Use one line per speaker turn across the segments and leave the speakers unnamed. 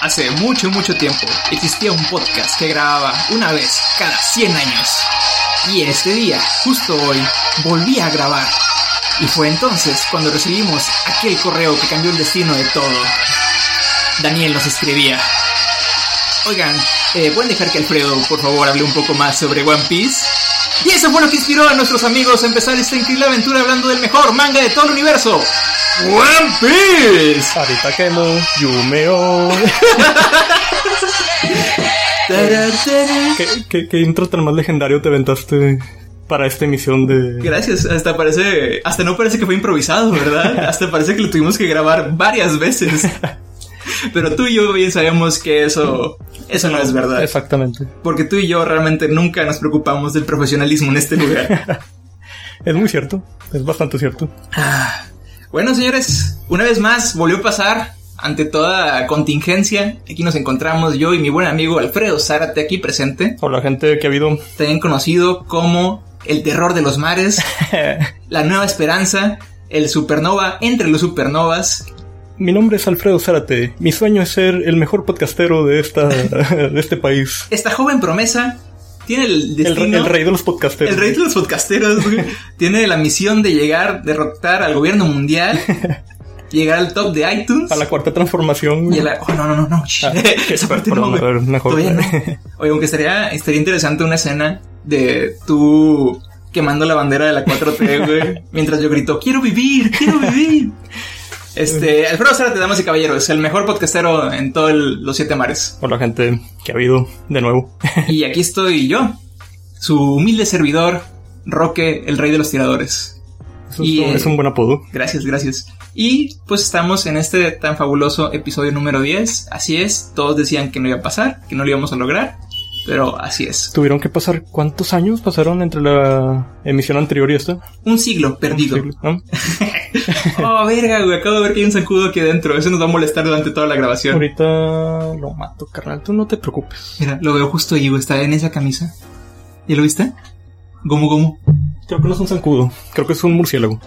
Hace mucho, mucho tiempo existía un podcast que grababa una vez cada 100 años. Y este día, justo hoy, volví a grabar. Y fue entonces cuando recibimos aquel correo que cambió el destino de todo. Daniel nos escribía. Oigan, eh, ¿pueden dejar que Alfredo, por favor, hable un poco más sobre One Piece? Y eso fue lo que inspiró a nuestros amigos a empezar esta increíble aventura hablando del mejor manga de todo el universo, One Piece.
Ahorita que no, Yumeo. ¿Qué, qué, qué intro tan más legendario te aventaste para esta emisión de.
Gracias, hasta parece, hasta no parece que fue improvisado, ¿verdad? Hasta parece que lo tuvimos que grabar varias veces. Pero tú y yo bien sabemos que eso, eso no es verdad.
Exactamente.
Porque tú y yo realmente nunca nos preocupamos del profesionalismo en este lugar.
Es muy cierto, es bastante cierto.
Ah. Bueno, señores, una vez más volvió a pasar ante toda contingencia. Aquí nos encontramos yo y mi buen amigo Alfredo Zárate aquí presente,
Por la gente que ha habido.
también conocido como el terror de los mares, la nueva esperanza, el supernova entre los supernovas.
Mi nombre es Alfredo Zárate. Mi sueño es ser el mejor podcastero de, esta, de este país.
Esta joven promesa tiene el
El,
destino
el rey de los podcasteros.
El rey de los podcasteros güey, tiene la misión de llegar, derrotar al gobierno mundial, llegar al top de iTunes.
A la cuarta transformación.
Y a la- oh, no, no, no, no. shh.
Ah, que-
Esa parte
perdón,
no, güey.
a ver, mejor.
Todavía no. Oye, aunque estaría, estaría interesante una escena de tú quemando la bandera de la 4T, güey. mientras yo grito, quiero vivir, quiero vivir. Este, Alfredo Zárate, damas y caballeros, el mejor podcastero en todos los siete mares.
Por la gente que ha habido de nuevo.
Y aquí estoy yo, su humilde servidor, Roque, el rey de los tiradores.
Es un-
Y, eh,
es un buen apodo.
Gracias, gracias. Y pues estamos en este tan fabuloso episodio número 10. Así es, todos decían que no iba a pasar, que no lo íbamos a lograr, pero así es.
Tuvieron que pasar cuántos años pasaron entre la emisión anterior y esta.
Un siglo perdido.
Un siglo, ¿no?
Oh, verga, güey, acabo de ver que hay un zancudo aquí adentro. Eso nos va a molestar durante toda la grabación.
Ahorita lo mato, carnal. Tú no te preocupes.
Mira, lo veo justo ahí, güey, está en esa camisa. ¿Ya lo viste? Gomu, gomu.
Creo que no es un zancudo. Creo que es un murciélago.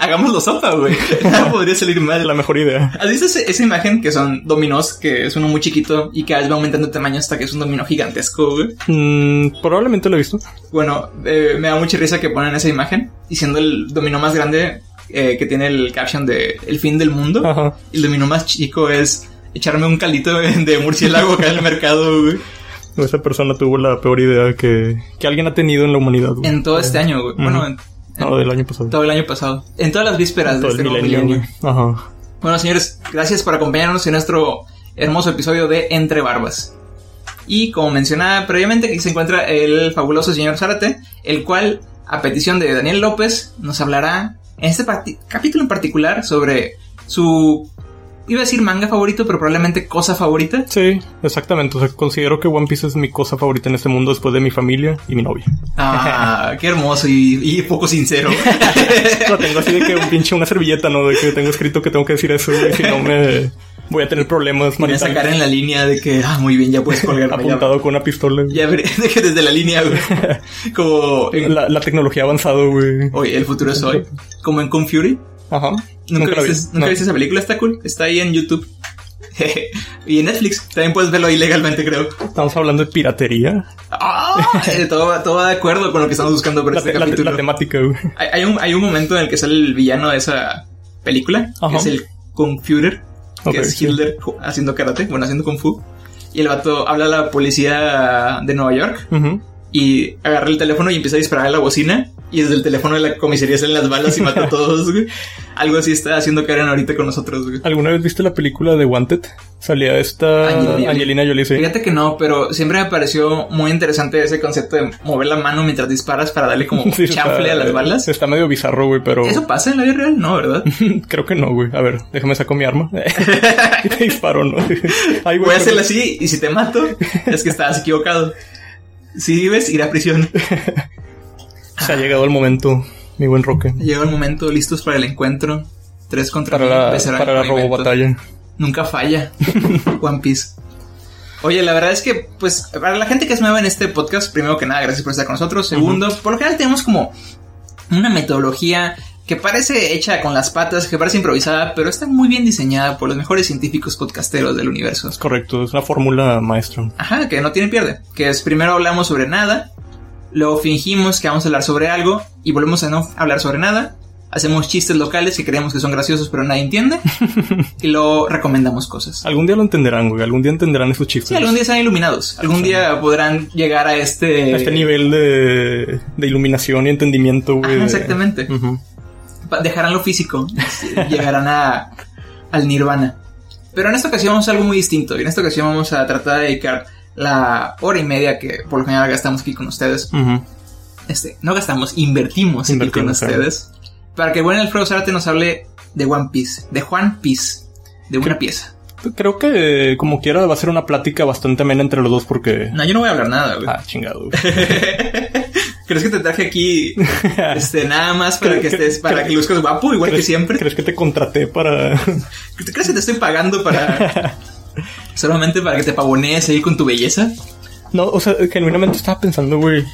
Hagámoslo sopa, güey. Nada Podría salir mal.
Es la mejor idea.
¿Has visto Ah, ese- esa imagen que son dominós, que es uno muy chiquito y cada vez va aumentando de tamaño hasta que es un dominó gigantesco, güey?
Mm, probablemente lo he visto.
Bueno, eh, me da mucha risa que ponen esa imagen y siendo el dominó más grande eh, que tiene el caption de El fin del mundo,
Ajá.
el dominó más chico es echarme un caldito de, de murciélago acá en el mercado güey,
Esa persona tuvo la peor idea que, que alguien ha tenido en la humanidad. güey. Eh,
en todo este año, güey. Bueno, en,
No, del año pasado.
todo el año pasado, en todas las vísperas
Todo
de este
el
nuevo
milenio.
milenio.
güey. Ajá.
Bueno, señores, gracias por acompañarnos en nuestro hermoso episodio de Entre Barbas. Y como mencionaba previamente, aquí se encuentra el fabuloso señor Zárate, el cual, a petición de Daniel López, nos hablará en este parti- capítulo en particular sobre su. iba a decir manga favorito, pero probablemente cosa favorita.
Sí, exactamente. O sea, considero que One Piece es mi cosa favorita en este mundo después de mi familia y mi novia.
Ah, qué hermoso y, y poco sincero.
Lo tengo así de que un pinche una servilleta, ¿no? De que tengo escrito que tengo que decir eso, güey. Si no me... Voy a tener problemas
Voy a
maritales.
sacar en la línea de que, ah, muy bien, ya puedes colgarme. ya-
apuntado con una pistola. güey.
Ya, veré, que desde la línea, güey. Como. en-
Eh, La, la tecnología ha avanzado, güey.
Oye, el futuro es hoy. Como en Kung Fury.
Ajá.
¿Nunca,
la vi.
viste, nunca
No.
viste esa película? Está cool. Está ahí en YouTube. y en Netflix. También puedes verlo ilegalmente, creo.
Estamos hablando de piratería.
¡Ah! Eh, todo, va- todo va de acuerdo con lo que estamos buscando para
La,
este
te- la te-
capítulo.
la temática, güey.
hay, hay un, hay un momento en el que sale el villano de esa película. Que
Ajá.
es el Kung Fury. Que
Ok,
es
sí.
Hitler ju- haciendo karate. Bueno, haciendo Kung Fu. Y el vato habla a la policía de Nueva York.
Ujú.
Y agarra el teléfono y empieza a disparar a la bocina. Y desde el teléfono de la comisaría salen las balas y mata a todos, güey. Algo así está haciendo Karen ahorita con nosotros, güey.
¿Alguna vez viste la película de Wanted? Salía esta
Angelina Jolie.
Angelina, Jolie, sí.
Fíjate que no, pero siempre me pareció muy interesante ese concepto de mover la mano mientras disparas para darle como
Sí,
chanfle
está-
a las balas.
Está medio bizarro, güey, pero
¿Eso pasa en la vida real? No, ¿verdad?
creo que no, güey. A ver, déjame saco mi arma. y te disparo, ¿no? Ay,
Voy a
pero-
hacerlo así y si te mato es que estabas equivocado. Si vives, ir a prisión.
Se ha llegado el momento, mi buen Roque.
Llegó el momento, listos para el encuentro. Tres contra
Para
mil,
la,
empezará el
para la robo
pavimento.
batalla.
Nunca falla. One Piece. Oye, la verdad es que, pues, para la gente que es nueva en este podcast, primero que nada, gracias por estar con nosotros. Segundo, por lo general tenemos como una metodología que parece hecha con las patas, que parece improvisada, pero está muy bien diseñada por los mejores científicos podcasteros del universo.
Es correcto, es una fórmula maestra.
Ajá, que no tiene pierde. Que es primero hablamos sobre nada, luego fingimos que vamos a hablar sobre algo y volvemos a no hablar sobre nada. Hacemos chistes locales que creemos que son graciosos pero nadie entiende y luego recomendamos cosas.
Algún día lo entenderán, güey. Algún día entenderán esos chistes.
Sí, algún día serán iluminados, algún día podrán llegar a este...
A este nivel de, de iluminación y entendimiento, güey.
Ajá,
de-
exactamente.
Ujú. Mm.
Pa- dejarán lo físico, llegarán a, al nirvana. Pero en esta ocasión vamos a algo muy distinto y en esta ocasión vamos a tratar de dedicar la hora y media que por lo general gastamos aquí con ustedes.
Ujú.
Este, no gastamos, invertimos, aquí con
Invertimos, claro.
ustedes. Para que buen Alfredo Zárate nos hable de One Piece, de Juan Piece, de una
¿Qué?
pieza.
Pues Creo que como quiera va a ser una plática bastante amena entre los dos porque...
No, yo no voy a hablar nada, güey.
Ah, chingado. güey.
¿Crees que te traje aquí este, nada más para
Creo
que
que-
estés, para
creo-
que luzcas guapo, igual que
¿Crees-
siempre?
¿Crees que te contraté para...?
¿Tú crees que te estoy pagando para. solamente para que te pavonees ahí con tu belleza?
no, o sea, genuinamente estaba pensando, güey,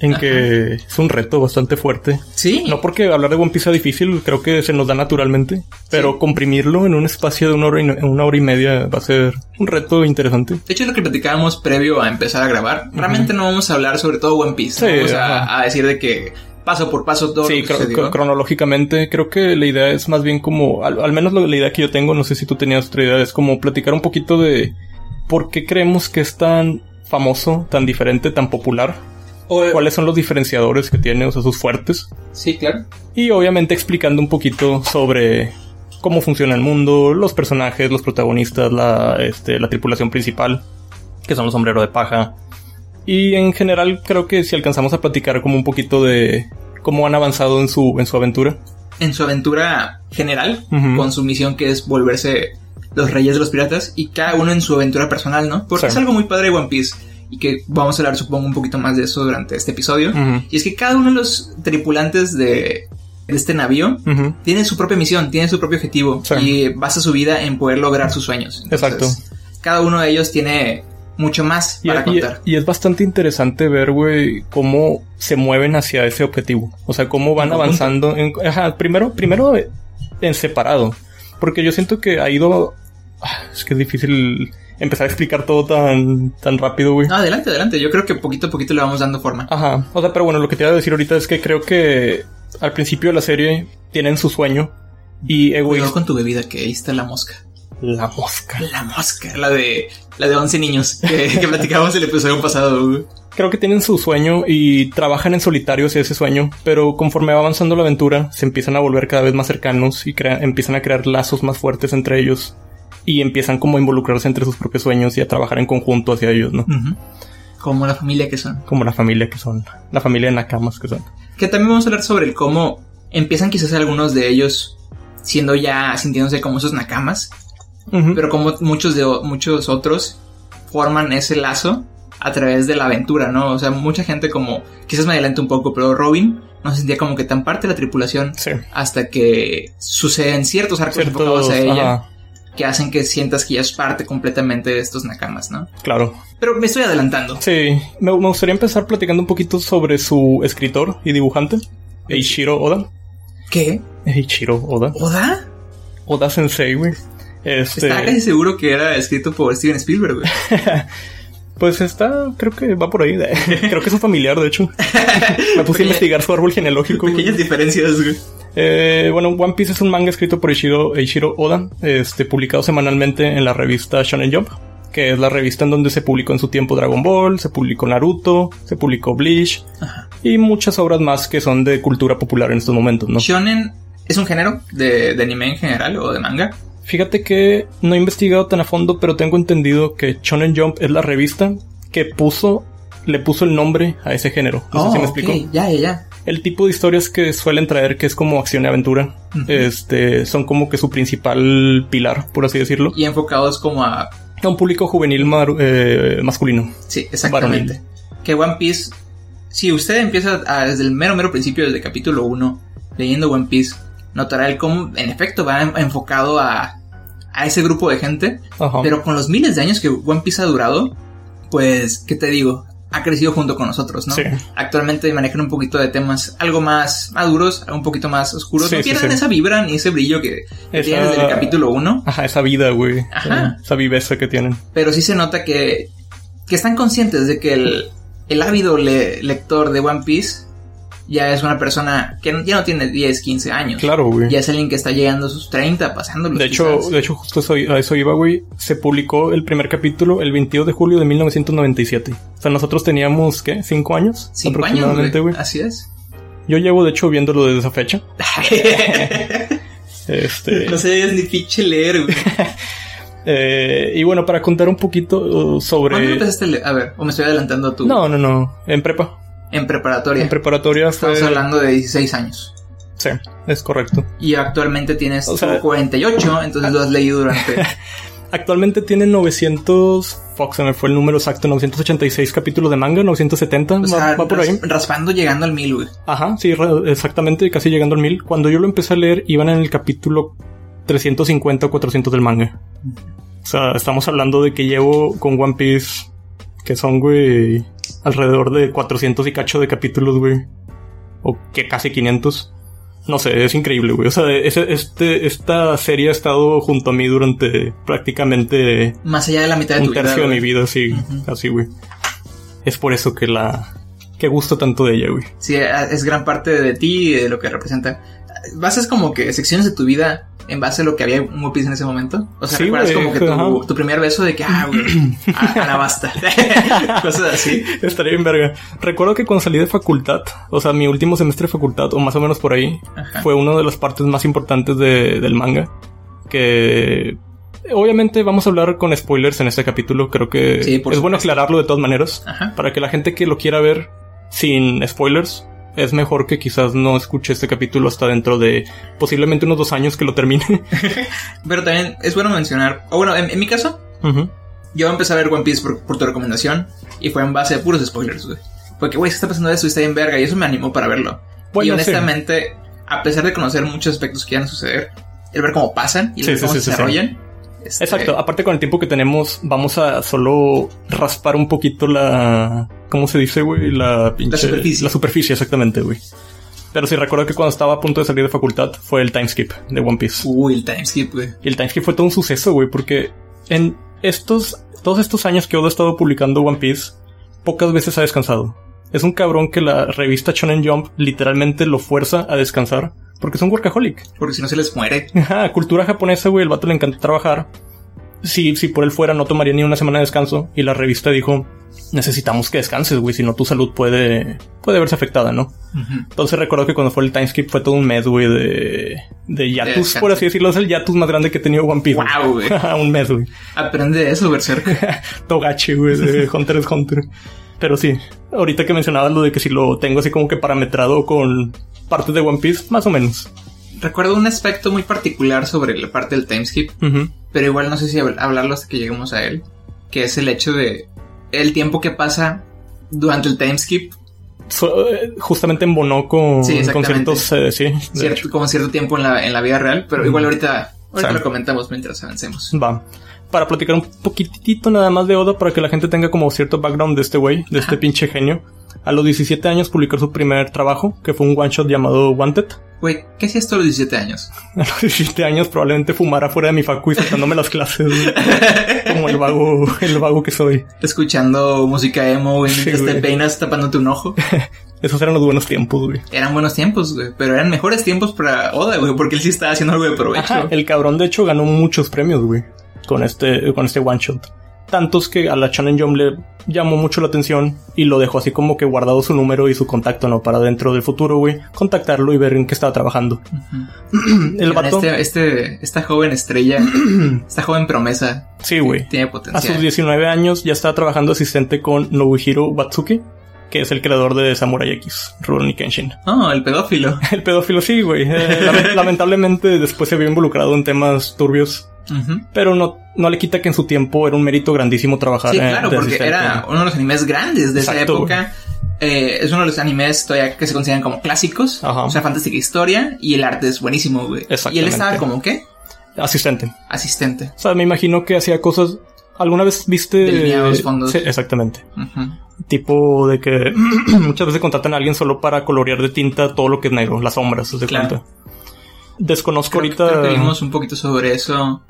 en que es un reto bastante fuerte.
Sí.
No porque hablar de One Piece sea difícil, creo que se nos da naturalmente, pero comprimirlo en un espacio de una hora, y, no- una hora y media va a ser un reto interesante.
De hecho, es lo que platicábamos previo a empezar a grabar. Realmente no vamos a hablar sobre todo One Piece.
Sí,
no vamos a,
ajá.
a decir de que paso por paso todo
Sí,
lo que
cro-
sucedió.
cro- cronológicamente creo que la idea es más bien como, al, al menos lo- la idea que yo tengo, no sé si tú tenías otra idea, es como platicar un poquito de por qué creemos que es tan famoso, tan diferente, tan popular,
O-
cuáles son los diferenciadores que tiene, o sea, sus fuertes.
Sí, claro.
Y obviamente explicando un poquito sobre cómo funciona el mundo, los personajes, los protagonistas, la, este, la tripulación principal, que son los sombreros de paja. Y en general creo que si alcanzamos a platicar como un poquito de cómo han avanzado en su, en su aventura.
En su aventura general,
Ujú.
con su misión que es volverse los reyes de los piratas y cada uno en su aventura personal, ¿no? Porque
Sí.
es algo muy padre de One Piece y que vamos a hablar, supongo, un poquito más de eso durante este episodio. Y es que cada uno de los tripulantes de, de este navío
Ujú.
tiene su propia misión, tiene su propio objetivo
Sí.
y basa su vida en poder lograr sus sueños.
Exacto.
Cada uno de ellos tiene mucho más
Y,
para
y-
contar.
y es bastante interesante ver, güey, cómo se mueven hacia ese objetivo. O sea, cómo van
En conjunto.
avanzando. en- ajá, primero, primero eh, en separado. Porque yo siento que ha ido. Ah, Es que es difícil empezar a explicar todo tan, tan rápido, güey.
No, adelante, adelante. Yo creo que poquito a poquito le vamos dando forma.
Ajá. O sea, pero bueno, lo que te iba a decir ahorita es que creo que al principio de la serie tienen su sueño. Y
Cuidado
egoísta.
con tu bebida, que ahí está la mosca.
La mosca.
La mosca, la de la de 11 niños que, que platicábamos el episodio pasado. güey.
Creo que tienen su sueño y trabajan en solitario hacia ese sueño, pero conforme va avanzando la aventura, se empiezan a volver cada vez más cercanos y crea- empiezan a crear lazos más fuertes entre ellos y empiezan como a involucrarse entre sus propios sueños y a trabajar en conjunto hacia ellos, ¿no?
Ujú. Como la familia que son.
Como la familia que son, la familia de Nakamas que son.
Que también vamos a hablar sobre el cómo empiezan quizás algunos de ellos siendo ya sintiéndose como esos nakamas
Ujú.
pero como muchos de o- muchos otros forman ese lazo a través de la aventura, ¿no? O sea, mucha gente como, quizás me adelanto un poco, pero Robin no se sentía como que tan parte de la tripulación
sí,
hasta que suceden ciertos arcos enfocados
ciertos,
pues, a ella
ajá,
que hacen que sientas que ya es parte completamente de estos nakamas, ¿no?
claro.
Pero me estoy adelantando.
Sí, me, me gustaría empezar platicando un poquito sobre su escritor y dibujante, Eiichiro Oda.
¿Qué?
Eiichiro Oda.
¿Oda?
Oda Sensei, güey. Este...
Estaba casi seguro que era escrito por Steven Spielberg, güey.
Pues está, creo que va por ahí. creo que es un familiar, de hecho. Me puse a investigar su árbol genealógico. güey.
Pequeñas diferencias, güey.
Eh, bueno, One Piece es un manga escrito por Eiichiro, Eiichiro Oda, este, publicado semanalmente en la revista Shonen Jump, que es la revista en donde se publicó en su tiempo Dragon Ball, se publicó Naruto, se publicó Bleach
Ajá.
y muchas obras más que son de cultura popular en estos momentos, ¿no?
Shonen es un género de, de anime en general o de manga.
Fíjate que no he investigado tan a fondo, pero tengo entendido que Shonen Jump es la revista que puso, le puso el nombre a ese género. No sé si me
Oh, ok,
explico.
Ya, ya, ya.
El tipo de historias que suelen traer, que es como acción y aventura,
Ujú.
este, son como que su principal pilar, por así decirlo.
y enfocados como a...
A un público juvenil mar- eh, masculino.
Sí, exactamente. Que One Piece, si usted empieza a- desde el mero, mero principio, desde capítulo 1, leyendo One Piece, notará el cómo, en efecto, va en- enfocado a, a ese grupo de gente,
Ajá.
pero con los miles de años que One Piece ha durado, pues, ¿qué te digo? ha crecido junto con nosotros, ¿no?
Sí.
Actualmente manejan un poquito de temas algo más maduros, un poquito más oscuros.
Sí,
no
sí,
pierden
sí.
esa vibra ni ese brillo que, que
Esa-
tienen desde el capítulo 1,
Ajá, esa vida, güey.
Ajá.
Esa viveza que tienen.
pero sí se nota que, que están conscientes de que el, el ávido le- lector de One Piece ya es una persona que no- ya no tiene 10, 15 años.
Claro, güey.
Ya es alguien que está llegando a sus 30, pasándolos.
De hecho,
quizás.
de hecho, justo eso- a eso iba, güey. Se publicó el primer capítulo el 22 de julio de 1997. O sea, nosotros teníamos, ¿qué? ¿Cinco años?
Cinco años,
aproximadamente,
güey.
güey.
Así es.
Yo llevo, de hecho, viéndolo desde esa fecha. Este,
no sé ni pinche leer, güey.
eh, y bueno, para contar un poquito uh,
¿Cuándo
sobre...
empezaste a leer? A ver, o me estoy adelantando a tu...
No, no, no. En prepa.
En preparatoria.
En preparatoria fue...
Estamos hablando de 16 años.
Sí, es correcto.
Y actualmente tienes
O sea-
48, entonces lo has leído durante...
Actualmente tiene 900... Fox, se me fue el número exacto. 986 capítulos de manga, 970.
o
va-
sea,
va, por ahí.
ras- raspando llegando al mil, güey.
Ajá, sí, re- exactamente, casi llegando al mil. Cuando yo lo empecé a leer, iban en el capítulo 350 o 400 del manga. O sea, estamos hablando de que llevo con One Piece, que son, güey, alrededor de 400 y cacho de capítulos, güey. O que casi 500. No sé, es increíble, güey. O sea, ese- este, esta serie ha estado junto a mí durante prácticamente
Más allá de la mitad de
un
tu vida.
tercio de mi
güey.
vida, sí,
Ujú.
así, güey. Es por eso que la... que gusto tanto de ella, güey.
Sí, a- es gran parte de ti y de lo que representa. ¿Bases como que secciones de tu vida en base a lo que había en One Piece en ese momento? O sea,
Sí,
¿recuerdas
güey, pues,
como que tu,
ajá.
tu primer beso de que, ah, güey, a- Alabasta? Cosas así.
Estaría bien verga. Recuerdo que cuando salí de facultad, o sea, mi último semestre de facultad, o más o menos por ahí,
Ajá.
fue una de las partes más importantes de- del manga. Que obviamente vamos a hablar con spoilers en este capítulo. Creo que
Sí,
es
por
bueno aclararlo de todas maneras.
Ajá.
Para que la gente que lo quiera ver sin spoilers, es mejor que quizás no escuche este capítulo hasta dentro de posiblemente unos dos años que lo termine.
Pero también es bueno mencionar, o bueno, en- en mi caso,
Ujú.
Yo empecé a ver One Piece por, por tu recomendación y fue en base a puros spoilers, güey. Porque, güey, se está pasando eso y está bien verga y eso me animó para verlo.
Bueno,
y
sí.
honestamente, a pesar de conocer muchos aspectos que iban a suceder, el ver cómo pasan y el
Sí,
ver
sí,
cómo
sí,
se
sí, sí.
desarrollan. este,
Exacto, aparte con el tiempo que tenemos, vamos a solo raspar un poquito la. ¿Cómo se dice, güey? La pinche.
superficie.
La superficie, exactamente, güey. Pero sí, recuerdo que cuando estaba a punto de salir de facultad fue el time skip de One Piece.
Uy, el timeskip, güey.
Y el time skip fue todo un suceso, güey, porque en estos. Todos estos años que Oda ha estado publicando One Piece, pocas veces ha descansado. Es un cabrón que la revista Shonen Jump literalmente lo fuerza a descansar porque es un workaholic.
Porque si no se les muere.
Ajá, cultura japonesa, güey, el vato le encanta trabajar. Si, si por él fuera, no tomaría ni una semana de descanso. Y la revista dijo, necesitamos que descanses, güey, si no tu salud puede, puede verse afectada, ¿no?
Ujú.
Entonces recuerdo que cuando fue el timeskip fue todo un mes, güey, de, de yatus,
descanso.
por así decirlo. Es el yatus más grande que he tenido One Piece.
Guau, güey.
Ajá, un mes, güey.
Aprende de eso, Berserk.
Togache, güey, de Hunter x Hunter. Pero sí, ahorita que mencionabas lo de que si lo tengo así como que parametrado con partes de One Piece, más o menos.
Recuerdo un aspecto muy particular sobre la parte del timeskip,
Ujú.
pero igual no sé si habl- hablarlo hasta que lleguemos a él, que es el hecho de el tiempo que pasa durante el timeskip
So- eh, justamente embonó con,
Sí,
con
exactamente.
ciertos. eh, sí, de
cierto, como cierto tiempo en la, en la vida real, pero igual ahorita, ahorita
Sí.
lo comentamos mientras avancemos.
hecho. Va. Para platicar un poquitito nada más de Oda, para que la gente tenga como cierto background de este güey, de este pinche genio. A los 17 años publicó su primer trabajo, que fue un one shot llamado Wanted.
Güey, ¿qué hacías tú a los 17 años?
A los 17 años probablemente fumara fuera de mi facu y sacándome las clases, güey. como el vago, el vago que soy.
Escuchando música emo, güey, mientras
Sí,
te
güey.
peinas tapándote un ojo.
Esos eran los buenos tiempos, güey.
Eran buenos tiempos, güey, pero eran mejores tiempos para Oda, güey, porque él sí estaba haciendo algo de provecho.
Ajá, el cabrón de hecho ganó muchos premios, güey, con este, con este one shot. Tantos que a la Shonen Jump le llamó mucho la atención y lo dejó así como que guardado su número y su contacto, ¿no? Para dentro del futuro, güey, contactarlo y ver en qué estaba trabajando.
Ujú.
el
Mira,
vato,
Este, este, esta joven estrella, esta joven promesa,
sí, güey.
tiene
A sus
potencial.
19 años ya estaba trabajando asistente con Nobuhiro Watsuki, que es el creador de Samurai X, Rurouni Kenshin.
Oh, el pedófilo.
El pedófilo sí, güey. Eh, lame- lamentablemente después se vio involucrado en temas turbios,
Ujú.
pero no, no le quita que en su tiempo era un mérito grandísimo trabajar
Sí,
eh,
claro,
de
porque
asistente,
era
¿no?
uno de los animes grandes de esa
Exacto,
época. Eh, es uno de los animes todavía que se consideran como clásicos.
Ajá.
O sea, fantástica historia y el arte es buenísimo, güey. Y él
Exactamente.
estaba como, ¿qué?
asistente.
Asistente.
O sea, me imagino que hacía cosas ¿Alguna vez viste...?
Delineados fondos.
Sí, exactamente.
Ujú.
Tipo de que muchas veces contratan a alguien solo para colorear de tinta todo lo que es negro, las sombras, haz de
Claro.
cuenta. Desconozco
Creo, que-
ahorita...
creo que vimos un poquito sobre eso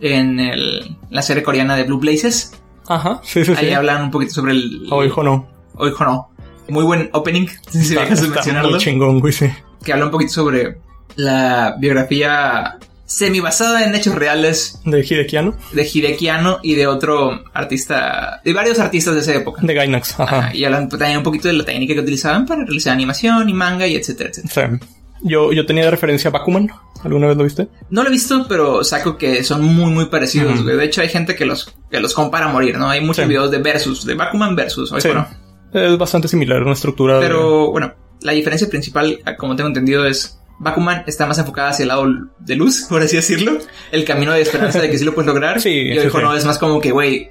en el- la serie coreana de Blue Blazes.
Ajá, sí, sí, sí.
Ahí hablan un poquito sobre el...
Ah, hijo, no.
Oijo no. Muy buen opening, si me
Está-
dejas de
está
mencionarlo.
muy chingón, güey, sí.
que habla un poquito sobre la biografía semi basada en hechos reales
De Hidekiano,
de Hideki Anno y de otro artista, de varios artistas de esa época.
de Gainax, ajá.
Ajá, Y hablan también un poquito de la técnica que utilizaban para realizar animación y manga y etcétera, etcétera.
Sí. Yo, yo tenía de referencia a Bakuman. ¿Alguna vez lo viste?
No lo he visto, pero saco que son muy, muy parecidos.
Ujú.
güey. De hecho, hay gente que los, que los compara a morir, ¿no? Hay muchos
Sí.
videos de versus, de Bakuman versus, oye,
Sí.
Pues bueno.
Es bastante similar una estructura. de-
Pero bueno, la diferencia principal, ah, como tengo entendido, es Bakuman está más enfocada hacia el lado de luz, por así decirlo. El camino de esperanza de que sí lo puedes lograr.
Sí,
y el
sí,
hijo
sí.
no es más como que, güey,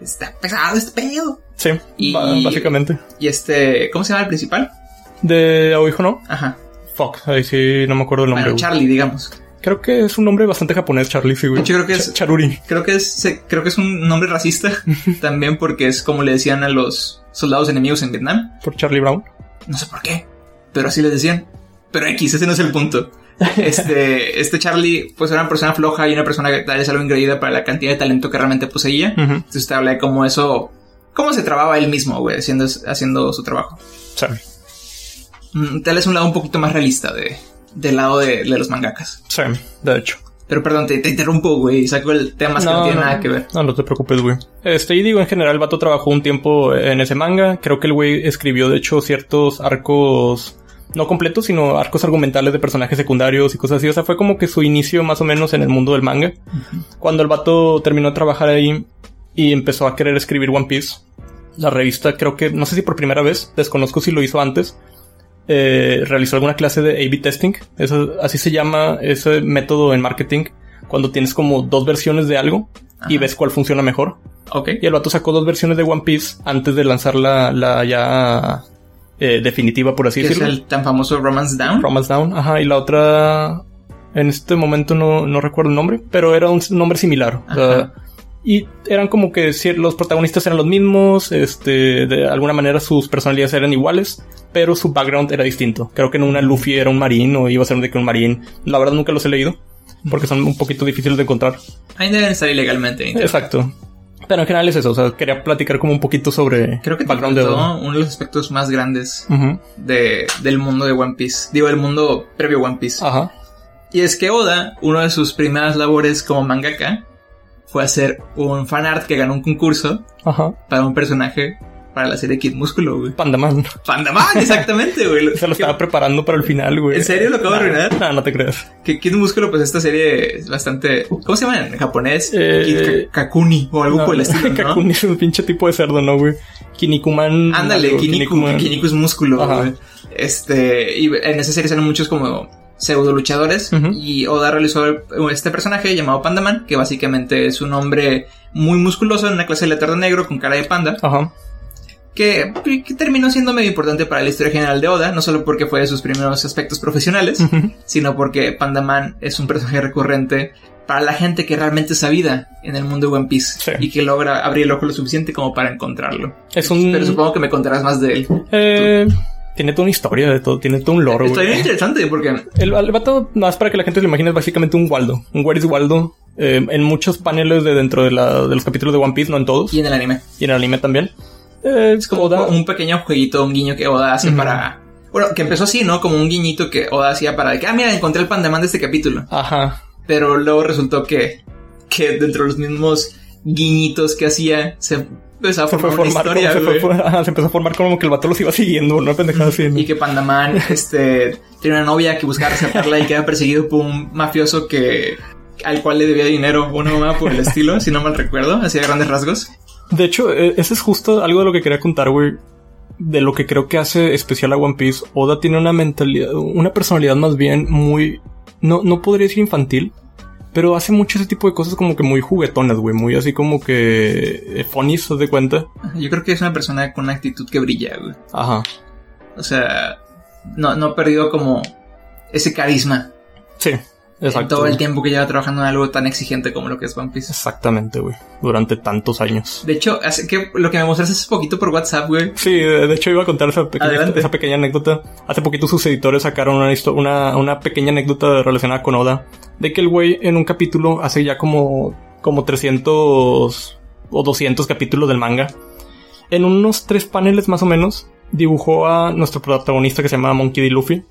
está pesado este pedo.
Sí,
Y-
ba- básicamente.
Y este, ¿cómo se llama el principal?
De Aoijo no.
Ajá.
Fuck, ahí sí no me acuerdo el nombre.
Bueno,
güey.
Charlie, digamos.
creo que es un nombre bastante japonés, Charlie, sí, güey.
Yo creo que es-
Charuri.
Creo que es, se- creo que es un nombre racista también porque es como le decían a los soldados enemigos en Vietnam.
Por Charlie Brown.
No sé por qué, pero así les decían. Pero X, ese no es el punto. Este, este Charlie, pues era una persona floja y una persona que tal vez algo increíble para la cantidad de talento que realmente poseía.
Ujú.
Entonces te habla de cómo eso, cómo se trababa él mismo, güey, haciendo, haciendo su trabajo.
Sí.
Mm, Tal vez un lado un poquito más realista de, del lado de, de los mangakas.
Sí, de hecho.
Pero perdón, te, te interrumpo, güey, y saco el tema que no tiene nada que ver.
No, no te preocupes, güey. Este, y digo, en general, el vato trabajó un tiempo en ese manga. Creo que el güey escribió, de hecho, ciertos arcos, no completos, sino arcos argumentales de personajes secundarios y cosas así. O sea, fue como que su inicio más o menos en el mundo del manga. Cuando el vato terminó de trabajar ahí y empezó a querer escribir One Piece, la revista, creo que, no sé si por primera vez, desconozco si lo hizo antes. eh, realizó alguna clase de A-B testing. Eso- así se llama ese método en marketing. Cuando tienes como dos versiones de algo y
Ajá.
ves cuál funciona mejor.
Ok.
Y el vato sacó dos versiones de One Piece antes de lanzar la, la ya eh, definitiva, por así
Que es
decirlo.
el tan famoso Romance Down.
Romance Down, ajá, y la otra en este momento no, no recuerdo el nombre, pero era un s- nombre similar. o sea,
Ajá.
y eran como que cier- los protagonistas eran los mismos, este, de alguna manera sus personalidades eran iguales, pero su background era distinto. Creo que en una Luffy era un marín o iba a ser de que un marín. La verdad nunca los he leído porque son un poquito difíciles de encontrar.
Ahí deben estar ilegalmente. en internet.
Exacto. Pero en general es eso, o sea, quería platicar como un poquito sobre
Creo que te
background de
faltó uno de los aspectos más grandes
Ujú,
de- del mundo de One Piece. Digo, el mundo previo a One Piece.
Ajá.
Y es que Oda, una de sus primeras labores como mangaka, fue hacer un fanart que ganó un concurso
Ajá.
para un personaje para la serie Kid Músculo, güey.
Pandaman.
Pandaman, exactamente, güey.
Se lo
Que-
estaba preparando para el final, güey.
¿En serio lo acabo de
Nah,
arruinar?
nah, no te creas.
Que Kid Músculo, pues esta serie es bastante. ¿Cómo se llama en japonés?
Eh,
Kid Ka- Kakuni o algo
No.
por el estilo, ¿no?
Kakuni es un pinche tipo de cerdo, ¿no, güey? Kinikuman.
Ándale,
algo,
Kiniku,
Kinnikuman.
Kiniku es músculo,
Ajá.
güey. Este, y en esa serie salen muchos como pseudo luchadores.
Ujú.
Y Oda realizó este personaje llamado Pandaman, que básicamente es un hombre muy musculoso en una clase de letardo negro con cara de panda,
Ajá.
que, que terminó siendo medio importante para la historia general de Oda, no solo porque fue de sus primeros aspectos profesionales,
Ujú.
sino porque Pandaman es un personaje recurrente para la gente que realmente es sabida en el mundo de One Piece
Sí.
y que logra abrir el ojo lo suficiente como para encontrarlo.
Es un.
Pero supongo que me contarás más de él.
eh, tiene toda una historia de todo, tiene todo un lore,
Está bien
güey.
interesante porque
El, el vato, nada más para que la gente se lo imagine, es básicamente un Waldo. Un Where is Waldo. eh, en muchos paneles de dentro de, la- de los capítulos de One Piece, no en todos,
y en el anime
y en el anime también. Eh,
es como
Oda-
un pequeño jueguito, un guiño que Oda hace
Ujú.
para bueno, que empezó así, ¿no? Como un guiñito que Oda hacía para de que, ah, mira, encontré el Pandaman de este capítulo.
Ajá.
Pero luego resultó que, que dentro de los mismos guiñitos que hacía, se empezó a
Se, fue
formar una
formar como-
historia,
se, fue
güey.
for- ajá, se empezó a formar como que el vato los iba siguiendo, una pendejada así. ¿no?
Y que Pandaman, este, tiene una novia que buscaba rescatarla y queda perseguido por un mafioso que, al cual le debía dinero o una mamá por el estilo, si no mal recuerdo, así de grandes rasgos.
De hecho, eh, ese es justo algo de lo que quería contar, güey. De lo que creo que hace especial a One Piece. Oda tiene una mentalidad, una personalidad más bien muy. No, no podría decir infantil, pero hace mucho ese tipo de cosas como que muy juguetonas, güey. Muy así como que. eh, funny, ¿se de cuenta?
Yo creo que es una persona con una actitud que brilla, güey.
Ajá.
O sea, no, no ha perdido como ese carisma
Sí.
en todo el tiempo que lleva trabajando en algo tan exigente como lo que es One Piece.
Exactamente, güey. Durante tantos años.
De hecho, hace que lo que me mostraste hace poquito por WhatsApp, güey.
Sí, de de hecho iba a contar esa pequeña,
Adelante.
esa pequeña anécdota. Hace poquito sus editores sacaron una, histo- una, una pequeña anécdota relacionada con Oda. De que el güey en un capítulo hace ya como, como 300 o 200 capítulos del manga. En unos tres paneles más o menos dibujó a nuestro protagonista que se llama Monkey D. Luffy.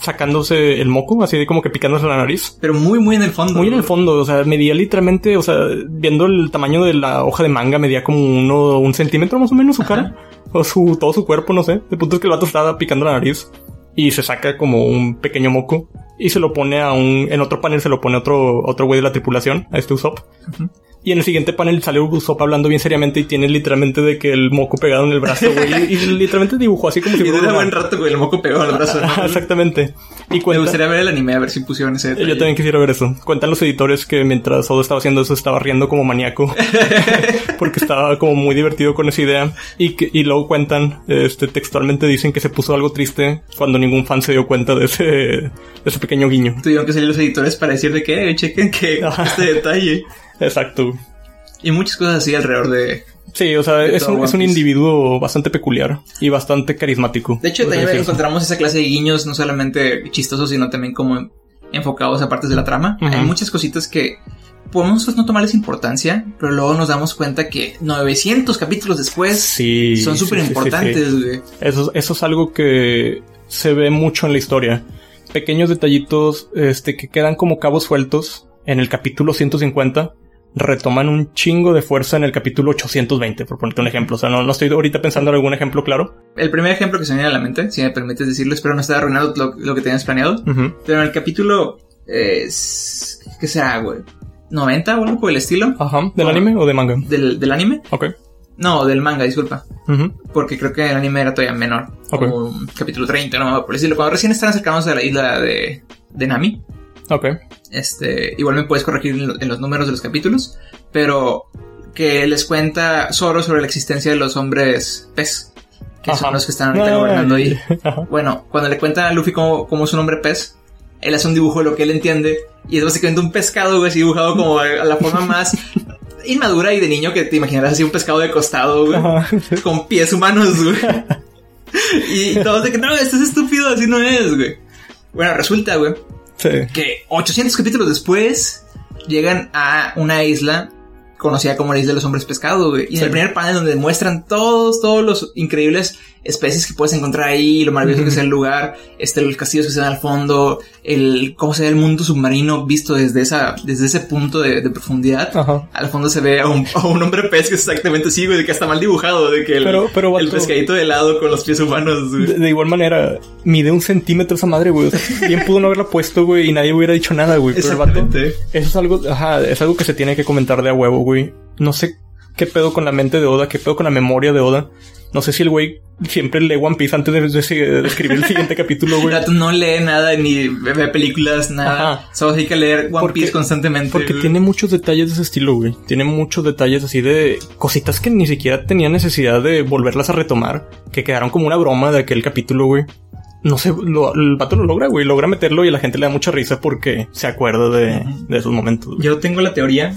Sacándose el moco, así de como que picándose la nariz.
Pero muy, muy en el fondo.
Muy en el fondo, o sea, medía literalmente, o sea, viendo el tamaño de la hoja de manga, medía como uno, un centímetro más o menos su cara, o su, todo su cuerpo, no sé. De punto es que el vato estaba picando la nariz y se saca como un pequeño moco y se lo pone a un, en otro panel se lo pone otro, otro güey de la tripulación, a este Usopp.
Ujú.
Y en el siguiente panel sale Usopp hablando bien seriamente y tiene literalmente de que el moco pegado en el brazo, güey, y, y literalmente dibujó así como si
Y
fuera
dura
una-
buen rato, güey. El moco pegó al brazo. ¿no?
Ajá, Exactamente. Y
Me
cuenta-
gustaría ver el anime a ver si pusieron ese.
Eh, yo
detalle.
también quisiera ver eso. Cuentan los editores que mientras Odo estaba haciendo eso estaba riendo como maníaco. porque estaba como muy divertido con esa idea. Y, que- y luego cuentan, este, textualmente dicen que se puso algo triste cuando ningún fan se dio cuenta de ese, de ese pequeño guiño.
Tuvieron que salir los editores para decir de que "Eh, chequen que
Ajá.
este detalle.
Exacto.
Y muchas cosas así alrededor de.
Sí, o sea,
De
es
todo
un,
One
es un
Piece.
individuo bastante peculiar y bastante carismático.
De hecho,
podría
también
decirse.
encontramos esa clase de guiños, no solamente chistosos, sino también como enfocados a partes de la trama.
Ujú.
Hay muchas cositas que podemos nosotros pues, no tomarles importancia, pero luego nos damos cuenta que 900 capítulos después
Sí.
son
sí,
súper
sí, sí, sí.
importantes, güey.
Eso, eso es algo que se ve mucho en la historia. Pequeños detallitos este, que quedan como cabos sueltos en el capítulo 150 retoman un chingo de fuerza en el capítulo 820, por ponerte un ejemplo. O sea, no, no estoy ahorita pensando en algún ejemplo claro.
El primer ejemplo que se me viene a la mente, si me permites decirlo, espero no estar arruinando lo, lo que tenías planeado,
Ujú.
pero en el capítulo... eh, s- ¿Qué será, güey? ¿90 o algo por el estilo?
Ajá. ¿Del anime o de manga?
¿Del, del anime?
Ok.
No, del manga, disculpa.
Ujú.
Porque creo que el anime era todavía menor.
Ok.
Como un capítulo 30, no me acuerdo por decirlo. Cuando recién están acercados a la isla de, de Nami.
Ok.
Este, igual me puedes corregir en, lo- en los números de los capítulos. Pero que les cuenta Zoro sobre la existencia de los hombres pez. Que
Ajá.
son los que están Ah, ahorita
Ay.
gobernando ahí.
Ajá.
Bueno, cuando le cuenta a Luffy cómo, cómo es un hombre pez, él hace un dibujo de lo que él entiende y es básicamente un pescado, güey, así dibujado como a la forma más inmadura y de niño que te imaginarás así un pescado de costado, güey,
Ajá.
con pies humanos, güey. Y todos de que no, esto es estúpido, así no es, güey. Bueno, resulta, güey,
Sí.
que 800 capítulos después llegan a una isla conocida como la isla de los hombres pescado, güey. Y en
Sí.
el primer panel donde muestran todos, todos los increíbles especies que puedes encontrar ahí, lo maravilloso que es el lugar, este, los castillos que se ven al fondo, el cómo se ve el mundo submarino visto desde esa, desde ese punto de, de profundidad.
Ajá.
Al fondo se ve a un, a un hombre pez que es exactamente así, güey, de que está mal dibujado, de que el,
Pero- pero,
el
vato-
pescadito de lado con los pies humanos, güey.
De, de igual manera, mide un centímetro esa madre, güey. O sea, bien pudo no haberla puesto, güey, y nadie hubiera dicho nada, güey. Pero el vato-
Exactamente.
Eso es algo, ajá, es algo que se tiene que comentar de a huevo, güey. No sé qué pedo con la mente de Oda, qué pedo con la memoria de Oda. No sé si el güey siempre lee One Piece antes de, de- de escribir el siguiente capítulo, güey.
El vato no lee nada ni ve películas, nada.
Ajá.
Solo hay que leer One
Porque-
Piece constantemente.
Porque
güey.
tiene muchos detalles de ese estilo, güey. Tiene muchos detalles así de cositas que ni siquiera tenía necesidad de volverlas a retomar, que quedaron como una broma de aquel capítulo, güey. No sé, lo- el vato lo logra, güey. Logra meterlo y a la gente le da mucha risa porque se acuerda de, de esos momentos. güey.
Yo tengo la teoría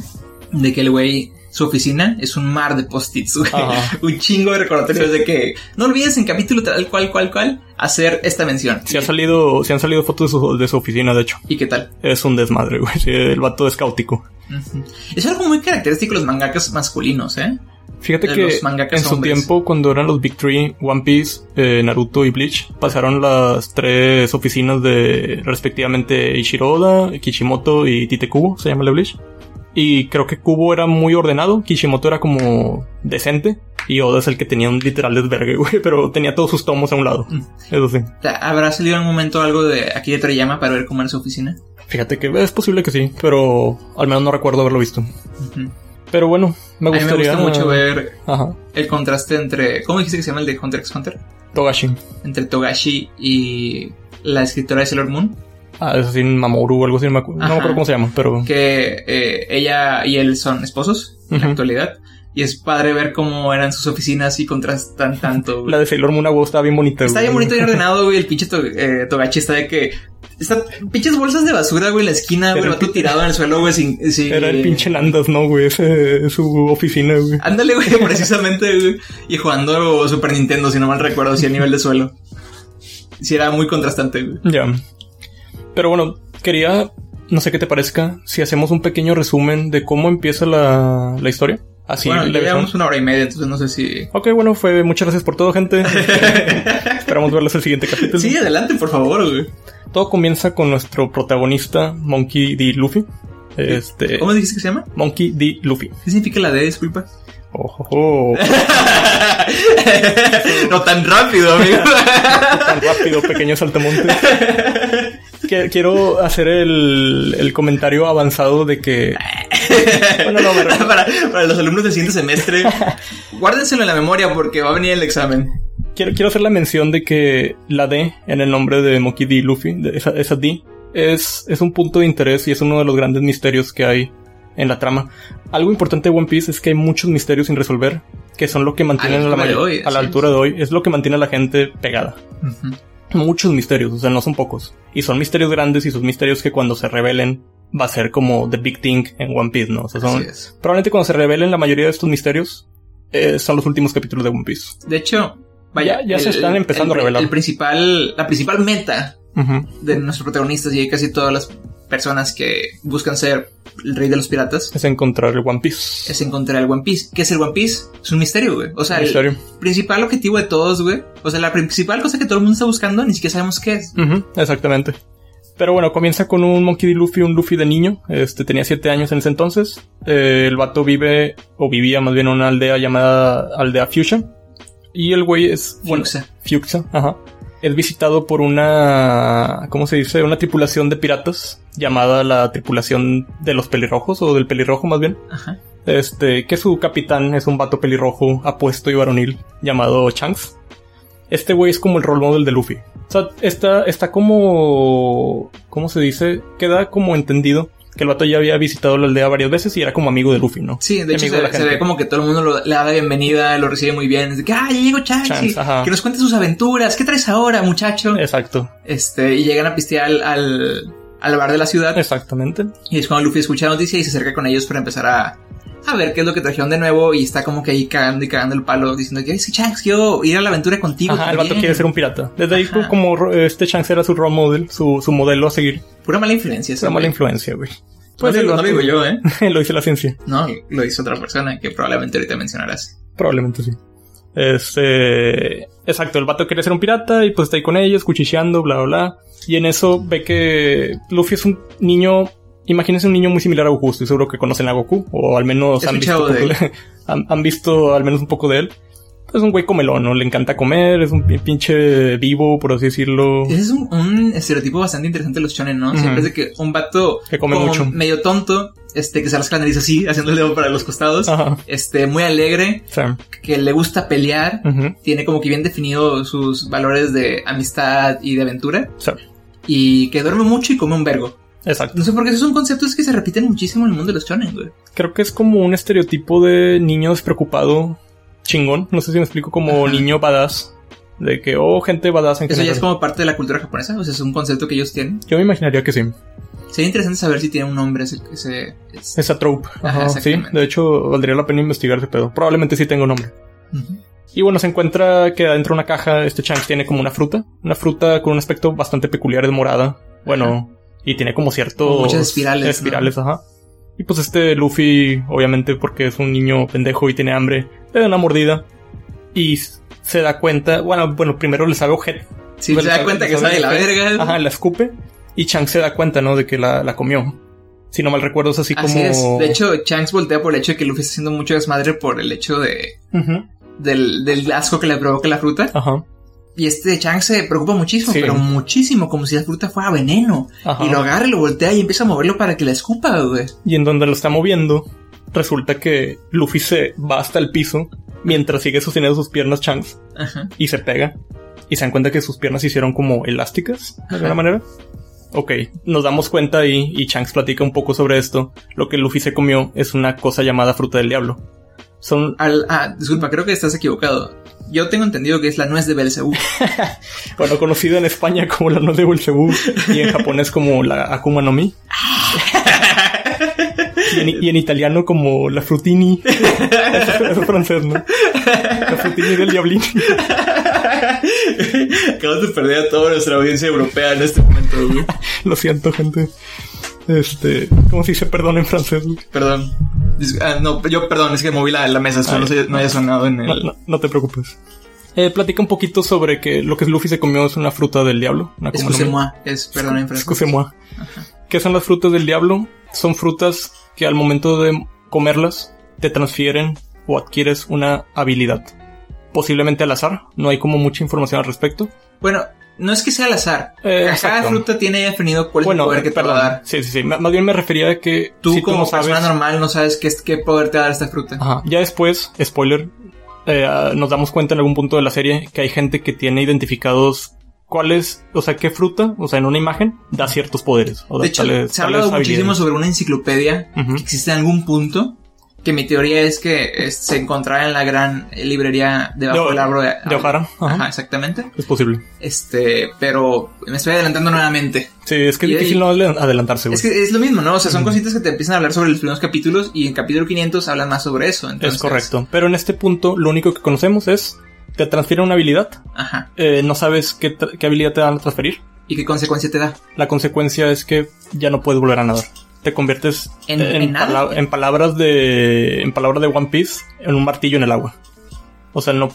de que el güey, su oficina es un mar de post-its, güey.
Ajá.
Un chingo de recordatorios de que no olvides en capítulo tal cual, cual, cual, hacer esta mención.
Se, ha salido, se han salido fotos de su, de su oficina, de hecho.
¿Y qué tal?
Es un desmadre, güey. Sí, El vato es caótico.
Ujú. Es algo muy característico de los mangakas masculinos, ¿eh?
Fíjate
De
que
los mangakas
en su
hombres.
tiempo, cuando eran los Big Three, One Piece, eh, Naruto y Bleach, pasaron las tres oficinas de respectivamente Ichiro Oda, Kishimoto y Tite Kubo, se llama el de Bleach. Y creo que Kubo era muy ordenado, Kishimoto era como decente, y Oda es el que tenía un literal desvergue, güey, pero tenía todos sus tomos a un lado.
Mm.
Eso sí.
Ta- ¿Habrá salido en algún momento algo de aquí de Toriyama para ver cómo era su oficina?
Fíjate que es posible que sí, pero al menos no recuerdo haberlo visto.
Ujú.
Pero bueno, me
A mí me
gustaría...
gusta mucho ver
Ajá.
el contraste entre... ¿Cómo dijiste que se llama el de Hunter x Hunter?
Togashi.
entre Togashi y la escritora de Sailor Moon,
Ah, es así, Mamoru o algo así, no me, acu- no me
Ajá.
acuerdo cómo se llama, pero...
que eh, ella y él son esposos en la
Ujú.
actualidad, Y es padre ver cómo eran sus oficinas y contrastan tanto. güey.
La de Sailor Moon a huevo estaba bien bonita,
Está
güey.
bien bonito y ordenado, güey. El pinche to- eh, Togashi está de que. Está pinches bolsas de basura, güey, en la esquina, güey,
Era
el
el
vato
pin-
tirado en el suelo, güey, sin. sin-
Era el pinche Landas, ¿no, güey? Ese- su oficina, güey.
Ándale, güey, precisamente, güey. Y jugando Super Nintendo, si no mal recuerdo, sí, a nivel de suelo. Sí, era muy contrastante, güey.
Ya. Pero bueno, quería, no sé qué te parezca, si hacemos un pequeño resumen de cómo empieza la, la historia. Así
bueno,
le
ya llevamos
besamos.
una hora y media, entonces no sé si.
Ok, bueno, fue muchas gracias por todo, gente. Esperamos verles el siguiente capítulo.
Sí, adelante, por favor, güey.
Todo comienza con nuestro protagonista, Monkey D. Luffy. Este.
¿Cómo dijiste que se llama?
Monkey D. Luffy.
¿Qué significa la D, disculpa?
Ojo, ojo.
no tan rápido, amigo.
tan rápido, pequeño saltamonte. Que- Quiero hacer el, el comentario avanzado de que. Bueno, no, me refiero-
para, para los alumnos del siguiente semestre, guárdenselo en la memoria porque va a venir el examen.
Quiero, quiero hacer la mención de que la D en el nombre de Monkey D. Luffy, de esa, esa D, es, es un punto de interés y es uno de los grandes misterios que hay en la trama. Algo importante de One Piece es que hay muchos misterios sin resolver que son lo que mantienen a la,
altura de
mayo-
hoy,
a la
así
altura de hoy, es lo que mantiene a la gente pegada. Muchos misterios, o sea, no son pocos. Y son misterios grandes y son misterios que cuando se revelen va a ser como The Big Thing en One Piece, ¿no? O sea, son-
Así es.
probablemente cuando se revelen la mayoría de estos misterios eh, son los últimos capítulos de One Piece.
De hecho, vaya.
Ya- ya se están empezando
el-
a revelar.
El principal, la principal meta
Ujú.
de nuestros protagonistas y de casi todas las personas que buscan ser el rey de los piratas
es encontrar el One Piece.
es encontrar el One Piece. ¿Qué es el One Piece? Es un misterio, güey. O sea, el
Misterio.
principal objetivo de todos, güey. O sea, la principal cosa que todo el mundo está buscando, ni siquiera sabemos qué es.
Ujú, exactamente. Pero bueno, comienza con un Monkey D. Luffy, un Luffy de niño. Este tenía 7 años en ese entonces. Eh, el vato vive, o vivía más bien en una aldea llamada Aldea Fuchsia. Y el güey es. Bueno,
Fuchsia.
Fuchsia, ajá. Es visitado por una. ¿Cómo se dice? Una tripulación de piratas. Llamada la tripulación de los pelirrojos, o del pelirrojo más bien.
Ajá.
Este, que su capitán es un vato pelirrojo, apuesto y varonil, llamado Shanks. Este güey es como el role model de Luffy. O sea, está, está como. ¿Cómo se dice? Queda como entendido que el vato ya había visitado la aldea varias veces y era como amigo de Luffy, ¿no?
Sí, de hecho
Amigo de la
se, se
gente.
ve como que todo el mundo lo- le da la bienvenida, lo recibe muy bien. Es de que, ah, ya llegó Chachi,
Chance, ajá.
que nos cuente sus aventuras, ¿qué traes ahora, muchacho?
Exacto,
Este, y llegan a pistear al, al, al bar de la ciudad.
exactamente.
Y es cuando Luffy escucha la noticia y se acerca con ellos para empezar a, a ver qué es lo que trajeron de nuevo. Y está como que ahí cagando y cagando el palo, diciendo que, es Shanks, quiero ir a la aventura contigo.
Ajá, el vato
también".
quiere ser un pirata. Desde ahí,
Ajá.
como ro- este Shanks era su role model, su, su modelo a seguir,
Pura mala influencia.
es una mala influencia, güey.
Pues
el
no,
vato-
digo yo, ¿eh?
lo dice la ciencia.
No, lo hizo otra persona que probablemente ahorita mencionarás.
Probablemente sí. Este. Exacto, el vato quiere ser un pirata y pues está ahí con ellos, cuchicheando, bla, bla, bla. Y en eso ve que Luffy es un niño. Imagínense un niño muy similar a Goku, estoy seguro que conocen a Goku, o al menos
He
han visto,
escuchado
poco- han, han visto al menos un poco de él. Pues, Es un güey comelón, ¿no? Le encanta comer, es un pi- pinche vivo, por así decirlo.
Ese es un, un estereotipo bastante interesante de los shonen, ¿no?
Ujú.
Siempre es de que un vato
Que come
como
mucho.
medio tonto, este, que se rasca la nariz así, haciendo el dedo para los costados,
Ajá,
este, muy alegre,
sí.
que le gusta pelear,
Ujú,
tiene como que bien definido sus valores de amistad y de aventura,
sí.
y que duerme mucho y come un vergo.
Exacto.
No sé por qué esos son conceptos que se repiten muchísimo en el mundo de los shonen, güey.
Creo que es como un estereotipo de niño despreocupado, chingón. No sé si me explico, como
Ajá.
niño badass. De que, oh, gente badass en
Eso ya
general.
es como parte de la cultura japonesa, o sea, es un concepto que ellos tienen.
Yo me imaginaría que sí.
Sería interesante saber si tiene un nombre ese... ese- ese-
Esa trope.
Ajá,
Ajá, sí.
exactamente.
De hecho, valdría la pena investigar ese pedo. Probablemente sí tenga un nombre.
Ujú.
Y bueno, se encuentra que adentro de una caja este Shanks tiene como una fruta. Una fruta con un aspecto bastante peculiar, es morada. Bueno, y tiene como cierto...
Como muchas espirales,
Espirales, ajá. Y pues este Luffy, obviamente porque es un niño pendejo y tiene hambre, le da una mordida. Y s- se da cuenta... Bueno, bueno primero le sabe ojete.
Sí,
Bueno,
se da
sabe-
cuenta que
sabe
sale de la
que-
verga.
Ajá, la escupe. Y Shanks se da cuenta, ¿no? De que la, la comió. Si no mal recuerdo, es así,
Así
como...
es. De hecho, Shanks voltea por el hecho de que Luffy está haciendo mucho desmadre por el hecho de
Ujú,
del, del asco que le provoca la fruta.
Ajá.
Y este Shanks se preocupa muchísimo,
Sí.
pero muchísimo, como si la fruta fuera veneno.
Ajá.
Y lo agarra y lo voltea y empieza a moverlo para que la escupa, güey.
Y en donde lo está moviendo, resulta que Luffy se va hasta el piso mientras sigue sosteniendo sus piernas Shanks
Ajá.
y se pega. Y se dan cuenta que sus piernas se hicieron como elásticas, de alguna
Ajá.
manera. Ok, nos damos cuenta ahí y Shanks platica un poco sobre esto. Lo que Luffy se comió es una cosa llamada fruta del diablo. Son.
Al- ah, disculpa, creo que estás equivocado. Yo tengo entendido que es la nuez de Belcebú.
Bueno, conocida en España como la noz de Belcebú y en japonés como la Akuma no Mi. Y en, y en italiano como la frutini. Eso, eso es francés, ¿no? La frutini del diablín.
Acabas de perder a toda nuestra audiencia europea en este momento, güey.
Lo siento, gente. Este, como si se perdone en francés. güey.
Perdón. Dis- ah, no, yo perdón, es que moví la, la mesa, espero no, se- no haya sonado en
No,
el...
no- no te preocupes. Eh, platica un poquito sobre que lo que Luffy se comió es una fruta del diablo. Una Akuma no Mi.
Excusez-moi, es perdón en francés.
Excusez-moi. ¿Qué son las frutas del diablo? Son frutas que al momento de comerlas te transfieren o adquieres una habilidad. Posiblemente al azar, no hay como mucha información al respecto.
Bueno, no es que sea al azar.
Eh,
Cada
exacto.
fruta tiene definido cuál es el poder que te va a dar.
Sí, sí, sí. M- Más bien me refería a que
Tú
si
como
no Ah,
persona normal no sabes qué, es- qué poder te va a dar esta fruta.
Ajá. Ya después, spoiler, eh, ah, nos damos cuenta en algún punto de la serie que hay gente que tiene identificados cuáles, o sea, qué fruta, o sea, en una imagen da ciertos poderes. O
De
da
hecho,
tales-
se ha hablado
tales
muchísimo
habilidades.
sobre una enciclopedia
Ujú.
que existe en algún punto. Que mi teoría es que es- se encontraba en la gran eh, librería debajo
De-
del árbol
de O'Hara, ajá.
Ah, Ajá, exactamente.
Es posible.
Este, pero me estoy adelantando nuevamente.
Sí, es que es
Y-
difícil no adel- adelantarse, güey.
Es que es lo mismo, ¿no? O sea, son cositas que te empiezan a hablar sobre los primeros capítulos y en capítulo 500 hablan más sobre eso. Entonces,
Es correcto. Pero en este punto, lo único que conocemos es te transfieren una habilidad.
Ajá.
eh, no sabes qué, tra- qué habilidad te van a transferir.
¿Y qué consecuencia te da?
La consecuencia es que ya no puedes volver a nadar. Te conviertes
¿En- en nada?
pala- en palabras de en palabras de One Piece en un martillo en el agua. O sea, no.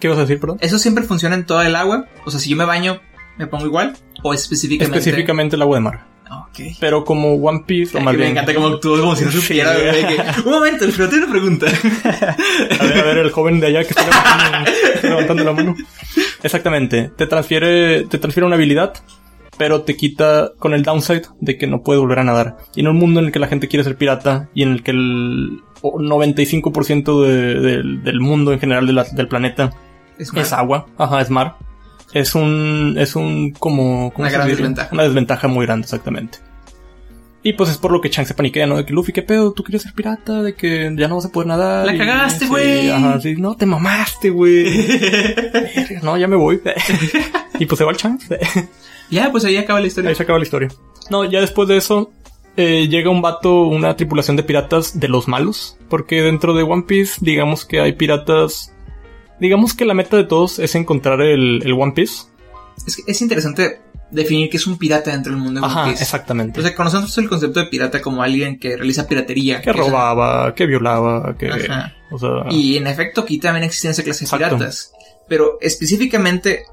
¿Qué vas a decir, perdón?
¿Eso siempre funciona en toda el agua? O sea, si yo me baño, ¿me pongo igual? ¿O específicamente?
Específicamente el agua de mar.
Ok.
Pero como One Piece, o
Ay,
más
que me
bien.
encanta como tú, como si no
Sí.
supiera. güey, que, Un momento, pero tengo una pregunta.
A ver, a ver, el joven de allá que está levantando, está levantando la mano. Exactamente. Te transfiere, te transfiere una habilidad, pero te quita con el downside de que no puedes volver a nadar. Y en un mundo en el que la gente quiere ser pirata y en el que el 95% de- del- del mundo en general de la- del planeta
Es
es agua, ajá, es mar. Es un, es un como, ¿cómo
Una
se
gran
diría?
desventaja.
Una desventaja muy grande, exactamente. Y pues es por lo que Chang se paniquea, ¿no? De que Luffy, ¿qué pedo? ¿Tú quieres ser pirata? De que ya no vas a poder nadar.
La
Y-
cagaste,
sí,
güey.
ajá, sí, no, te mamaste, güey. Verga, no, ya me voy. y pues se va el Chang.
ya, pues ahí acaba la historia.
Ahí se acaba la historia. No, ya después de eso, eh, llega un vato, una tripulación de piratas de los malos. Porque dentro de One Piece, digamos que hay piratas. Digamos que la meta de todos es encontrar el, el One Piece.
Es, que es interesante definir que es un pirata dentro del mundo de
Ajá,
One Piece.
exactamente.
O sea, conocemos el concepto de pirata como alguien que realiza piratería.
que
es-
robaba, que violaba, que.
Ajá.
O sea.
Y en efecto, aquí también existen esa clase de
Exacto.
piratas. Pero específicamente,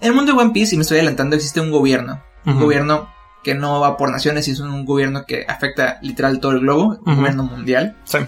en el mundo de One Piece, y me estoy adelantando, existe un gobierno. Un
Ujú.
gobierno que no va por naciones, y es un gobierno que afecta literal todo el globo, un
Ujú.
gobierno mundial.
sí,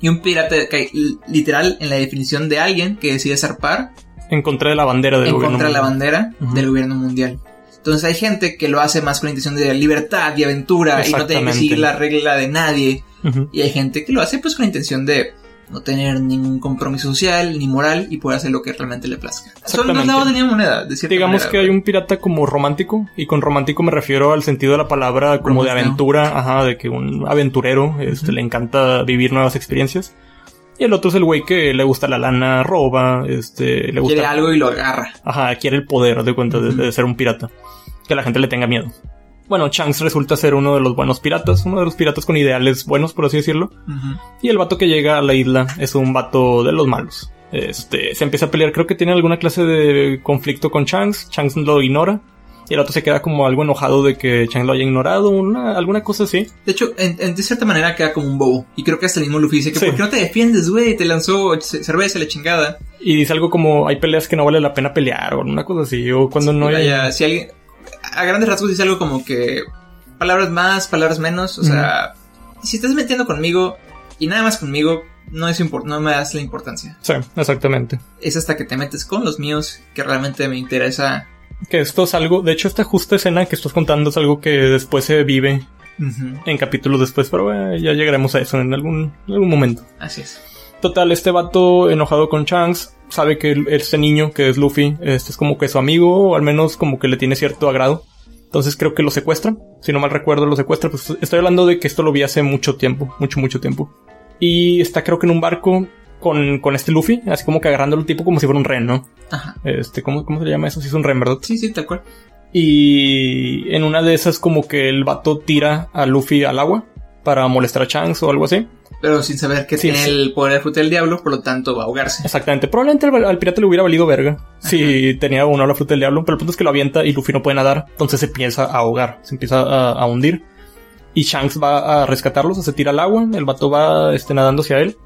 Y un pirata cae li- literal en la definición de alguien que decide zarpar
encontré la bandera del
en
gobierno.
contra de la bandera
Ujú.
del gobierno mundial. Entonces hay gente que lo hace más con la intención de libertad y aventura y no tener que
Exactamente.
seguir la regla de nadie.
Ujú.
Y hay gente que lo hace pues con la intención de no tener ningún compromiso social ni moral y poder hacer lo que realmente le plazca. Son dos
Exactamente.
lados de la moneda, de cierta
Digamos
manera,
que hay un pirata como romántico, y con romántico me refiero al sentido de la palabra como de
Romántico.
aventura, ajá, de que un aventurero este, le encanta vivir nuevas experiencias. Y el otro es el güey que le gusta la lana, roba, este, le gusta.
Quiere algo y lo agarra.
Ajá, quiere el poder, haz de cuenta, de, de ser un pirata. Que la gente le tenga miedo. Bueno, Shanks resulta ser uno de los buenos piratas, uno de los piratas con ideales buenos, por así decirlo.
Ujú.
Y el vato que llega a la isla es un vato de los malos. Este, se empieza a pelear, creo que tiene alguna clase de conflicto con Shanks. Shanks lo ignora. Y el vato se queda como algo enojado de que Shanks lo haya ignorado, una, alguna cosa así.
De hecho, en, en- de cierta manera queda como un bobo. Y creo que hasta el mismo Luffy dice que
Sí.
¿por qué no te defiendes, güey? Te lanzó ce- cerveza la chingada.
Y dice algo como, hay peleas que no vale la pena pelear, o una cosa así, o cuando no hay...
Vaya, si alguien. A grandes rasgos dice algo como que. Palabras más, palabras menos. O sea, si estás metiendo conmigo y nada más conmigo, no, es impor- no me das la importancia.
Sí, exactamente.
Es hasta que te metes con los míos que realmente me interesa.
Que esto es algo, de hecho esta justa escena que estás contando es algo que después se vive
Ujú,
en capítulos después, pero bueno, ya llegaremos a eso en algún, en algún momento.
Así es.
Total, este vato enojado con Shanks sabe que el- este niño que es Luffy este es como que su amigo o al menos como que le tiene cierto agrado. Entonces creo que lo secuestra. Si no mal recuerdo, lo secuestra. Pues estoy hablando de que esto lo vi hace mucho tiempo, mucho, mucho tiempo. Y está creo que en un barco con, con este Luffy, así como que agarrándolo tipo como si fuera un ren, ¿no?
Ajá.
Este, ¿cómo, cómo se le llama eso? Si es un ren, ¿verdad?
Sí, sí, tal cual.
Y en una de esas como que el vato tira a Luffy al agua para molestar a Shanks o algo así.
Pero sin saber que
Sí,
tiene
sí.
el poder de fruta del diablo, por lo tanto va a ahogarse.
Exactamente. Probablemente al, al pirata le hubiera valido verga si tenía o no la fruta del diablo, pero el punto es que lo avienta y Luffy no puede nadar, entonces se empieza a ahogar, se empieza a, a hundir. Y Shanks va a rescatarlos, se tira al agua, el vato va este, nadando hacia él,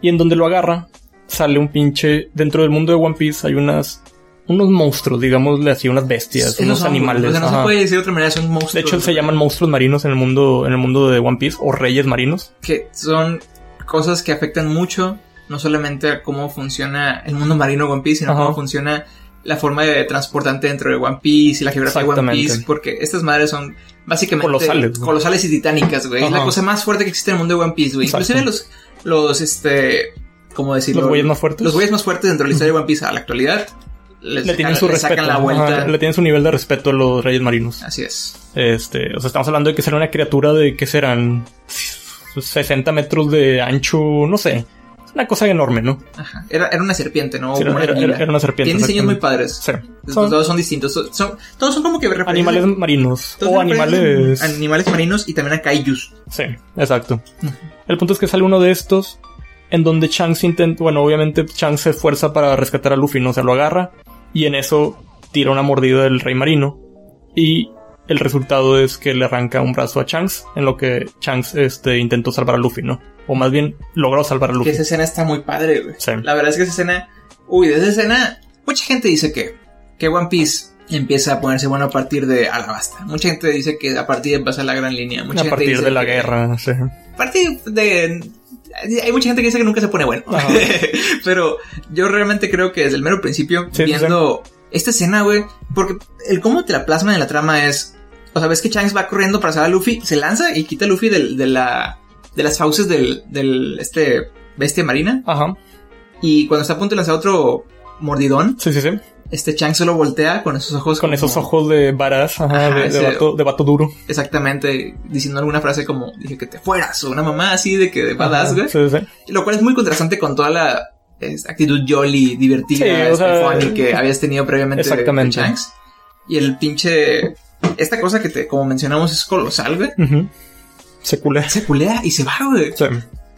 y en donde lo agarra sale un pinche... Dentro del mundo de One Piece hay unas... Unos monstruos, digámosle así, unas bestias,
Esos
unos
son-
animales.
o sea, no se
ajá.
puede decir de otra manera, son monstruos.
De hecho, se llaman monstruos marinos en el mundo, en el mundo de One Piece, o reyes marinos.
Que son cosas que afectan mucho, no solamente a cómo funciona el mundo marino de One Piece, sino
Ajá.
cómo funciona la forma de transportante dentro de One Piece y la geografía de One
Exactamente.
Piece, porque estas madres son básicamente
Colosales, ¿no?
colosales y titánicas, güey. Es la
Ajá.
cosa más fuerte que existe en el mundo de One Piece, güey.
Exacto.
Inclusive los, los, este, ¿cómo decirlo?
Los güeyes más fuertes.
Los güeyes más fuertes dentro de la historia de One Piece a la actualidad les
le tienen
sacan-
su
les
respeto.
sacan la vuelta.
ajá, le tienen su nivel de respeto a los reyes marinos.
Así es.
Este, o sea, estamos hablando de que será una criatura de que serán 60 metros de ancho, no sé. Es una cosa enorme, ¿no?
Ajá. Era, era una serpiente, ¿no?
Sí, era-
Una
era-
anguila.
era una serpiente,
Tiene diseños muy
exactamente.
padres.
Sí.
Entonces,
Son
todos son distintos. Son, son- todos son como que representan-
animales marinos
todos
o
representan
animales.
Animales marinos y también a kaijus.
Sí, exacto.
Ujú.
El punto es que sale uno de estos en donde Shanks intenta, bueno, obviamente Shanks se esfuerza para rescatar a Luffy, no se lo agarra y en eso tira una mordida del rey marino y el resultado es que le arranca un brazo a Shanks en lo que Shanks este intentó salvar a Luffy, ¿no? O más bien logró salvar a
Que
Luffy.
esa escena está muy padre, güey.
Sí.
La verdad es que esa escena. Uy, de esa escena. Mucha gente dice que. Que One Piece empieza a ponerse bueno a partir de Alabasta. Mucha gente dice que a partir de pasa la gran línea. Mucha
A
gente
partir
dice
de la
que-
guerra, sí.
A partir de. Hay mucha gente que dice que nunca se pone bueno.
Ajá.
Pero yo realmente creo que desde el mero principio,
Sí, sí,
viendo esta escena, güey, porque el cómo te la plasman en la trama es. O sea, ves que Shanks va corriendo para salvar a Luffy, se lanza y quita a Luffy del- de la. de las fauces del. del este. bestia marina.
Ajá,
Y cuando está a punto de lanzar otro mordidón,
sí, sí, sí.
este Shanks solo voltea con esos ojos.
Con esos
como-
ojos de varas, ajá,
Ajá,
de, de
ese-
vato, de vato duro.
Exactamente, diciendo alguna frase como, dije que te fueras, o una mamá así de que de badass,
Ajá,
güey.
Sí, sí, sí.
Lo cual es muy contrastante con toda la es, actitud jolly, divertida,
Sí, o
este,
sea, eh,
funny que habías tenido previamente
exactamente.
con Shanks. Y el pinche... Esta cosa que, te, como mencionamos, es colosal, güey.
Ujú. Se culea.
Se culea y se va, güey.
Sí.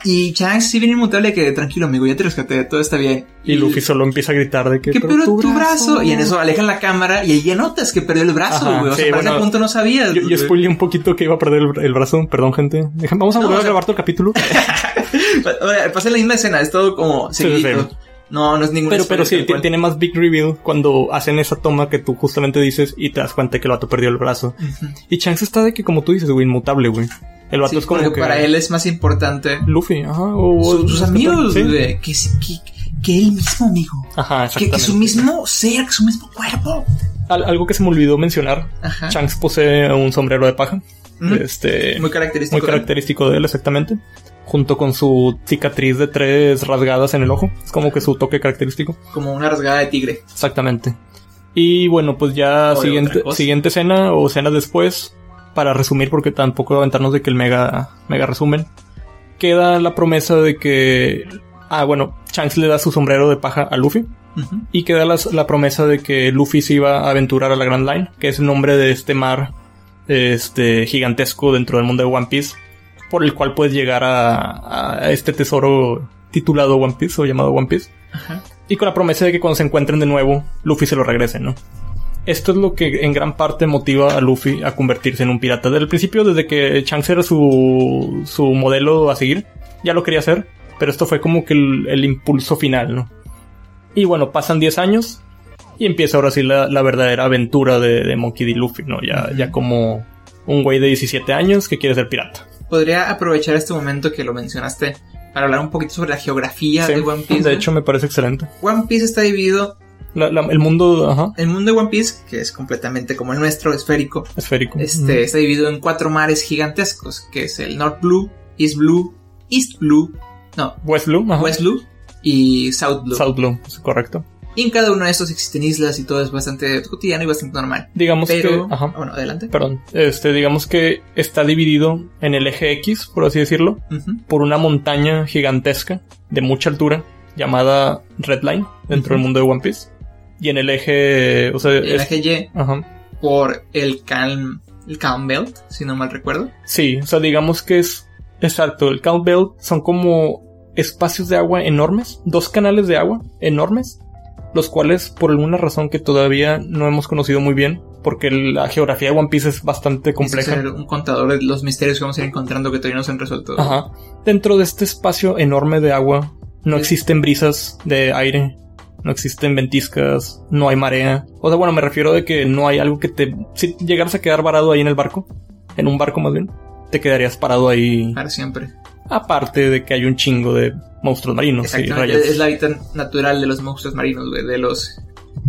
Y Shanks sí viene inmutable que, tranquilo, amigo, ya te rescaté, todo está bien.
Y Luffy solo empieza a gritar de que...
Que pero tu brazo. Y en eso alejan la cámara y ahí ya notas que perdió el brazo,
Ajá,
güey. O sea,
sí,
para ese
bueno,
punto no sabías.
Yo, yo
güey.
spoileé un poquito que iba a perder el, el brazo. Perdón, gente. Deja- Vamos a
No,
volver
o
a
sea-
grabar todo el capítulo.
Pa- o sea, Pasa la misma escena, es todo como
Sí, sí, sí.
seguidito. No, no es ningún
Pero, pero
spoiler,
sí,
tal
ti-
cual.
tiene más big reveal cuando hacen esa toma que tú justamente dices y te das cuenta que el vato perdió el brazo.
Ujú.
Y Chance está de que, como tú dices, güey, inmutable, güey. El vato
Sí,
es como
porque
que...
para él es más importante
Luffy, ajá. o-
Su-
o-
sus
este-
amigos,
sí.
güey, que, es- que, que él mismo, amigo.
Ajá,
Que, que
exactamente.
su mismo ser, que su mismo cuerpo.
Al- algo que se me olvidó mencionar.
Ajá.
Shanks posee un sombrero de paja.
Ujú.
Este...
Muy característico.
muy característico de él, exactamente. Junto con su cicatriz de tres rasgadas en el ojo. Es como que su toque característico.
Como una rasgada de tigre.
Exactamente. Y bueno, pues ya
Oye, otra
siguiente,
cosa.
siguiente escena o escenas después, para resumir, porque tampoco aventarnos de que el mega, mega resumen, queda la promesa de que... Ah, bueno, Shanks le da su sombrero de paja a Luffy.
Ujú.
Y queda las- la promesa de que Luffy se iba a aventurar a la Grand Line, que es el nombre de este mar este, gigantesco dentro del mundo de One Piece, por el cual puedes llegar a, a este tesoro titulado One Piece o llamado One Piece.
Ajá.
Y con la promesa de que cuando se encuentren de nuevo, Luffy se lo regrese, ¿no? Esto es lo que en gran parte motiva a Luffy a convertirse en un pirata. Desde el principio, desde que Shanks era su, su modelo a seguir, ya lo quería hacer, pero esto fue como que el, el impulso final, ¿no? Y bueno, pasan 10 años y empieza ahora sí la, la verdadera aventura de, de Monkey D. Luffy, ¿no? Ya, ya como un güey de 17 años que quiere ser pirata.
Podría aprovechar este momento que lo mencionaste para hablar un poquito sobre la geografía
Sí,
de One Piece.
de
güey.
hecho, me parece excelente.
One Piece está dividido.
La- la- el mundo, ajá,
El mundo de One Piece, que es completamente como el nuestro, esférico,
esférico.
este, está dividido en cuatro mares gigantescos, que es el North Blue, East Blue, East Blue, no,
West Blue, ajá.
West Blue y South Blue.
South Blue, es correcto.
Y en cada uno de estos existen islas y todo es bastante cotidiano y bastante normal.
Digamos
Pero,
que. Ajá.
bueno, adelante.
Perdón. Este, digamos que está dividido en el eje X, por así decirlo,
Ujú.
por una montaña gigantesca de mucha altura llamada Red Line dentro del mundo de One Piece. Y en el eje. O sea,
El
Eh, es-
eje Y
Ajá.
por el Calm, el Calm Belt, si no mal recuerdo.
Sí, o sea, digamos que es. Exacto, el Count Belt son como espacios de agua enormes, dos canales de agua enormes, los cuales por alguna razón que todavía no hemos conocido muy bien, porque la geografía de One Piece es bastante
Es
compleja.
ser un contador de los misterios que vamos a ir encontrando que todavía no se han resuelto.
Ajá. Dentro de este espacio enorme de agua no
Sí.
existen brisas de aire, no existen ventiscas, no hay marea. O sea, bueno, me refiero de que no hay algo que te... Si llegaras a quedar varado ahí en el barco, en un barco más bien, te quedarías parado ahí.
Para siempre.
Aparte de que hay un chingo de monstruos marinos y
Exactamente.
rayas.
es el hábitat natural de los monstruos marinos, güey, de los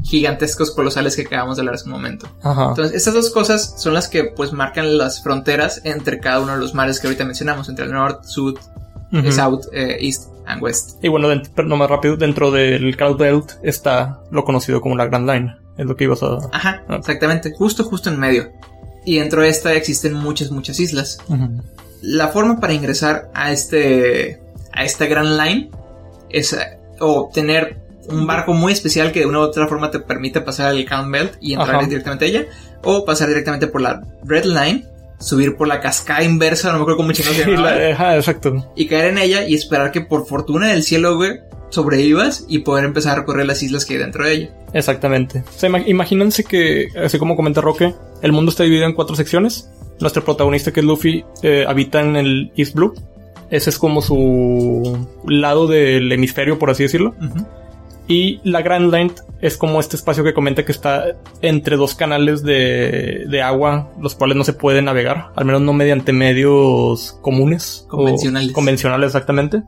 gigantescos colosales que acabamos de hablar hace un momento.
Ajá.
Entonces, estas dos cosas son las que pues marcan las fronteras entre cada uno de los mares que ahorita mencionamos, entre el norte, sur,
Ujú.
south, eh, east and west.
Y bueno, dent- pero no más rápido, dentro del Cloud Belt está lo conocido como la Grand Line. Es lo que ibas a...
Ajá,
Ah.
exactamente, justo justo en medio. Y dentro de esta existen muchas muchas islas.
Ujú.
La forma para ingresar a este a esta gran line es eh, o tener un barco muy especial que de una u otra forma te permite pasar el Calm Belt y entrar
Ajá.
directamente a ella o pasar directamente por la Red Line, subir por la cascada inversa, no me acuerdo cómo chingados se
Y
llamaba,
la- ajá, exacto.
y caer en ella y esperar que por fortuna del cielo, güey, sobrevivas y poder empezar a recorrer las islas que hay dentro de ella.
Exactamente. O sea, ima- imagínense que, así como comenta Roque, el mundo está dividido en cuatro secciones. Nuestro protagonista, que es Luffy, eh, habita en el East Blue. Ese es como su lado del hemisferio, por así decirlo.
Ujú.
Y la Grand Line es como este espacio que comenta que está entre dos canales de, de agua, los cuales no se puede navegar, al menos no mediante medios comunes. o
Convencionales.
Convencionales, exactamente.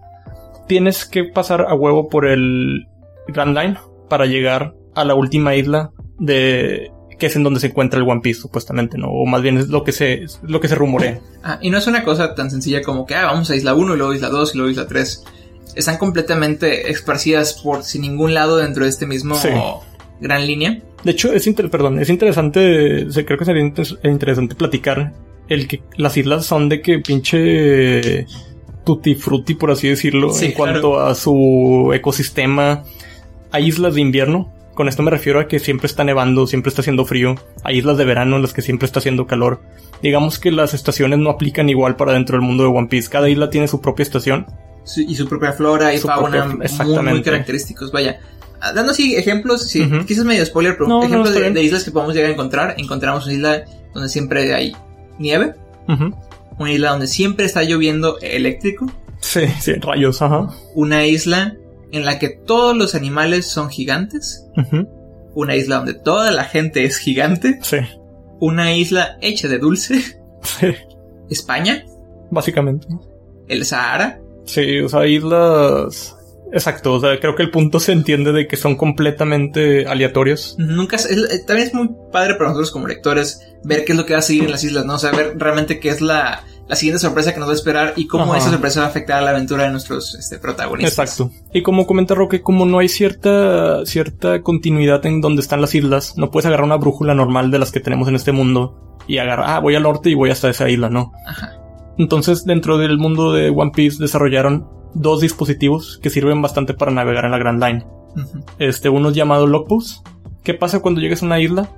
Tienes que pasar a huevo por el Grand Line para llegar a la última isla de que es en donde se encuentra el One Piece, supuestamente, ¿no? O más bien es lo que se, es lo que se rumorea.
Ah, y no es una cosa tan sencilla como que, ah, vamos a isla 1 y luego isla 2 y luego isla 3. Están completamente esparcidas por sin ningún lado dentro de este mismo
Sí.
gran línea.
De hecho, es, inter- perdón, es interesante, se- creo que sería inter- interesante platicar el que las islas son de que pinche tutti frutti, por así decirlo,
Sí,
en cuanto a su ecosistema. Hay islas de invierno, con esto me refiero a que siempre está nevando, siempre está haciendo frío. Hay islas de verano en las que siempre está haciendo calor. Digamos que las estaciones no aplican igual para dentro del mundo de One Piece. Cada isla tiene su propia estación.
Su- y su propia flora y
Su propia-
fauna muy, muy
exactamente.
característicos, vaya. Ah, Dando así ejemplos, sí,
Ujú.
quizás medio spoiler, pero
No, no,
ejemplos
está
de,
bien.
de islas que podemos llegar a encontrar. Encontramos una isla donde siempre hay nieve,
Ujú.
una isla donde siempre está lloviendo eléctrico,
Sí, sí, rayos, ajá.
una isla en la que todos los animales son gigantes,
Ujú.
una isla donde toda la gente es gigante,
Sí,
una isla hecha de dulce,
sí,
España,
básicamente.
el Sahara,
Sí, o sea, islas. Exacto, o sea, creo que el punto se entiende de que son completamente aleatorios.
nunca se- es- eh, también es muy padre para nosotros como lectores ver qué es lo que va a seguir en las islas, ¿no? O sea, ver realmente qué es la, la siguiente sorpresa que nos va a esperar y cómo
Ajá.
esa sorpresa va a afectar a la aventura de nuestros este, protagonistas.
Exacto. Y como comenta Roque, como no hay cierta, cierta continuidad en donde están las islas, no puedes agarrar una brújula normal de las que tenemos en este mundo y agarrar, ah, voy al norte y voy hasta esa isla, no.
Ajá.
Entonces, dentro del mundo de One Piece desarrollaron dos dispositivos que sirven bastante para navegar en la Grand Line.
Ujú.
este, uno llamado logpost. ¿Qué pasa cuando llegas a una isla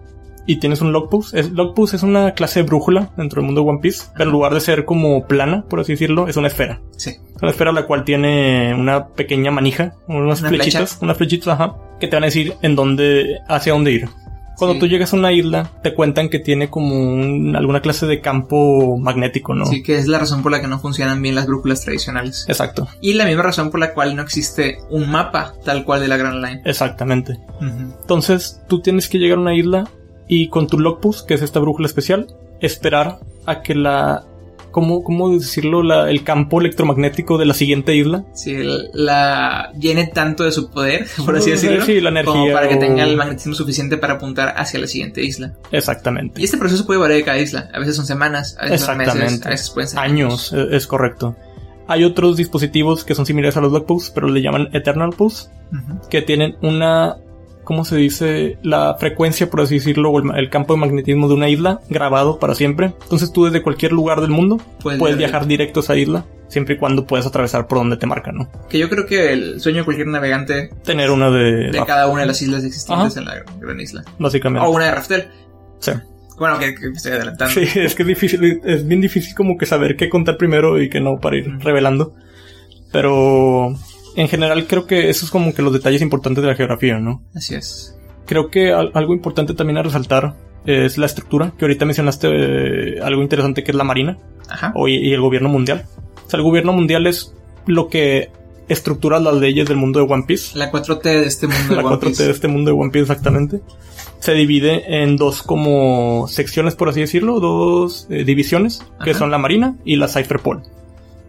y tienes un logpost? Es, logpost es una clase de brújula dentro del mundo de One Piece, pero en lugar de ser como plana, por así decirlo, es una esfera.
Sí.
Es una esfera la cual tiene una pequeña manija, unas
Una
flechitas, unas flechitas, ajá, que te van a decir en dónde, hacia dónde ir. Cuando
Sí.
tú llegas a una isla, te cuentan que tiene como un- alguna clase de campo magnético, ¿no?
Así que es la razón por la que no funcionan bien las brújulas tradicionales.
Exacto,
Y la misma razón por la cual no existe un mapa tal cual de la Grand Line.
exactamente.
Ujú.
Entonces, tú tienes que llegar a una isla y con tu logpost, que es esta brújula especial, esperar a que la. ¿Cómo, cómo decirlo? La- el campo electromagnético de la siguiente isla.
Sí, el- la llene tanto de su poder, por así
Sí,
decirlo,
sí, la energía
como para que
o-
tenga el magnetismo suficiente para apuntar hacia la siguiente isla.
Exactamente.
Y este proceso puede variar de cada isla. A veces son semanas, a veces son meses,
Exactamente.
a veces pueden ser
Años, e- es correcto. Hay otros dispositivos que son similares a los logposts, pero le llaman Eternal Posts,
Ujú.
que tienen una ¿cómo se dice? La frecuencia, por así decirlo, o el, el campo de magnetismo de una isla grabado para siempre. Entonces tú desde cualquier lugar del mundo
Puedes
puedes,
ver-
viajar directo a esa isla, siempre y cuando puedas atravesar por donde te marca, ¿no?
Que yo creo que el sueño de cualquier navegante
Tener una de...
de
Raf-
cada Oh. una de las islas existentes en la gran isla.
Básicamente.
O una de Raftel.
Sí.
Bueno, que, que me estoy adelantando.
Sí, es que es difícil, es bien difícil como que saber qué contar primero y qué no para ir revelando. Pero en general creo que eso es como que los detalles importantes de la geografía, ¿no?
Así es.
Creo que al- algo importante también a resaltar es la estructura, que ahorita mencionaste eh, algo interesante que es la Marina
Ajá.
o- y el gobierno mundial. O sea, el gobierno mundial es lo que estructura las leyes del mundo de One Piece
La 4T de este mundo.
la
de One
4T
Piece.
de este mundo de One Piece exactamente. Se divide en dos como secciones, por así decirlo, dos eh, divisiones, que
Ajá.
son la Marina y la Cypherpol.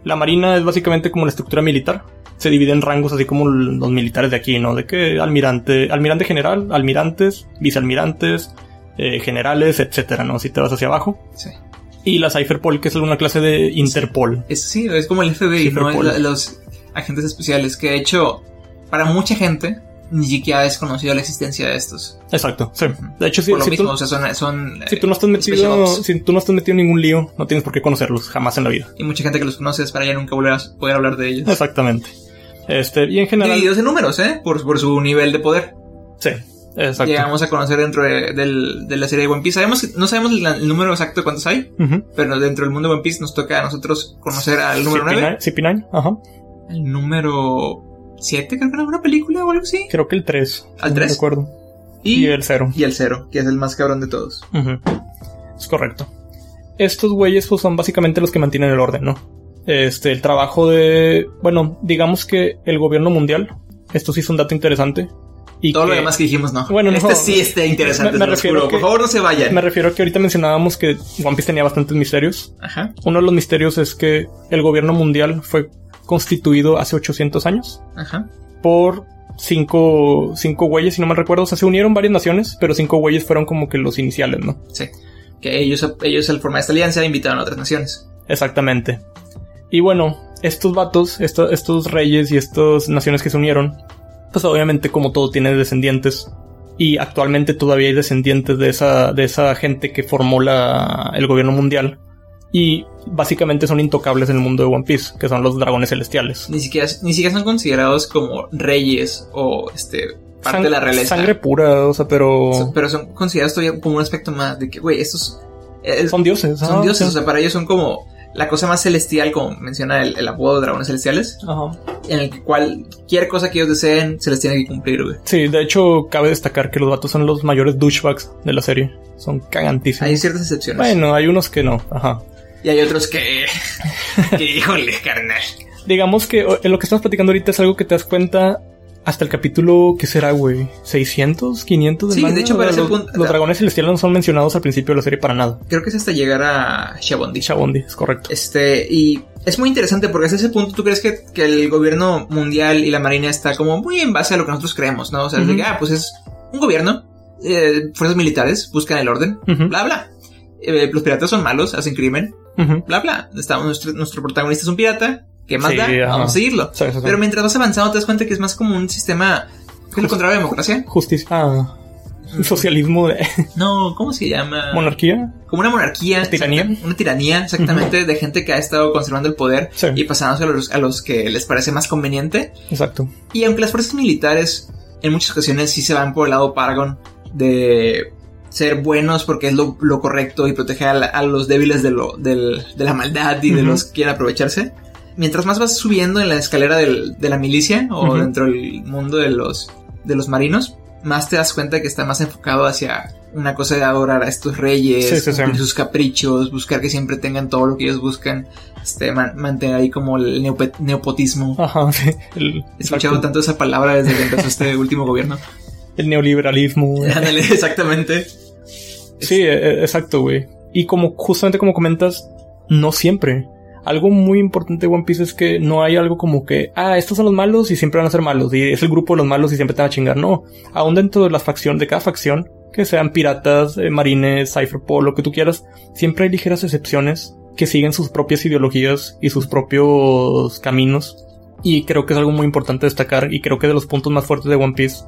La Marina es básicamente como la estructura militar. Se divide en rangos así como l- los militares de aquí, ¿no? De que almirante, almirante general, almirantes, vicealmirantes, eh, generales, etcétera, ¿no? Si te vas hacia abajo.
Sí.
Y la Cypherpol, que es una clase de Interpol.
Es, sí, es como el FBI,
Sí,
¿no?
Interpol.
Es la- los agentes especiales. Que de hecho, para mucha gente, ni siquiera es conocido la existencia de estos.
Exacto, sí. De hecho, sí,
Por lo
si tú-
mismo, o sea, son. son,
Si
eh,
tú no estás
Special
metido,
Ops.
si tú no estás metido en ningún lío, no tienes por qué conocerlos jamás en la vida.
eh, Y mucha gente que los conoces para ya nunca volver a poder hablar de ellos.
Exactamente. Este, y en general,
Divididos en números, ¿eh? Por, por su nivel de poder.
sí, exacto.
Llegamos a conocer dentro de, del- de la serie de One Piece. Sabemos, que- no sabemos la- el número exacto de cuántos hay,
Ujú.
pero dentro del mundo de One Piece nos toca a nosotros conocer al número 9.
CP9, CP9, ajá.
El número 7, creo que en alguna película o algo así.
Creo que el 3.
¿Al
No
tres?
recuerdo.
Y,
Y el 0.
y el 0, que es el más cabrón de todos.
Es correcto. Estos güeyes pues, son básicamente los que mantienen el orden, ¿no? Este, el trabajo de... Bueno, digamos que el gobierno mundial, esto sí es un dato interesante. Y
Todo lo
que-
demás que dijimos, no.
Bueno, no.
este sí está interesante,
Me-
te
me
lo
refiero
juro.
que-
Por favor, no se vayan.
Me refiero a que ahorita mencionábamos que One Piece tenía bastantes misterios.
Ajá,
Uno de los misterios es que el gobierno mundial fue constituido hace 800 años
ajá.
por cinco, cinco güeyes, si no mal recuerdo. O sea, se unieron varias naciones, pero cinco güeyes fueron como que los iniciales, ¿no?
Sí. Que ellos, ellos al formar esta alianza invitaron a otras naciones.
Exactamente. Y bueno, estos vatos, esto- estos reyes y estas naciones que se unieron, pues obviamente como todo tiene descendientes. Y actualmente todavía hay descendientes de esa, de esa gente que formó la, el gobierno mundial. Y básicamente son intocables en el mundo de One Piece, que son los dragones celestiales.
Ni siquiera, ni siquiera son considerados como reyes o este parte
Sang-
de la realeza.
Sangre pura, o sea, pero.
So- Pero son considerados todavía como un aspecto más de que, güey, estos eh,
Son dioses.
son
ah,
dioses.
sí.
O sea, para ellos son como la cosa más celestial, como menciona el, el apodo de dragones celestiales,
Ajá.
en el cual cualquier cosa que ellos deseen se les tiene que cumplir, güey.
Sí, de hecho, cabe destacar que los vatos son los mayores douchebags de la serie. Son cagantísimos.
Hay ciertas excepciones.
bueno, hay unos que no. Ajá.
Y hay otros que. que híjole, carnal.
Digamos que o- en lo que estamos platicando ahorita es algo que te das cuenta hasta el capítulo que será, güey, 600, 500 del
Sí, de
manga?
hecho,
O sea,
para ese
los,
punto-
los dragones celestiales no son mencionados al principio de la serie para nada.
Creo que es hasta llegar a Shabondi.
Shabondi, es correcto.
Este, y es muy interesante porque hasta ese punto tú crees que, que el gobierno mundial y la marina está como muy en base a lo que nosotros creemos, ¿no? O sea, es de que,
Ujú.
ah, pues es un gobierno, eh, fuerzas militares, buscan el orden,
Ujú,
bla, bla. Eh, los piratas son malos, hacen crimen,
ujú.
bla, bla. Estamos, nuestro, nuestro protagonista es un pirata, ¿qué más
Sí,
da?
ajá.
Vamos a seguirlo.
Sí, sí, sí.
Pero mientras vas avanzando te das cuenta que es más como un sistema... ¿Cómo contra la democracia?
Justicia. Ah, socialismo, de-
No, ¿cómo se llama?
monarquía.
como una monarquía.
¿Una tiranía?
exacta- Una tiranía, exactamente, de gente que ha estado conservando el poder
Sí.
y pasándose a los, a los que les parece más conveniente.
Exacto.
Y aunque las fuerzas militares en muchas ocasiones sí se van por el lado Paragon de ser buenos porque es lo, lo correcto y proteger a, la- a los débiles de, lo, del- de la maldad y de
Ujú.
los que quieren aprovecharse. Mientras más vas subiendo en la escalera del- de la milicia o
Ujú.
dentro del mundo de los, de los marinos, más te das cuenta que está más enfocado hacia una cosa de adorar a estos reyes,
Sí, sí, sí.
cumplir sus caprichos, buscar que siempre tengan todo lo que ellos buscan, este, man- mantener ahí como el neope- neopotismo.
Ajá, sí. El,
He escuchado
exacto.
tanto esa palabra desde que empezó este último gobierno.
el neoliberalismo.
Ándale, exactamente.
Sí, e- e- exacto, güey. Y como justamente como comentas, no siempre. Algo muy importante de One Piece es que no hay algo como que, ah, estos son los malos y siempre van a ser malos, y es el grupo de los malos y siempre te van a chingar. No, aún dentro de las facciones de cada facción, que sean piratas, eh, marines, cypherpol, lo que tú quieras, siempre hay ligeras excepciones que siguen sus propias ideologías y sus propios caminos. Y creo que es algo muy importante destacar y creo que de los puntos más fuertes de One Piece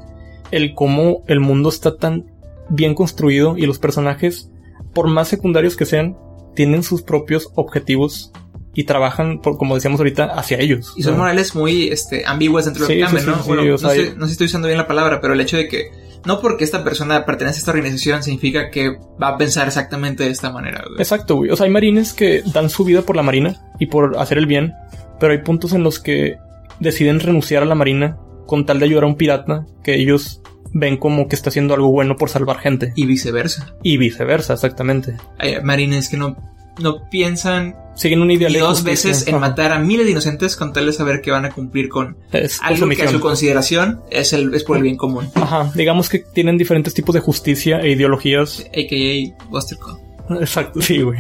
el cómo el mundo está tan bien construido y los personajes, por más secundarios que sean, tienen sus propios objetivos y trabajan, por, como decíamos ahorita, hacia ellos.
Y son
¿no?
morales muy este, ambiguas dentro
Sí,
del cambio,
sí,
¿no?
sí, sí,
Bueno,
o
no,
sea,
estoy,
hay-
no sé si estoy usando bien la palabra, pero el hecho de que no porque esta persona pertenece a esta organización significa que va a pensar exactamente de esta manera. güey.
Exacto, güey. O sea, hay marines que dan su vida por la marina y por hacer el bien, pero hay puntos en los que deciden renunciar a la marina con tal de ayudar a un pirata que ellos ven como que está haciendo algo bueno por salvar gente.
Y viceversa.
Y viceversa, exactamente.
Hay marines que no, no piensan
Siguen un ideal
ni
de
dos
justicia.
veces en
Ajá.
matar a miles de inocentes con tal de saber que van a cumplir con
Es, con su
algo que a
misión.
su consideración es, el, es por el bien común.
Ajá, digamos que tienen diferentes tipos de justicia e ideologías.
A.K.A. Buster Call.
Exacto, sí, güey.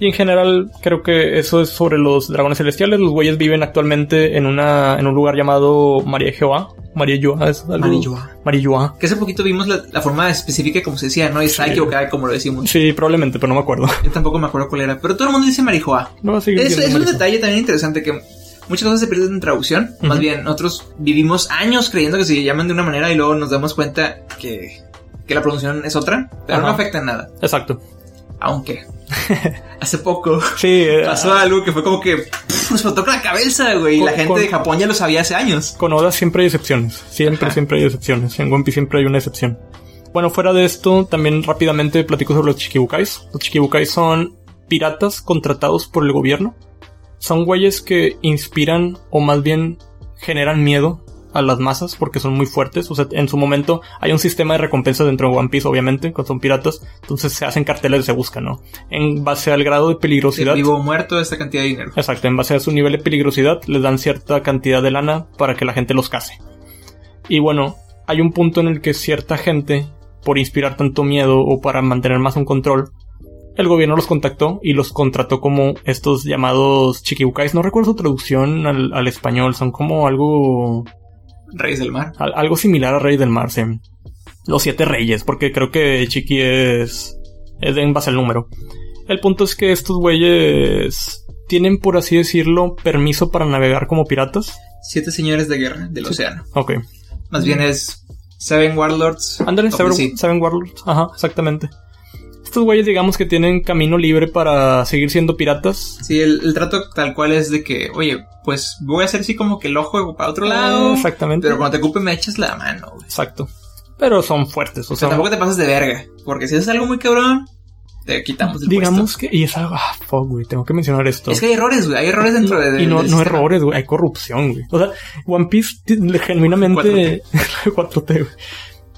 Y en general, creo que eso es sobre los dragones celestiales. Los güeyes viven actualmente en una en un lugar llamado María Jehová. María Jehová es algo.
Marijuá.
María Jehová.
Que hace poquito vimos la, la forma específica como se decía, ¿no? Y está
Sí.
equivocada como lo decimos.
Sí, probablemente, pero no me acuerdo.
Yo tampoco me acuerdo cuál era. Pero todo el mundo dice marijuá.
No, sí,
Es,
sí,
es un
María
detalle también interesante que muchas cosas se pierden en traducción. Más
Ujú.
bien, nosotros vivimos años creyendo que se llaman de una manera y luego nos damos cuenta que, que la pronunciación es otra. Pero no
Ajá.
afecta en nada.
Jehová. Exacto.
Aunque hace poco
Sí, eh,
pasó algo que fue como que pff, nos faltó con la cabeza, güey. Y
Con-
la gente
con-
de Japón ya lo sabía hace años.
pues, con Oda siempre hay excepciones. Siempre,
Ajá.
siempre hay excepciones. En One Piece siempre hay una excepción. Bueno, fuera de esto, también rápidamente platico sobre los Chiquibukais. Los Chiquibukais son piratas contratados por el gobierno. Son güeyes que inspiran o más bien generan miedo a las masas porque son muy fuertes. O sea, en su momento hay un sistema de recompensa dentro de One Piece, obviamente, cuando son piratas. Entonces se hacen carteles de se busca, ¿no? En base al grado de
De
peligrosidad.
vivo o muerto esta cantidad de dinero.
Exacto, en base a su nivel de peligrosidad les dan cierta cantidad de lana para que la gente los case. Y bueno, hay un punto en el que cierta gente, por inspirar tanto miedo o para mantener más un control, el gobierno los contactó y los contrató como estos llamados chiquibucais. No recuerdo su traducción al, al español, son como algo,
Reyes del mar.
al- algo similar a Rey del Mar, sí. Los siete reyes, porque creo que chiqui es, es en base al número. El punto es que estos güeyes tienen, por así decirlo, permiso para navegar como piratas.
Siete señores de guerra del océano.
Ok.
Más bien es Seven Warlords.
Ándale,
Top
Seven,
Sea.
Seven Warlords. Ajá, exactamente. Estos güeyes, digamos que tienen camino libre para seguir siendo piratas.
Sí, el, el trato tal cual es de que, oye, pues voy a hacer así como que el ojo para otro lado.
Exactamente.
Pero cuando te ocupe me echas la mano, güey.
Exacto. Pero son fuertes, o
O sea,
sea.
tampoco te pasas de verga. Porque si haces algo muy cabrón, te quitamos el
digamos que. Y es algo. Ah, fuck, güey. Tengo que mencionar esto.
puesto. Es que hay errores, güey. Hay errores dentro de. este
y no,
del
no
sistema.
errores, güey. Hay corrupción, güey. O sea, One Piece ti- genuinamente. 4T, güey.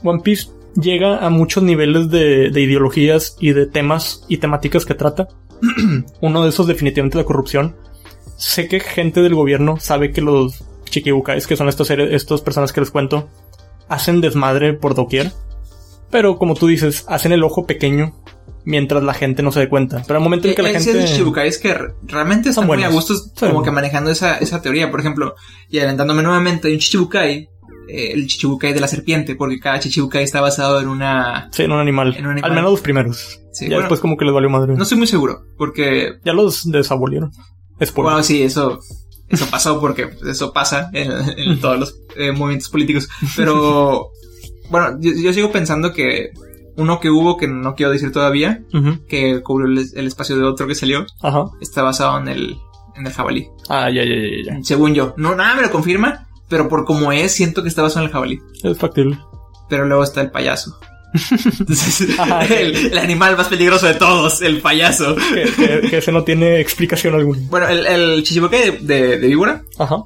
One Piece llega a muchos niveles de, de ideologías y de temas y temáticas que trata. Uno de esos, definitivamente, la corrupción. Sé que gente del gobierno sabe que los chiquibucais, que son estas, seres- estas personas que les cuento, hacen desmadre por doquier. Pero como tú dices, hacen el ojo pequeño mientras la gente no se dé cuenta. Pero al momento en que la
Eh, eh, sí,
gente.
es de Shibukai, es que re- realmente están muy a
buenos.
gusto
Sí.
como que manejando esa, esa teoría. Por ejemplo, y adelantándome nuevamente, hay un Chichibukai, eh, el Chichibukai de la serpiente, porque cada Chichibukai está basado en una...
Sí, en un animal.
En un animal.
Al menos los primeros.
Sí,
ya
bueno.
después como que les valió madre.
No estoy muy seguro, porque...
Ya los desabolieron. Es por...
Bueno, sí, eso, eso pasó porque pues, eso pasa en, en todos los eh, movimientos políticos. Pero, bueno, yo, yo sigo pensando que uno que hubo, que no quiero decir todavía,
Ujú,
que cubrió el, el espacio de otro que salió,
Ajá.
está basado en el, en el jabalí.
Ah, ya, ya, ya, ya,
Según yo. No, nada me lo confirma, pero por como es, siento que está basado en el jabalí.
ya. Es factible.
Pero luego está el payaso. Entonces,
Ajá.
el, el animal más peligroso de todos, el payaso.
Que, que- que ese no tiene explicación alguna.
Bueno, el, el chichibuque de, de, de víbora,
Ajá.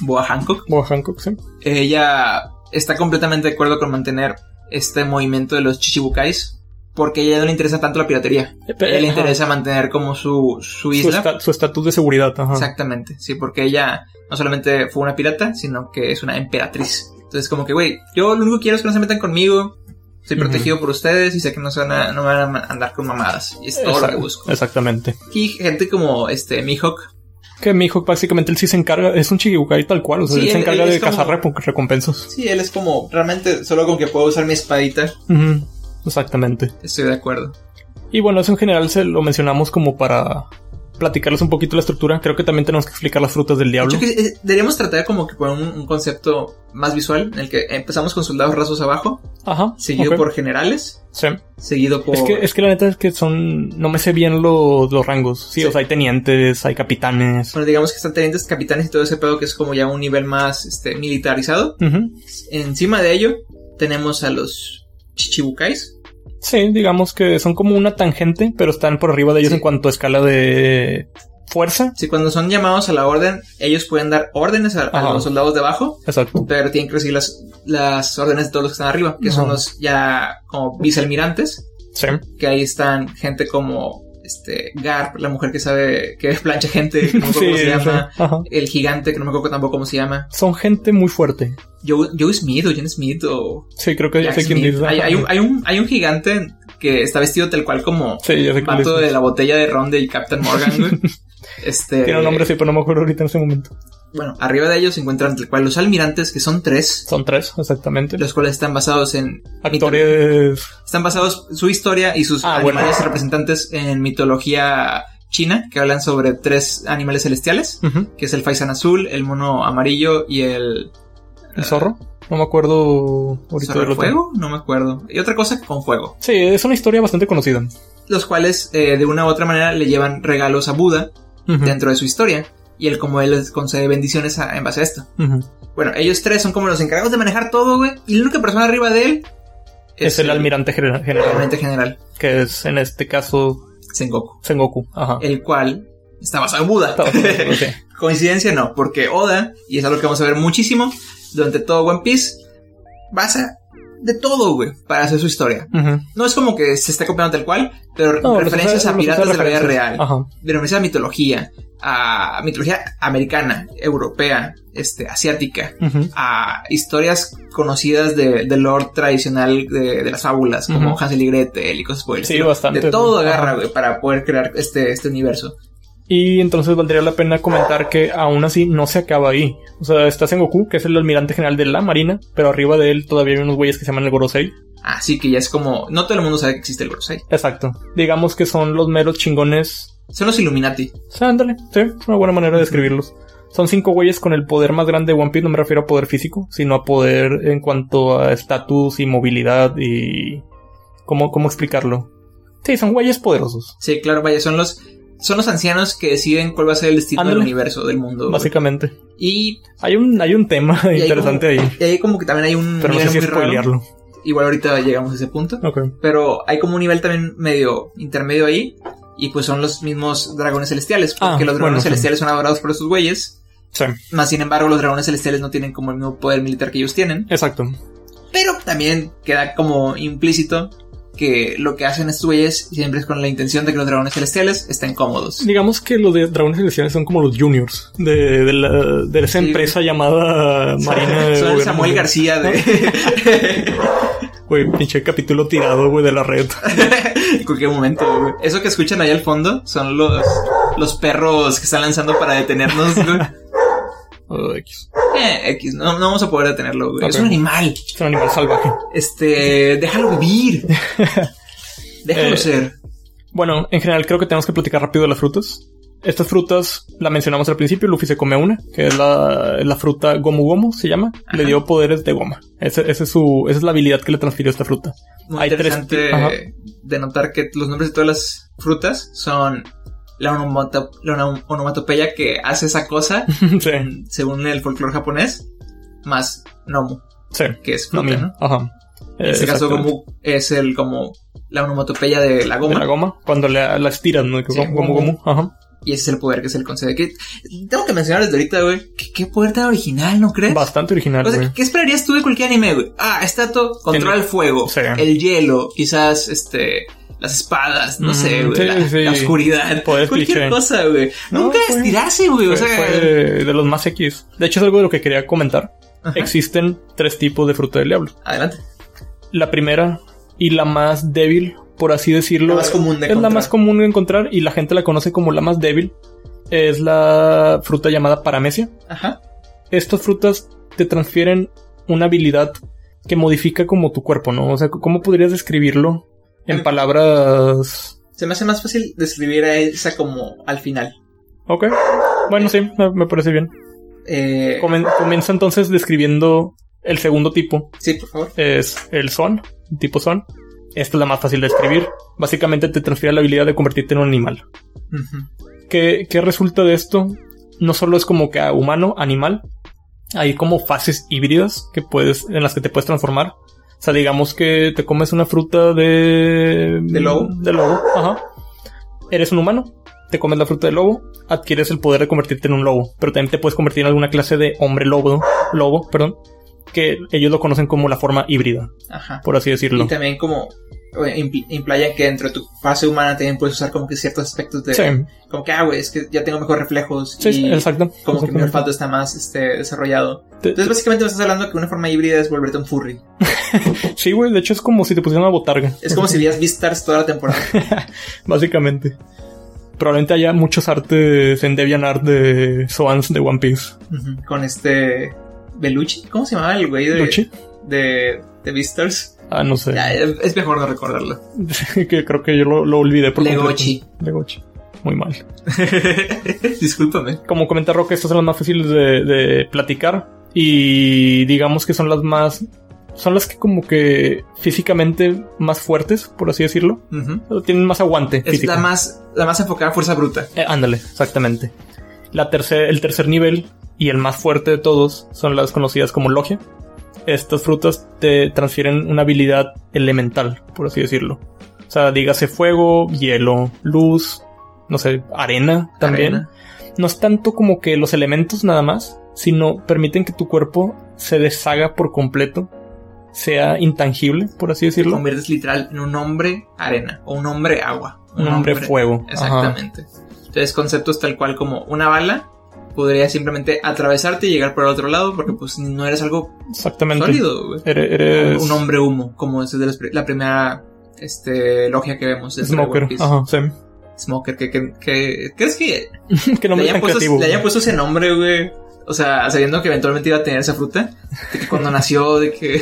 Boa Hancock,
Boa Hancock, sí.
Eh, ella está completamente de acuerdo con mantener este movimiento de los chichibukais. Porque a ella no le interesa tanto la piratería.
Eh,
A
pero-
ella le
ajá.
interesa mantener como su, su
Su
isla.
esta- su estatus de seguridad. Ajá.
Exactamente, sí, porque ella no solamente fue una pirata, sino que es una emperatriz. Entonces, como que, güey, yo lo único que quiero es que no se metan conmigo. Estoy
Ujú.
protegido por ustedes y sé que no, se van a, no van a ma- andar con mamadas. Y es todo lo que
Exact-
busco.
Exactamente.
Y gente como este Mihawk.
Que mi hijo básicamente él sí se encarga, es un chiquibucay tal cual, o sea,
Sí,
él se
él-
encarga
él
de
es como-
cazar repo- recompensas.
Sí, él es como, realmente, solo con que puedo usar mi espadita,
Ujú, Exactamente.
estoy de acuerdo.
Y bueno, eso en general se lo mencionamos como para platicarles un poquito la estructura, creo que también tenemos que explicar las frutas del
De
diablo.
hecho, que, eh, deberíamos tratar como que con un, un concepto más visual, en el que empezamos con soldados rasos abajo,
Ajá.
seguido
ok,
por generales,
sí.
seguido por...
Es que, es que la neta es que son. No me sé bien los, los rangos. Sí,
Sí.
o sea, hay tenientes, hay capitanes.
Bueno, digamos que están tenientes, capitanes y todo ese pedo que es como ya un nivel más este, militarizado.
Ujú.
Encima de ello tenemos a los chichibukais.
Sí, digamos que son como una tangente, pero están por arriba de ellos
Sí.
en cuanto a escala de fuerza.
Si cuando son llamados a la orden, ellos pueden dar órdenes a, a
Ajá.
los soldados de abajo,
Exacto.
pero tienen que recibir las, las órdenes de todos los que están arriba, que son
Ajá.
los ya como vicealmirantes,
Sí.
que ahí están gente como este Garp, la mujer que sabe que plancha gente, que no me acuerdo cómo
Sí,
se llama.
sí. Ajá.
El gigante, que no me acuerdo tampoco cómo se llama.
Son gente muy fuerte.
Joe, Joe Smith o Jen Smith o
Sí, creo que ya
Jack
sé quién
Smith.
dices.
Hay,
Ajá.
hay un, hay, un, hay un gigante que está vestido tal cual como
Sí, ya sé quién
vato de
dices.
la botella de ron del Captain Morgan, güey. Este,
Tiene un nombre así, pero no me acuerdo ahorita en ese momento.
Bueno, arriba de ellos se encuentran tal cual los almirantes, que son tres,
Son tres, exactamente.
los cuales están basados en... mito-
Actores.
Están basados su historia y sus
Ah, bueno.
animales representantes en mitología china, que hablan sobre tres animales celestiales,
Ujú.
que es el faisán azul, el mono amarillo y el...
El zorro. No me acuerdo ahorita
¿Zorro
del otro.
fuego? No me acuerdo. Y otra cosa con fuego.
Sí, es una historia bastante conocida.
los cuales eh, de una u otra manera le llevan regalos a Buda
Ujú.
dentro de su historia y él como él les concede bendiciones a- en base a esto.
Ujú.
Bueno, ellos tres son como los encargados de manejar todo, güey, y la única persona arriba de él
Es, el almirante gener-
el
general,
almirante general
que es en este caso
Sengoku,
Sengoku. Ajá.
el cual está basado en Buda.
Está bastante- sí.
Coincidencia no, porque Oda, y es algo que vamos a ver muchísimo durante todo One Piece, basa de todo, güey, para hacer su historia.
Ujú.
No es como que se está copiando tal cual, pero
No, pues, los
referencias
usa-
a
los usa
piratas de la vida
referencias.
real.
Ajá.
de referencia a mitología, a mitología americana, europea, este, asiática,
Ujú.
a historias conocidas de, del lore tradicional de, de las fábulas, como
Ujú.
Hansel y Gretel y cosas por el
Sí,
estilo.
bastante.
De todo agarra,
Ajá.
güey, para poder crear este, este universo.
Y entonces valdría la pena comentar que aún así no se acaba ahí. O sea, está Sengoku, que es el almirante general de la marina, pero arriba de él todavía hay unos güeyes que se llaman el Gorosei.
Así que ya es como, no todo el mundo sabe que existe el Gorosei.
Exacto. Digamos que son los meros chingones
Son los Illuminati.
Sí, ándale, sí, es una buena manera de describirlos. Son cinco güeyes con el poder más grande de One Piece, no me refiero a poder físico, sino a poder en cuanto a estatus y movilidad y... ¿Cómo, ¿Cómo explicarlo? Sí, son güeyes poderosos,
Sí, claro, vaya, son los, son los ancianos que deciden cuál va a ser el destino del
Ándale.
universo, del mundo. güey.
básicamente.
Y,
Hay un, hay un tema
hay
interesante ahí,
y ahí como que también hay un
pero no sé
nivel muy
si
raro.
spoilearlo.
Igual ahorita llegamos a ese punto.
Ok.
pero hay como un nivel también medio intermedio ahí. Y pues son los mismos dragones celestiales. Porque
Ah,
los dragones
bueno, sí.
celestiales son adorados por esos güeyes.
Sí,
Más sin embargo, los dragones celestiales no tienen como el mismo poder militar que ellos tienen.
exacto.
Pero también queda como implícito que lo que hacen estos güeyes siempre es con la intención de que los dragones celestiales estén cómodos.
Digamos que los de Dragones Celestiales son como los juniors de, de la- de esa
Sí.
empresa llamada
Son
Marina... de
el
Gobierno
Samuel
Mundial.
García de.
Güey, pinche capítulo tirado, güey, de la red.
en cualquier momento, güey. Eso que escuchan ahí al fondo son los, los perros que están lanzando para detenernos, güey.
Oh, X.
Eh, X, no, no vamos a poder detenerlo, güey. Es
Ok.
un animal.
Es un animal salvaje.
Este, déjalo vivir. Déjalo
Eh.
ser.
Bueno, en general creo que tenemos que platicar rápido de las frutas. Estas frutas, la mencionamos al principio, Luffy se come una, que es la, la fruta Gomu Gomu, se llama. Le dio poderes de goma. Ese, ese es su, esa es la habilidad que le transfirió esta fruta.
Muy
Hay tres-
interesante
ajá.
de notar que los nombres de todas las frutas son la, onomato- la ono- onomatopeya que hace esa cosa,
sí,
según el folclore japonés, más nomu,
sí.
que es
No,
fruta,
mira,
¿no?
Ajá.
En este caso,
como
gomu es el como la onomatopeya de la goma.
la goma, cuando la, la estiras, ¿no? Que
Sí,
Gomu Gomu.
Gomu.
Ajá.
Y ese es el poder que se le concede. Que, tengo que mencionar desde ahorita, güey, que qué poder tan original, ¿no crees?
Bastante original,
¿Eh? O sea,
güey.
¿qué esperarías tú de cualquier anime, güey? Ah, estatua, controla el fuego,
Sí.
el hielo, quizás, este, las espadas, no
Mm,
sé, güey,
sí,
la,
sí.
la oscuridad,
Poder
cualquier
cliché.
cosa, güey.
No,
Nunca
fue-
estirarse, güey, o
Fue,
sea...
fue de los más X. De hecho, es algo de lo que quería comentar.
ajá.
Existen tres tipos de fruta del diablo.
Adelante.
la primera y la más débil, por así decirlo.
La más común de
es la
encontrar.
más común de encontrar y la gente la conoce como la más débil. Es la fruta llamada paramecia.
Ajá.
Estas frutas te transfieren una habilidad que modifica como tu cuerpo, ¿no? O sea, ¿cómo podrías describirlo en
Ok.
palabras
Se me hace más fácil describir a Elsa como al final.
Ok. Bueno, sí, me me parece bien.
Eh,
Comen- comienza entonces describiendo el segundo tipo.
sí, por favor.
Es el son, tipo son. Esta es la más fácil de escribir. Básicamente te transfiere la habilidad de convertirte en un animal.
Ujú.
¿Qué, qué resulta de esto? No solo es como que ah, humano, animal. Hay como fases híbridas que puedes, en las que te puedes transformar. O sea, digamos que te comes una fruta de...
De lobo.
De lobo, ajá. Eres un humano, te comes la fruta de lobo, adquieres el poder de convertirte en un lobo. Pero también te puedes convertir en alguna clase de hombre lobo, lobo, perdón. Que ellos lo conocen como la forma híbrida,
Ajá.
por así decirlo.
Y también como eh, impl- implaya que dentro de tu fase humana también puedes usar como que ciertos aspectos de...
Sí,
Como que, ah, güey, es que ya tengo mejor reflejos.
sí,
y
exacto.
Como que mi
exactamente.
olfato está más este, desarrollado.
Te-
Entonces, básicamente me estás hablando que una forma híbrida es volverte un furry.
Sí, güey, de hecho es como si te pusieran una botarga.
Es como si vieras Beastars toda la temporada.
Básicamente. Probablemente haya muchos artes en DeviantArt de Soans de One Piece.
Ujú. Con este... Belucci. ¿Cómo se llamaba el güey de,
¿Luchi?
de, de Beastars?
Ah, no sé.
Ya, eh, es mejor no recordarlo.
que creo que yo lo, lo olvidé por completo.
Legochi.
Legochi. Muy mal.
Discúlpame.
Como comenta Roque, estas son las más fáciles de, de platicar. Y digamos que son las más. Son las que, como que físicamente más fuertes, por así decirlo.
Ujú.
Tienen más aguante.
Es
físico.
la más, la más enfocada a fuerza bruta.
Eh, ándale, exactamente. La tercer, el tercer nivel y el más fuerte de todos son las conocidas como logia. Estas frutas te transfieren una habilidad elemental, por así decirlo. O sea, dígase fuego, hielo, luz, no sé, arena también.
Arena.
No es tanto como que los elementos nada más, sino permiten que tu cuerpo se deshaga por completo, sea intangible, por así
Te
decirlo.
conviertes literal en un hombre arena o un hombre agua.
Un hombre fuego. Ajá.
Exactamente. Entonces, conceptos tal cual como una bala podría simplemente atravesarte y llegar por el otro lado porque pues no eres algo
Exactamente.
sólido. güey.
Eres, eres
Un hombre humo, como es de las pri- la primera este, logia que vemos. dentro de
smoker.
One Piece.
Ajá, sí.
Smoker, que, que, que- ¿crees que
que
le
no me
hayan,
tan
puesto,
creativo.
le hayan puesto ese nombre, güey? O sea, sabiendo que eventualmente iba a tener esa fruta, de que cuando nació, de que...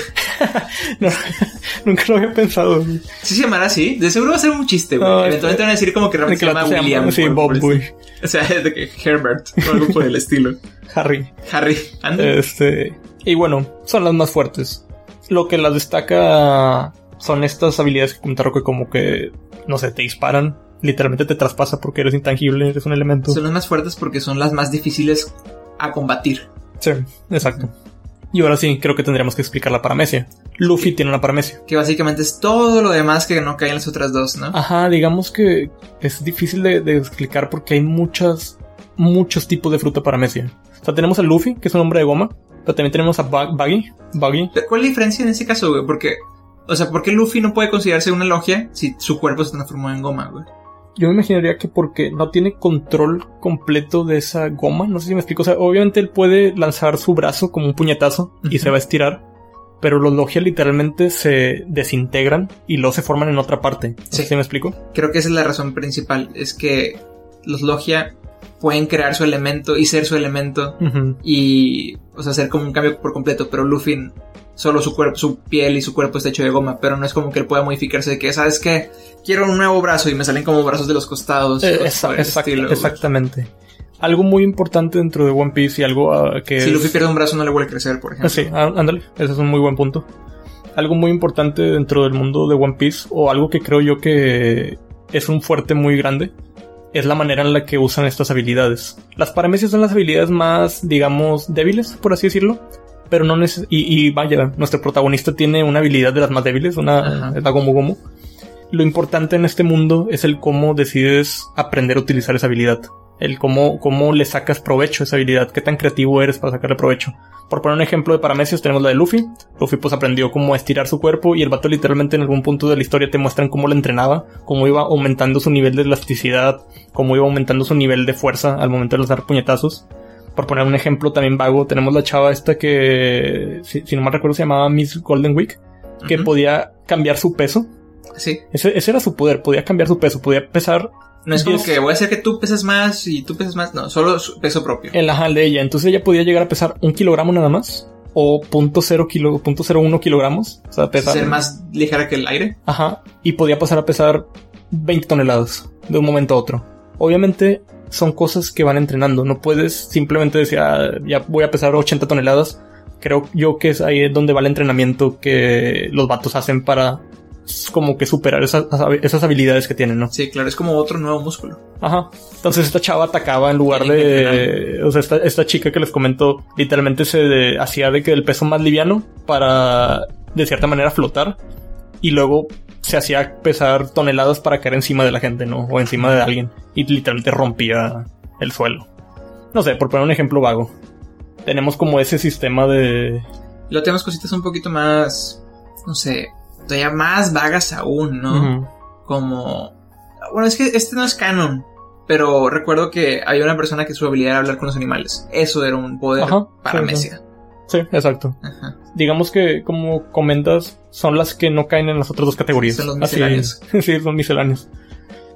No, nunca lo había pensado. güey.
Sí se llamará así. De seguro va a ser un chiste, güey.
No, es-
Eventualmente van a decir como que realmente
Que
se
Ah, el
llama
vato se llama-
William. por- por-
sí, Bob, güey.
O sea, de que Herbert o algo por el estilo.
Harry.
Harry, anda.
Este. Y bueno, son las más fuertes. Lo que las destaca son estas habilidades que comentaron que como que, no sé, te disparan. Literalmente te traspasa porque eres intangible, eres un elemento.
Son las más fuertes porque son las más difíciles a combatir.
Sí, exacto. Y ahora sí, creo que tendríamos que explicar la paramecia. Luffy tiene una paramecia.
Que básicamente es todo lo demás que no cae en las otras dos, ¿no?
Ajá, digamos que es difícil de, de explicar porque hay muchas, muchos tipos de fruta paramecia. O sea, tenemos a Luffy, que es un hombre de goma, pero también tenemos a Bug- Buggy. Buggy.
Pero, ¿Cuál es la diferencia en ese caso, güey? Porque, o sea, ¿por qué Luffy no puede considerarse una logia si su cuerpo se transformó en goma, güey?
Yo me imaginaría que porque no tiene control completo de esa goma, no sé si me explico. O sea, obviamente él puede lanzar su brazo como un puñetazo y
Ujú.
se va a estirar, pero los logias literalmente se desintegran y luego se forman en otra parte. No sé
Sí.
si me explico.
Creo que esa es la razón principal. Es que los logia pueden crear su elemento y ser su elemento
Ujú.
y o sea, hacer como un cambio por completo, pero Luffy solo su cuerpo, su piel y su cuerpo está hecho de goma, pero no es como que él pueda modificarse de que, ¿sabes qué? Quiero un nuevo brazo y me salen como brazos de los costados.
Eh,
cosas
exa-
por el
exact-
estilo, güey.
exactamente. Algo muy importante dentro de One Piece y algo ah, que
Si
es-
Luffy pierde un brazo no le vuelve a crecer, por
Ah,
ejemplo.
Sí, á- ándale, ese es un muy buen punto. Algo muy importante dentro del mundo de One Piece, o algo que creo yo que es un fuerte muy grande, es la manera en la que usan estas habilidades. Las paramecias son las habilidades más, digamos, débiles, por así decirlo, pero no neces y, y vaya, nuestro protagonista tiene una habilidad de las más débiles, una
Ajá.
es la Gomu Gomu. Lo importante en este mundo es el cómo decides aprender a utilizar esa habilidad. El cómo, cómo le sacas provecho a esa habilidad, qué tan creativo eres para sacarle provecho. Por poner un ejemplo de paramecias, tenemos la de Luffy. Luffy pues aprendió cómo estirar su cuerpo y el vato literalmente en algún punto de la historia te muestran cómo lo entrenaba, cómo iba aumentando su nivel de elasticidad, cómo iba aumentando su nivel de fuerza al momento de lanzar puñetazos. Por poner un ejemplo también vago, tenemos la chava esta que, si, si no mal recuerdo, se llamaba Miss Golden Week, que
Ujú.
podía cambiar su peso.
Sí.
Ese, ese era su poder, podía cambiar su peso, podía pesar
No es como
Yes.
que voy a hacer que tú peses más y tú peses más, no, solo su peso propio.
el ajal de ella. Entonces ella podía llegar a pesar un kilogramo nada más. O punto cero kilo, punto cero uno kilogramos. O sea, pesar.
Ser más ligera que el aire.
Ajá. Y podía pasar a pesar 20 toneladas de un momento a otro. Obviamente son cosas que van entrenando. No puedes simplemente decir, ah, ya voy a pesar 80 toneladas. Creo yo que es ahí es donde va el entrenamiento que los vatos hacen para como que superar esas, esas habilidades que tienen, ¿no?
Sí, claro, es como otro nuevo músculo.
Ajá. Entonces esta chava atacaba en lugar
Tienen que
de... O sea, esta, esta chica que les comento literalmente se de- hacía de que el peso más liviano para de cierta manera flotar y luego se hacía pesar toneladas para caer encima de la gente, ¿no? O encima de alguien y literalmente rompía el suelo. No sé, por poner un ejemplo vago. Tenemos como ese sistema de...
Luego tenemos cositas un poquito más, no sé, todavía más vagas aún, ¿no?
Ujú.
Como... Bueno, es que este no es canon, pero recuerdo que había una persona que su habilidad era hablar con los animales. Eso era un poder
Ajá,
para
sí,
Messia.
Sí, exacto.
Ajá.
digamos que como comentas, son las que no caen en las otras dos categorías.
Son los
Así-
misceláneos.
sí, son misceláneos.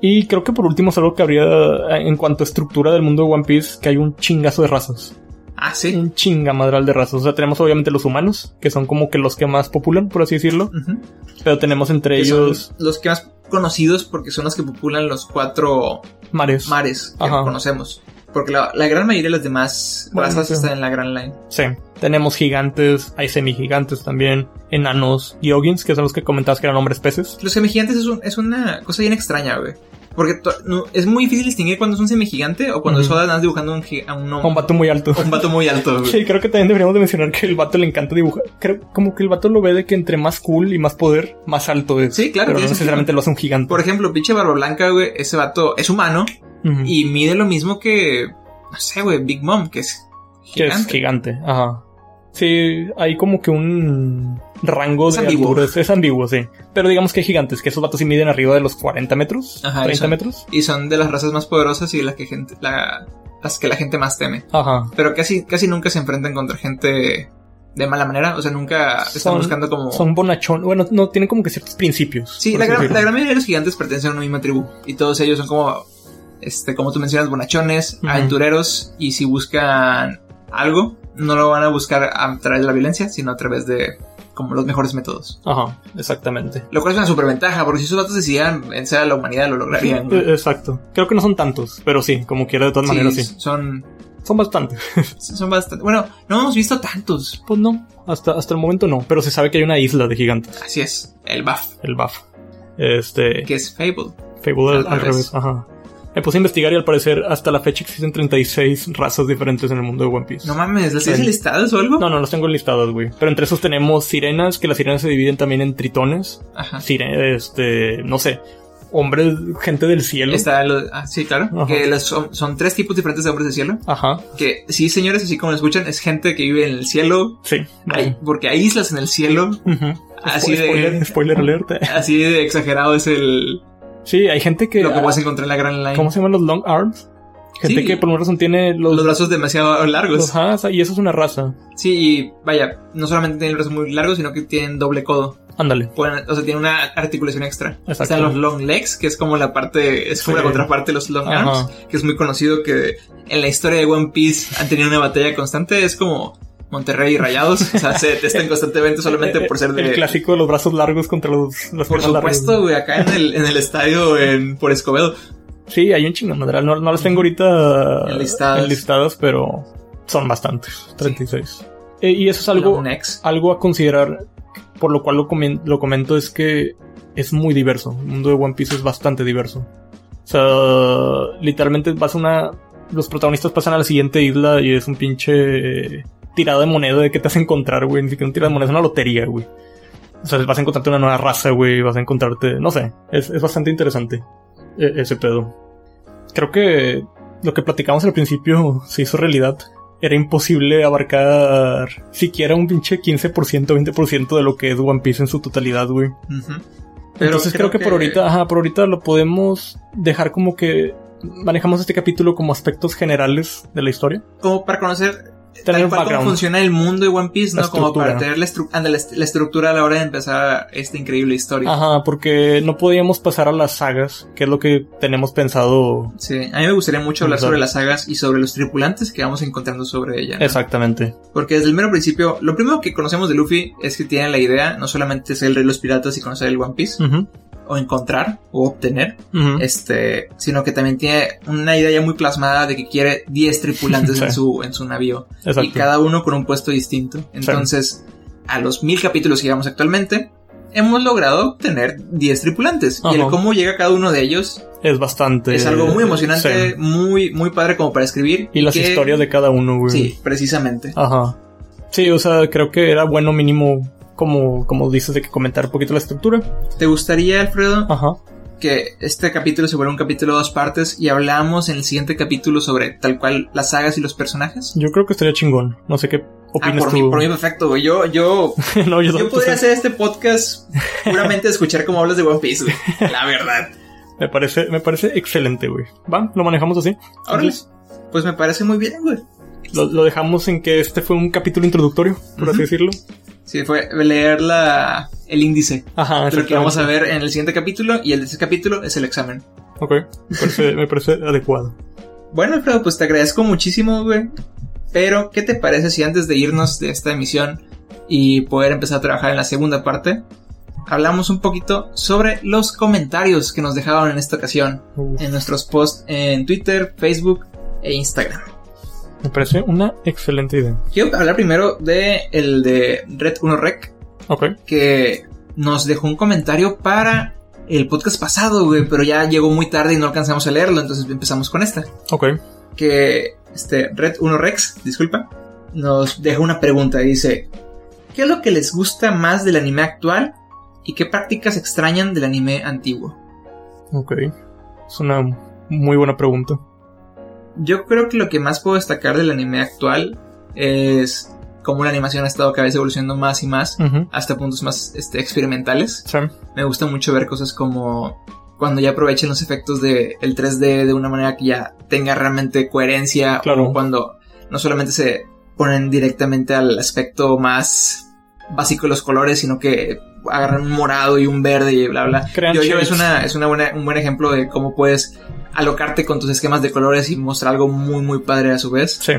Y creo que por último es algo que habría eh, en cuanto a estructura del mundo de One Piece, que hay un chingazo de razas.
Ah, sí.
Un chingamadral de razas. O sea, tenemos obviamente los humanos, que son como que los que más populan, por así decirlo.
Ujú.
Pero tenemos entre
Que son
ellos
los que más conocidos porque son los que populan los cuatro
mares.
mares que
Ajá.
conocemos. Porque la, la gran mayoría de las demás
Bueno,
razas
sí.
están en la Grand Line.
Sí. Tenemos gigantes, hay semigigantes también, enanos, yogins, que son los que comentabas que eran hombres peces.
Los semigigantes es, un- es una cosa bien extraña, güey. Porque to- no- es muy difícil distinguir cuando es un semigigante o cuando
Ujú.
es Oda nada más dibujando un gi- a un hombre.
Un vato muy alto.
un vato muy alto, güey.
Sí, creo que también deberíamos de mencionar que el vato le encanta dibujar. Creo, como que el vato lo ve de que entre más cool y más poder, más alto es.
Sí, claro,
Pero no
tiene
necesariamente lo hace un gigante.
Por ejemplo, pinche Barba Blanca, güey, ese vato es humano
Ujú.
y mide lo mismo que, no sé, güey, Big Mom, que es
Que es
gigante.
gigante. Ajá. Sí, hay como que un rango
Es
de
ambiguo.
alturas. Es ambiguo, sí. Pero digamos que hay gigantes, que esos vatos sí miden arriba de los 40 metros.
Ajá,
30
eso.
metros.
Y son de las razas más poderosas y las que, gente, la- las que la gente más teme.
Ajá.
Pero casi, casi nunca se enfrentan contra gente de mala manera. O sea, nunca están
Son-
buscando como...
Son bonachón. Bueno, no, tienen como que ciertos principios.
Sí,
por
la
así
gran,
decirlo.
la gran mayoría de los gigantes pertenecen a una misma tribu. Y todos ellos son como, este, como tú mencionas, bonachones,
Ujú.
aventureros. Y si buscan algo, no lo van a buscar a través de la violencia, sino a través de como los mejores métodos.
Ajá, exactamente.
Lo cual es una superventaja, porque si esos datos decidieran vencer a la humanidad, lo lograrían. güey.
Eh, Exacto. Creo que no son tantos, pero sí, como quiera, de todas maneras, sí.
Son,
Son bastantes.
son bastante. Bueno, no hemos visto tantos.
Pues no, hasta, hasta el momento no, pero se sabe que hay una isla de gigantes,
Así es, el buff,
el BAF. Este,
que es Fable.
Fable al,
Al
al
revés.
revés, ajá. Me puse a investigar y al parecer hasta la fecha existen 36 razas diferentes en el mundo de One Piece.
No mames, ¿las
Sí.
tienes listadas o algo?
No, no, los tengo listados, güey. Pero entre esos tenemos sirenas, que las sirenas se dividen también en tritones.
Ajá.
Sire- este, no sé, hombres, gente del cielo.
Está lo- ah, sí, claro.
Ajá.
Que las- son, son tres tipos diferentes de hombres de cielo.
Ajá,
Que sí, señores, así como lo escuchan, es gente que vive en el cielo.
sí.
hay- porque hay islas en el cielo.
Ujú.
Así
spoiler,
Ah, de,
spoiler alerta.
así de exagerado es el
Sí, hay gente que...
lo que vas a encontrar en la Gran Line.
¿Cómo se llaman los long arms? Gente
Sí.
que por una razón tiene los...
Los brazos demasiado largos.
Ajá, o sea, y eso es una raza.
Sí, y vaya, no solamente tienen brazos muy largos, sino que tienen doble codo.
Ándale.
Pueden- o sea, tienen una articulación extra.
Exacto.
Están los long legs, que es como la parte, es como
Sí.
la contraparte de los long
Ajá.
arms, que es muy conocido que en la historia de One Piece han tenido una batalla constante. Es como Monterrey y Rayados. o sea, se detestan constantemente solamente por ser
El
de.
clásico de los brazos largos contra los, las
Por
piernas largas.
supuesto, güey, acá en el, en el estadio en, por Escobedo.
Sí, hay un chingamadral. No, no las tengo ahorita
Enlistadas.
enlistadas, pero son bastantes. 36. Eh, y eso es algo,
Long necks.
algo a considerar, por lo cual lo, comen- lo comento, es que es muy diverso. El mundo de One Piece es bastante diverso. O sea, literalmente vas a una... Los protagonistas pasan a la siguiente isla y es un pinche eh, tirada de moneda de que te vas a encontrar, güey. Ni siquiera un tirada de moneda, es una lotería, güey. O sea, vas a encontrarte una nueva raza, güey. Vas a encontrarte... No sé, es, es bastante interesante eh, ese pedo. Creo que lo que platicamos al principio se hizo realidad era imposible abarcar siquiera un pinche 15%, 20% de lo que es One Piece en su totalidad, güey.
Ujú. Pero
Entonces creo, que, por ahorita, ajá, por ahorita lo podemos dejar como que manejamos este capítulo como aspectos generales de la historia.
Como para conocer
Tener
tal
un
cual cómo
background.
funciona el mundo de One Piece,
La
¿no? Como para
estructura.
tener la, estru- ándale, la est- la estructura a la hora de empezar esta increíble historia.
Ajá, porque no podíamos pasar a las sagas, que es lo que tenemos pensado
Sí, a mí me gustaría mucho hablar
Exacto.
sobre las sagas y sobre los tripulantes que vamos encontrando sobre ella. ¿no?
exactamente.
Porque desde el mero principio,
Mm.
lo primero que conocemos de Luffy es que tiene la idea no solamente ser el rey de los piratas y conocer el One Piece,
Ujú.
o encontrar o obtener,
Ujú.
este, sino que también tiene una idea ya muy plasmada de que quiere 10 tripulantes
Sí.
en, su, en su navío y
Exacto.
cada uno con un puesto distinto. Entonces, a los mil capítulos que llevamos actualmente, hemos logrado tener 10 tripulantes y el
Ajá.
cómo llega cada uno de ellos
Es bastante.
es algo muy emocionante,
sí.
muy, muy padre como para escribir.
Y las
que-
historias de cada uno, güey.
Sí, precisamente.
Ajá. Sí, o sea, creo que era bueno mínimo, como, como dices, de que comentar un poquito la estructura.
¿Te gustaría, Alfredo,
Ajá.
que este capítulo se vuelva un capítulo de dos partes y hablamos en el siguiente capítulo sobre tal cual las sagas y los personajes?
Yo creo que estaría chingón. No sé qué
Ah,
opinas
por
tú.
mí, por mí perfecto, güey. Yo, yo,
no, pues yo,
yo
también
podría
estoy-
hacer este podcast puramente de escuchar cómo hablas de One Piece, güey. La verdad.
Me parece, me parece excelente, güey. Va, lo manejamos así.
Ahora,
Entonces,
pues me parece muy bien, güey.
lo, lo dejamos en que este fue un capítulo introductorio, por
Ujú.
así decirlo.
Sí, fue leer la, el índice
Ajá,
de lo que
Ah, exactamente.
vamos a ver en el siguiente capítulo y el de este capítulo es el examen.
Ok, me parece, me parece adecuado.
Bueno, Alfredo, pues te agradezco muchísimo, güey. Pero, ¿qué te parece si antes de irnos de esta emisión y poder empezar a trabajar en la segunda parte, hablamos un poquito sobre los comentarios que nos dejaron en esta ocasión
Uf,
en nuestros posts en Twitter, Facebook e Instagram?
me parece una excelente idea.
Quiero hablar primero de el de Red 1 Rec,
Ok,
que nos dejó un comentario para el podcast pasado, güey, pero ya llegó muy tarde y no alcanzamos a leerlo, entonces empezamos con esta.
ok.
que este Red 1 Rex, disculpa, nos deja una pregunta. Dice, ¿qué es lo que les gusta más del anime actual y qué prácticas extrañan del anime antiguo?
Ok. Es una muy buena pregunta.
Yo creo que lo que más puedo destacar del anime actual es cómo la animación ha estado cada vez evolucionando más y más
Ujú.
hasta puntos más este, experimentales.
Sí.
Me gusta mucho ver cosas como cuando ya aprovechen los efectos del 3D de una manera que ya tenga realmente coherencia.
Claro.
O cuando no solamente se ponen directamente al aspecto más básico de los colores, sino que agarran un morado y un verde y bla bla.
Crean
yo, yo es,
shapes.
una, es una buena, un buen ejemplo de cómo puedes alocarte con tus esquemas de colores y mostrar algo muy muy padre a su vez
Sí.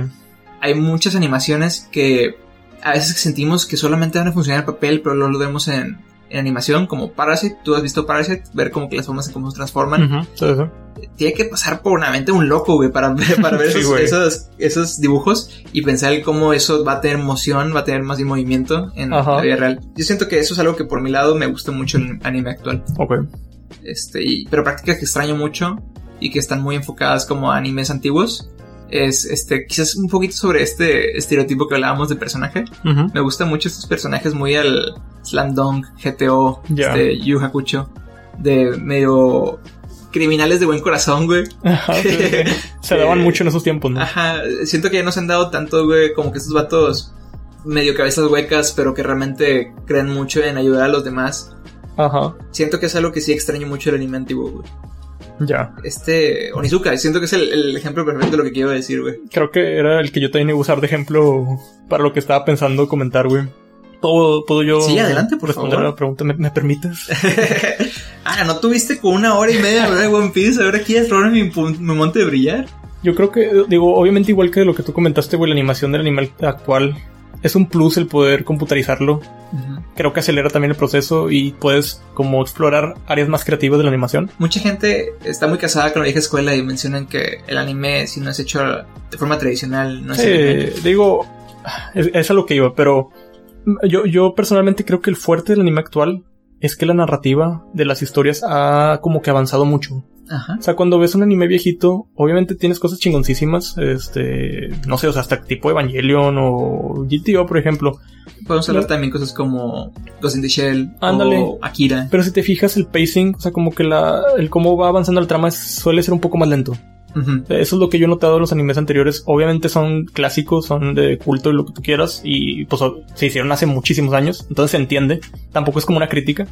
hay muchas animaciones que a veces sentimos que solamente van a funcionar en papel, pero luego lo vemos en, en animación, como Parasite. Tú has visto Parasite, ver como que las formas en cómo se transforman.
Ujú. Sí, sí.
Tiene que pasar por una mente de un loco, güey, para ver, para ver
Sí,
esos,
güey.
esos, esos dibujos y pensar en cómo eso va a tener emoción, va a tener más de movimiento en la
Ajá.
vida real. Yo siento que eso es algo que por mi lado me gusta mucho el anime actual.
Ok.
Este, y- pero prácticas que extraño mucho y que están muy enfocadas como a animes antiguos. Es este, quizás un poquito sobre este estereotipo que hablábamos de personaje.
Ujú.
Me gustan mucho estos personajes muy al Slam Dunk, GTO,
Ya.
este, Yu Hakucho, de medio criminales de buen corazón, güey.
Ajá, sí, sí. Se
eh,
daban mucho en esos tiempos, ¿no?
Ajá, siento que ya no se han dado tanto, güey, como que estos vatos medio cabezas huecas, pero que realmente creen mucho en ayudar a los demás.
Ajá.
Siento que es algo que sí extraño mucho el anime antiguo, güey.
Ya.
Este, Onizuka, siento que es el, el ejemplo perfecto de lo que quiero decir, güey.
Creo que era el que yo también iba a usar de ejemplo para lo que estaba pensando comentar, güey. ¿Puedo, puedo yo
Sí, adelante, por
responder
favor.
a la pregunta? ¿Me, me permites?
ah, no tuviste con una hora y media de hablar de One Piece, ahora quieres robarme mi, pu- mi monte de brillar.
Yo creo que, digo, obviamente igual que lo que tú comentaste, güey, la animación del animal actual es un plus el poder computarizarlo. Creo que acelera también el proceso y puedes como explorar áreas más creativas de la animación.
Mucha gente está muy casada con la vieja escuela y mencionan que el anime, si no es hecho de forma tradicional, no es anime.
Eh, digo, es, es a lo que iba, pero yo, yo personalmente creo que el fuerte del anime actual es que la narrativa de las historias ha como que avanzado mucho.
Ajá.
O sea, cuando ves un anime viejito, obviamente tienes cosas chingoncísimas, este, no sé, o sea, hasta tipo Evangelion o GTO, por ejemplo.
Podemos hablar
No.
también cosas como Ghost in the Shell
Ándale.
o Akira.
Pero si te fijas, el pacing, o sea, como que la, el cómo va avanzando la trama es- suele ser un poco más lento.
Ujú.
Eso es lo que yo he notado en los animes anteriores. Obviamente son clásicos, son de culto y lo que tú quieras. Y pues o- se hicieron hace muchísimos años. Entonces se entiende. Tampoco es como una crítica.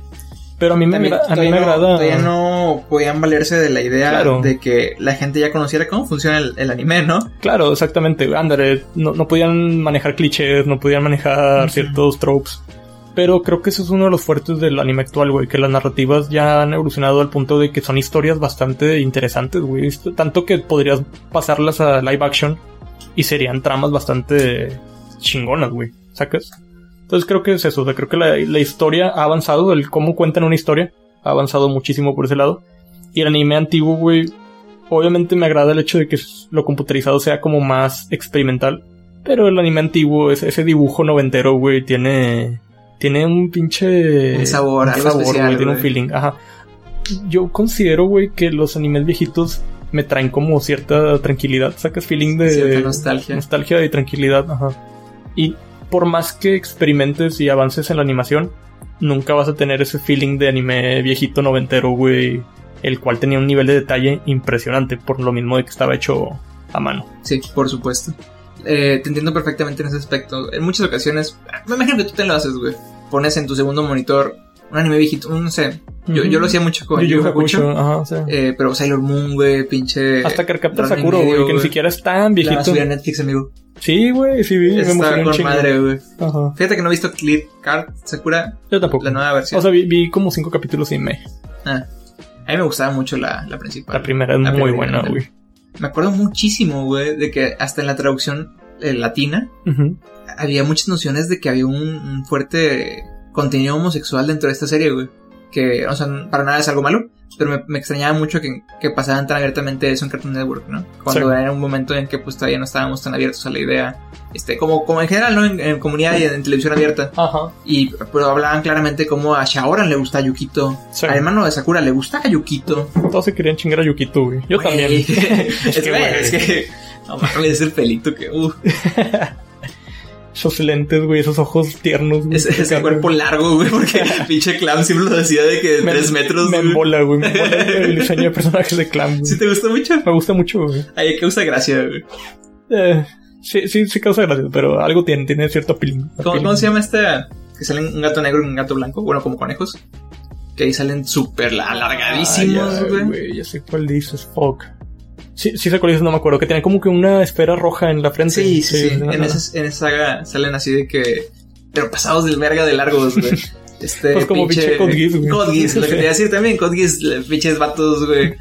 Pero a mí me,
También
agra- a mí
todavía
me
no-
agrada.
todavía no podían valerse de la idea
Claro.
de que la gente ya conociera cómo funciona el, el anime, ¿no?
Claro, exactamente. Ándale, no, no podían manejar clichés, no podían manejar
Ujú.
ciertos tropes. Pero creo que eso es uno de los fuertes del anime actual, güey. Que las narrativas ya han evolucionado al punto de que son historias bastante interesantes, güey. Esto- Tanto que podrías pasarlas a live action y serían tramas bastante chingonas, güey. ¿Sacas? Entonces creo que es eso. O sea, creo que la, la historia ha avanzado, el cómo cuentan una historia ha avanzado muchísimo por ese lado. Y el anime antiguo, güey, obviamente me agrada el hecho de que lo computerizado sea como más experimental. Pero el anime antiguo, ese, ese dibujo noventero, güey, tiene. Tiene un pinche.
Un sabor,
un
algo
sabor,
especial,
güey, Tiene un
güey.
feeling. Ajá. Yo considero, güey, que los animes viejitos me traen como cierta tranquilidad. Sacas feeling de.
Cierta nostalgia.
Nostalgia y tranquilidad, ajá. Y por más que experimentes y avances en la animación, nunca vas a tener ese feeling de anime viejito noventero, güey, el cual tenía un nivel de detalle impresionante por lo mismo de que estaba hecho a mano.
Sí, por supuesto. Eh, te entiendo perfectamente en ese aspecto. En muchas ocasiones, me imagino que tú te lo haces, güey. Pones en tu segundo monitor un anime viejito, no sé. Yo, yo lo hacía mucho con
Yu Yu
Hakusho,
Hakusho, ajá, sí.
eh, pero Sailor Moon, güey, pinche.
Hasta que capta
Ronin
Sakura,
Medio,
güey, que ni siquiera es tan
La
viejito.
subí a Netflix, amigo.
Sí, güey, sí, vi, me
Está
emocioné un
con
chingo.
madre, güey.
Ajá.
Fíjate que no he visto Clear Card Sakura,
Yo tampoco.
la nueva versión.
O sea, vi, vi como cinco capítulos y medio.
Ah, a mí me gustaba mucho la, la principal.
La primera es
La
muy
primera,
buena,
ándale.
güey.
Me acuerdo muchísimo, güey, de que hasta en la traducción eh, latina
Ujú.
había muchas nociones de que había un, un fuerte contenido homosexual dentro de esta serie, güey. Que, o sea, n- para nada es algo malo, pero me, me extrañaba mucho que, que pasaran tan abiertamente eso en Cartoon Network, ¿no? Cuando
Sí.
era un momento en que pues todavía no estábamos tan abiertos a la idea, este, como, como en general, ¿no? En, en comunidad y en, televisión abierta.
Ajá.
Y pero hablaban claramente como a Shaoran le gusta a Yukito,
Sí.
al hermano de Sakura le gusta a Yukito.
Todos se querían chingar a Yukito, güey. Yo
Güey.
también.
es, que, güey,
güey.
es que, no mames, el pelito que, uh,
Esos lentes, güey, esos ojos tiernos, güey.
ese, ese
Acá,
cuerpo largo, güey, porque pinche clown siempre lo decía de que de
Me-
tres metros.
Me
güey.
embola, güey. Me embola el diseño de personajes de clan, güey.
¿Sí te gusta mucho?
Me gusta mucho, güey.
Ay, que usa gracia, güey.
Eh, sí, sí, sí causa gracia, pero algo tiene, tiene cierto appealing.
¿Cómo,
Appealing.
cómo se llama esta? Que salen un gato negro y un gato blanco, bueno, como conejos. Que ahí salen súper la-
Ah,
alargadísimos,
ya,
güey.
güey. Ya sé cuál dices, fuck. Sí, sí sé cuál dices, no me acuerdo. Que tenían como que una esfera roja en la frente.
Sí, sí, sí.
no,
En,
no.
esas- en esa saga salen así de que. Pero pasados del verga de largos, güey. Este,
Pues como pinche Code Geass, güey.
Code Geass, lo que te iba a decir también, Code Geass, le- pinches vatos, güey.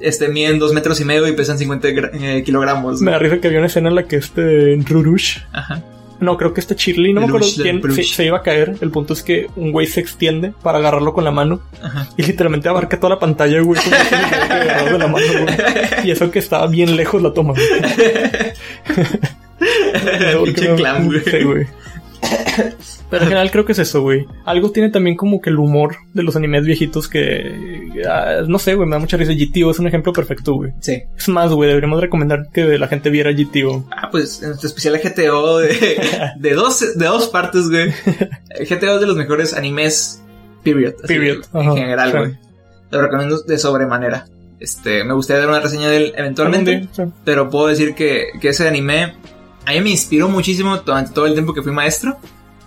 Este, miden dos metros y medio y pesan 50 gra- eh, kilogramos. güey.
Me da risa que había una escena en la que este Rurush
Ajá.
No, creo que esta Shirley, no me acuerdo
Brush, la
quién,
Brush.
se, se iba a caer. El punto es que un güey se extiende para agarrarlo con la mano
Ajá.
y literalmente abarca toda la pantalla, güey. como que tiene que agarrarlo de la mano, güey. Y eso que estaba bien lejos la toma. güey. No, porque
Pinche
me-
clam, güey.
Sí, güey. Pero en general creo que es eso, güey. Algo tiene también como que el humor de los animes viejitos que... ah, no sé, güey, me da mucha risa. GTO es un ejemplo perfecto, güey.
Sí.
Es más, güey, deberíamos recomendar que la gente viera GTO.
Ah, pues en nuestro especial GTO de, de, dos, de dos partes, güey. El GTO es de los mejores animes, period. así,
Period,
En
ajá,
general,
sí.
güey. Lo recomiendo de sobremanera. Este, me gustaría dar una reseña de él eventualmente,
Sí.
pero puedo decir que, que ese anime a mí me inspiró muchísimo durante todo el tiempo que fui maestro,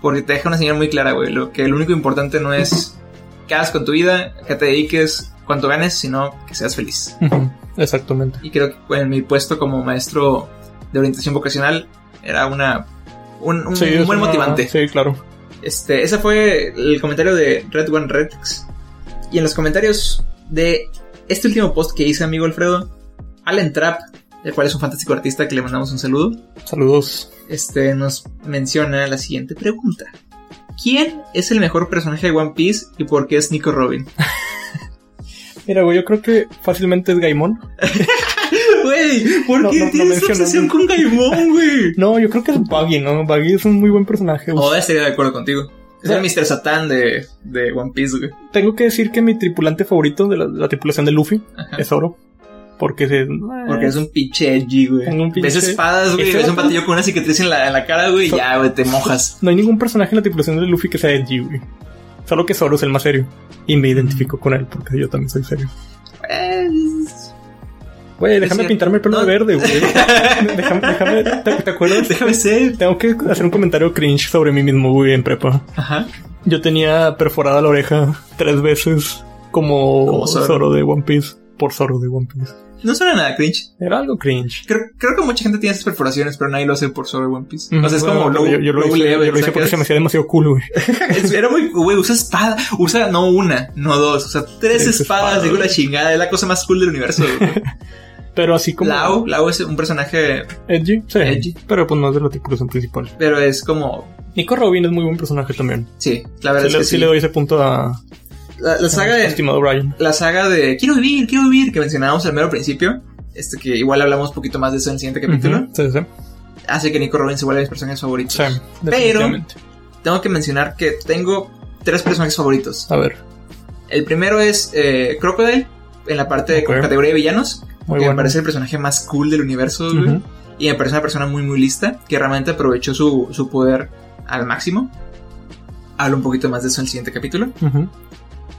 porque te deja una señal muy clara, güey. Lo que lo único importante no es qué hagas con tu vida, qué te dediques, cuánto ganes, sino que seas feliz.
Ujú, Exactamente.
Y creo que pues, en mi puesto como maestro de orientación vocacional era una un, un-
Sí,
un
es
buen
una-
motivante.
Sí, claro.
Este, ese fue el comentario de Red One Redx. Y en los comentarios de este último post que hice, amigo Alfredo, Alan Trapp, el cual es un fantástico artista que le mandamos un saludo,
Saludos.
este, nos menciona la siguiente pregunta. ¿Quién es el mejor personaje de One Piece y por qué es Nico Robin?
Mira, güey, yo creo que fácilmente es Gaimon.
Güey, ¿por
No,
qué
no, no
tienes
mencionó,
obsesión
no.
con Gaimon, güey?
No, yo creo que es Buggy, ¿no? Buggy es un muy buen personaje. güey.
Oh, estaría de acuerdo contigo. Es el Mr. Satán de, de One Piece, güey.
Tengo que decir que mi tripulante favorito de la, la tripulación de Luffy
Ajá.
es Oro. Porque se...
Ah. Porque es un pinche edgy, güey.
Un pinche-
Ves espadas, güey.
Este
Ves un
vato-
patillo con una cicatriz en la, en la cara, güey. y
So-
Ya, güey, te mojas.
No hay ningún personaje en la tripulación de Luffy que sea edgy, güey. Solo que Zoro es el más serio. Y me identifico con él porque yo también soy serio.
Pues,
Güey,
Es
déjame
cierto.
pintarme el pelo
No.
de verde, güey. déjame, déjame... ¿te, te acuerdas?
Déjame ser.
Tengo que hacer un comentario cringe sobre mí mismo, güey, en prepa.
Ajá.
Yo tenía perforada la oreja tres veces como,
Como Zoro.
Zoro. de One Piece por Zoro de One Piece.
No suena nada cringe.
Era algo cringe.
Creo, creo que mucha gente tiene esas perforaciones, pero nadie lo hace por solo One Piece. O sea, es
Bueno,
como low,
yo, yo lo
low
hice,
level,
yo lo hice porque
¿sacas?
se me hacía demasiado cool, güey.
Es- Era muy, güey, usa espada. Usa no una, no dos. O sea, tres, espadas,
Tres espadas,
digo la
güey.
chingada. Es la cosa más cool del universo, güey.
Pero así como
Lau, Lau es un personaje,
edgy, sí.
Edgy.
Pero pues no es de la tripulación principal.
pero es como.
Nico Robin es muy buen personaje también.
Sí, la
Sí,
verdad
le,
es que
sí le doy ese punto a,
La, la saga de.
Estimado Brian.
La saga de Quiero vivir, quiero vivir, que mencionábamos al mero principio. Este que igual hablamos un poquito más de eso en el siguiente capítulo.
Ujú, Sí, sí, sí.
Hace que Nico Robin se vuelva de mis personajes favoritos.
Sí, definitivamente.
Tengo que mencionar que tengo tres personajes favoritos.
A ver,
El primero es eh, Crocodile, en la parte de
Ok.
categoría de villanos.
muy
que
bueno.
me parece el personaje más cool del universo, güey.
Ujú.
Y me parece una persona muy, muy lista, que realmente aprovechó su, su poder al máximo. Hablo un poquito más de eso en el siguiente capítulo.
Ujú.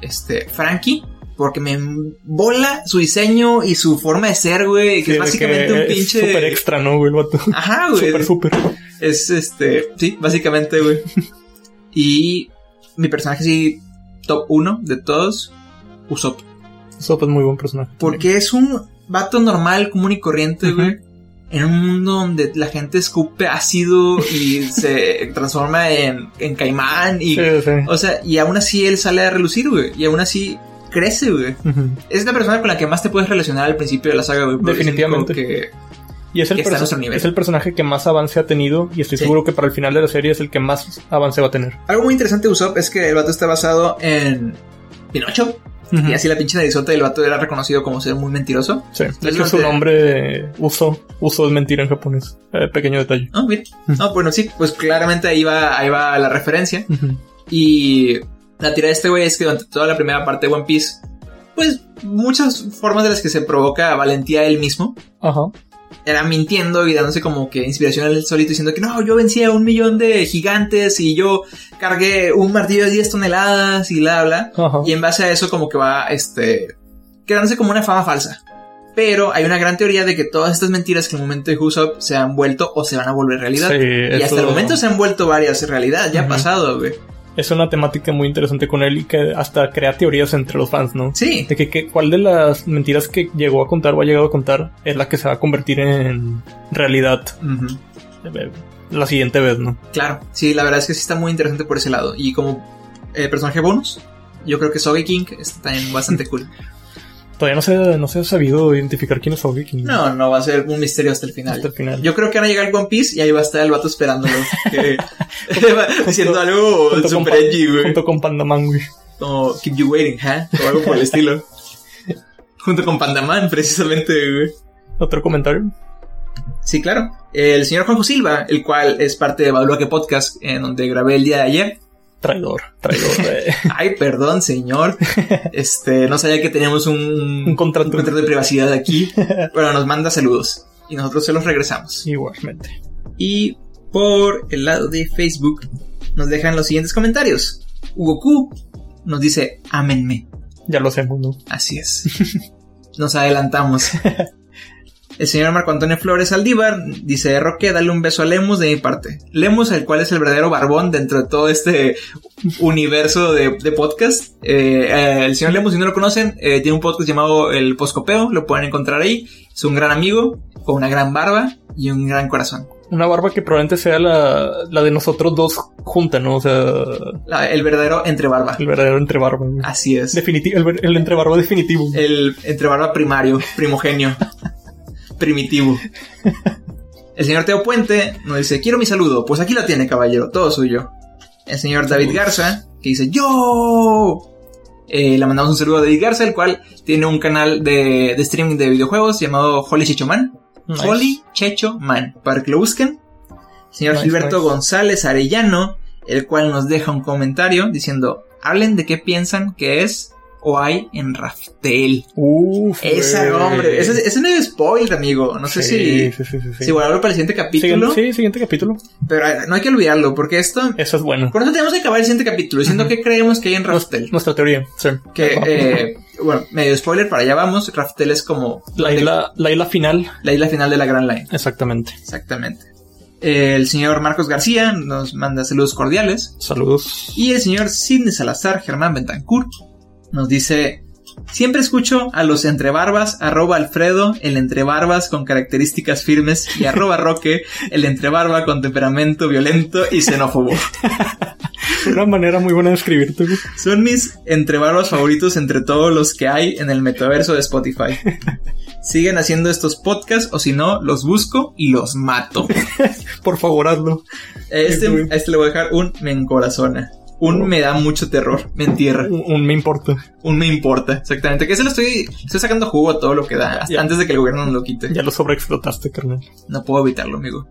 Este, Frankie, porque me bola su diseño y su forma de ser, güey, que
Sí, de
es básicamente un
es
pinche...
Súper extra, ¿no, güey? El vato.
Ajá, güey.
Súper, súper.
Es este, sí, básicamente, güey. y mi personaje sí, top uno de todos, Usopp.
Sopa es muy buen personaje.
Porque es un vato normal, común y corriente,
Ujú.
güey. En un mundo donde la gente escupe ácido y se transforma en, en caimán. Y,
Sí, sí.
O sea, y aún así él sale a relucir, güey. Y aún así crece, güey.
Ujú.
Es la persona con la que más te puedes relacionar al principio de la saga, güey. porque es el único
Definitivamente.
que-
Y es el,
que está a
perso-
nuestro nivel.
es el personaje que más avance ha tenido y estoy
Sí.
seguro que para el final de la serie es el que más avance va a tener.
Algo muy interesante de Usopp es que el vato está basado en Pinocho.
Ujú.
Y así la pinche narizota del vato era reconocido como ser muy mentiroso.
Sí. De hecho,
durante-
su nombre eh, uso, uso es mentira en japonés. Eh, pequeño detalle.
No, mira.
Mm.
No, bueno, sí. Pues claramente ahí va, ahí va la referencia.
Ujú.
Y la tira de este güey es que durante toda la primera parte de One Piece, pues muchas formas de las que se provoca valentía él mismo,
Ajá.
era mintiendo y dándose como que inspiración él solito diciendo que no, yo vencí a un millón de gigantes y yo cargué un martillo de 10 toneladas y bla, bla.
Ajá.
Y en base a eso como que va, este, quedándose como una fama falsa. Pero hay una gran teoría de que todas estas mentiras que en el momento de Usopp se han vuelto o se van a volver realidad.
Sí,
y hasta
esto-
el momento se han vuelto varias realidad, ya ha
Ujú.
pasado, güey.
Es una temática muy interesante con él y que hasta crea teorías entre los fans, ¿no?
Sí,
De que, que cuál de las mentiras que llegó a contar o ha llegado a contar es la que se va a convertir en realidad
Ujú.
eh, la siguiente vez, ¿no?
Claro, sí, la verdad es que sí está muy interesante por ese lado. Y como eh, personaje bonus, yo creo que Soge King está también bastante cool.
Todavía no se, no se ha sabido identificar quién es Ogi, quién
No, no va a ser un misterio hasta el final.
hasta el final.
Yo creo que van a llegar al One Piece y ahí va a estar el vato esperándolo. que- va diciendo algo
Junto con
super
Pa-
edgy, güey.
Junto con Pandaman, güey.
Como Keep You Waiting, ¿eh? O algo por el estilo. Junto con Pandaman, precisamente, güey.
Otro comentario.
Sí, claro. El señor Juanjo Silva, el cual es parte de Baluaque Podcast, en donde grabé el día de ayer.
Traidor, traidor. eh.
Ay, perdón, señor. Este, no sabía que teníamos un,
Un contrato.
de privacidad aquí. Bueno, nos manda saludos y nosotros se los regresamos.
Igualmente.
Y por el lado de Facebook nos dejan los siguientes comentarios. Hugo Q nos dice, ámenme.
Ya lo hacemos, ¿no?
Así es. Nos adelantamos. El señor Marco Antonio Flores Aldívar dice, Roque, dale un beso a Lemus de mi parte. Lemus, el cual es el verdadero barbón dentro de todo este universo de, de podcast. Eh, eh, el señor Lemus, si no lo conocen, eh, tiene un podcast llamado El Poscopeo, lo pueden encontrar ahí. Es un gran amigo, con una gran barba y un gran corazón.
Una barba que probablemente sea la, la de nosotros dos junta, ¿no? O sea, el
La- el verdadero entre barba.
verdadero entre barba, güey.
Así es.
Definitivo, el, ver- el entre barba definitivo.
El entrebarba primario, primogenio, primitivo. El señor Teo Puente nos dice, quiero mi saludo. Pues aquí la tiene, caballero, todo suyo. El señor David Garza, que dice, yo. Eh, le mandamos un saludo a David Garza, el cual tiene un canal de, de streaming de videojuegos llamado Holy Chechoman.
Nice.
Holy Checho Man, para que lo busquen. Señor
Nice,
Gilberto
nice.
González Arellano, el cual nos deja un comentario diciendo, hablen de qué piensan que es o hay en Raftel.
Uf.
Ese
güey.
hombre, ese, ese no es spoiler, amigo. No sé si,
Sí, sí, sí, sí, sí.
si guardarlo para el siguiente capítulo,
Siguiente, sí, siguiente capítulo.
pero eh, no hay que olvidarlo, porque esto...
Eso es bueno.
Por eso tenemos que acabar el siguiente capítulo, diciendo
Ujú.
que creemos que hay en Raftel.
Nuestra teoría, sí.
Que,
Ajá.
eh, bueno, medio spoiler, para allá vamos. Raftel es como
la, isla, la isla final.
la isla final de la Grand Line.
Exactamente.
Exactamente. El señor Marcos García nos manda saludos cordiales.
Saludos.
Y el señor Sidney Salazar Germán Bentancur nos dice: Siempre escucho a los entrebarbas, arroba Alfredo, el entrebarbas con características firmes, y arroba Roque, el entrebarba con temperamento violento y xenófobo.
Una manera muy buena de escribirte. güey.
Son mis entrebarbas favoritos entre todos los que hay en el metaverso de Spotify. Siguen haciendo estos podcasts, o si no, los busco y los mato.
Por favor, hazlo.
Este,
Sí, güey.
a este le voy a dejar un me encorazona. Un me da mucho terror, me entierra.
Un, un me importa.
Un me importa, exactamente. Que se lo estoy, estoy sacando jugo a todo lo que da, hasta
Ya.
antes de que el gobierno nos lo quite.
Ya lo sobreexplotaste, carnal.
No puedo evitarlo, amigo.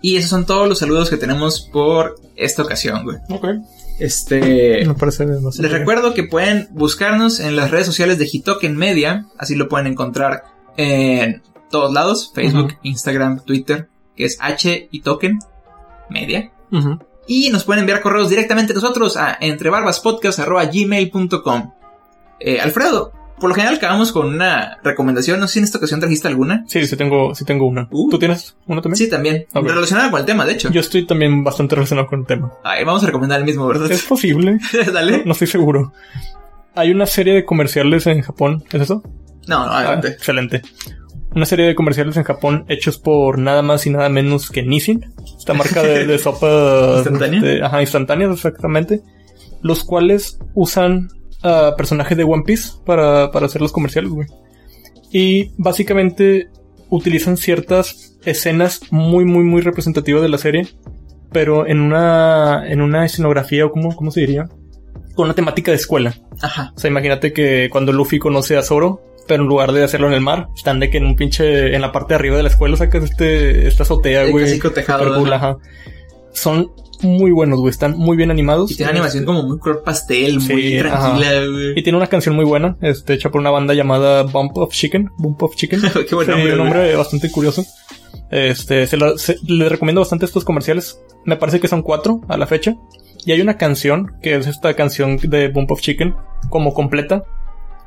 Y esos son todos los saludos que tenemos por esta ocasión, güey.
Ok.
Este.
Eh, Me parece bastante
Les
bien.
recuerdo que pueden buscarnos en las redes sociales de Hitoken Media, así lo pueden encontrar en todos lados, Facebook,
Ujú.
Instagram, Twitter, que es H Hitoken Media.
Ujú.
Y nos pueden enviar correos directamente a nosotros a entrebarbaspodcast.gmail.com eh, Alfredo, por lo general acabamos con una recomendación, no sé si en esta ocasión trajiste alguna.
Sí, sí tengo, sí tengo una.
Uh.
¿Tú tienes una también?
Sí, también,
A ver.
relacionada con el tema, de hecho.
Yo estoy también bastante relacionado con el tema.
Ay, vamos a recomendar el mismo, ¿verdad?
Es posible,
Dale.
no estoy seguro. Hay una serie de comerciales en Japón, ¿es eso?
No, no,
Ah,
adelante.
excelente. Una serie de comerciales en Japón hechos por nada más y nada menos que Nissin, esta marca de, de sopa
¿Instantánea?
ajá, instantáneas, exactamente. Los cuales usan a personajes de One Piece para, para hacer los comerciales, güey. Y básicamente utilizan ciertas escenas muy, muy, muy representativas de la serie, pero en una, en una escenografía o como, ¿cómo se diría? Con una temática de escuela.
Ajá.
O sea, imagínate que cuando Luffy conoce a Zoro, pero en lugar de hacerlo en el mar, están de que en un pinche, en la parte de arriba de la escuela sacas este, esta azotea,
El
güey.
casico tejado,
Super cool,
¿no?
ajá. Son muy buenos, güey. Están muy bien animados.
Y tiene una animación como muy color pastel, muy
Sí,
tranquila, güey.
Y tiene una canción muy buena, este, hecha por una banda llamada Bump of Chicken. Bump of Chicken.
Qué buen
Sí,
Pues, nombre,
un
güey.
nombre bastante curioso. Este, se la- se- les recomiendo bastante estos comerciales. Me parece que son cuatro a la fecha. Y hay una canción, que es esta canción de Bump of Chicken, como completa,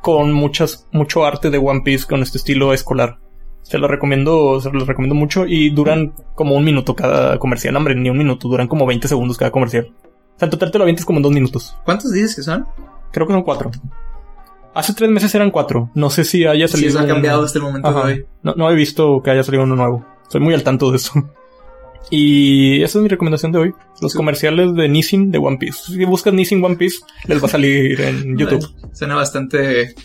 con muchas, mucho arte de One Piece, con este estilo escolar. Se lo recomiendo, se los recomiendo mucho y duran como un minuto cada comercial. Hombre, ni un minuto, duran como 20 segundos cada comercial. O sea, en total te lo avientes como en dos minutos.
¿Cuántos dices que son?
Creo que son cuatro. Hace tres meses eran cuatro. No sé si haya
Si
salido.
eso ha
un-
cambiado hasta el momento
Ajá.
de hoy.
No, no he visto que haya salido uno nuevo. Soy muy al tanto de eso. Y esa es mi recomendación de hoy. Los
Sí.
comerciales de Nissin de One Piece. Si buscas Nissin One Piece, les va a salir en YouTube.
Bueno, Suena bastante.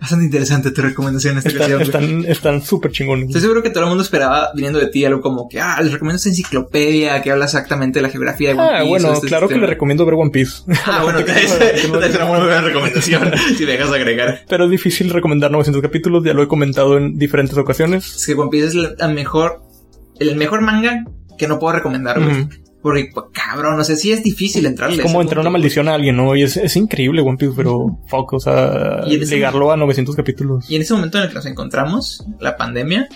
bastante interesante tu recomendación en esta ocasión.
Están,
güey.
están, están súper
Estoy
chingones.
seguro que todo el mundo esperaba viniendo de ti algo como que, ah, les recomiendo esta enciclopedia que habla exactamente de la geografía de One
Ah,
Piece,
bueno,
este
claro que le
sistema".
recomiendo ver One Piece.
Ah, bueno,
gente que
es,
no- que no-
es una muy buena recomendación si me dejas agregar.
Pero es difícil recomendar 900 capítulos, ya lo he comentado en diferentes ocasiones.
Es que One Piece es la la mejor, el mejor manga que no puedo recomendar, güey.
Ujú.
Porque, pues, cabrón, no sé, sí es difícil entrarle.
Es
a
como
ese
entrar
punto.
una maldición a alguien, ¿no? Y es, es increíble One Piece, pero fuck, o sea,
Y en ese-
llegarlo a 900 capítulos.
Y en ese momento en el que nos encontramos, la pandemia,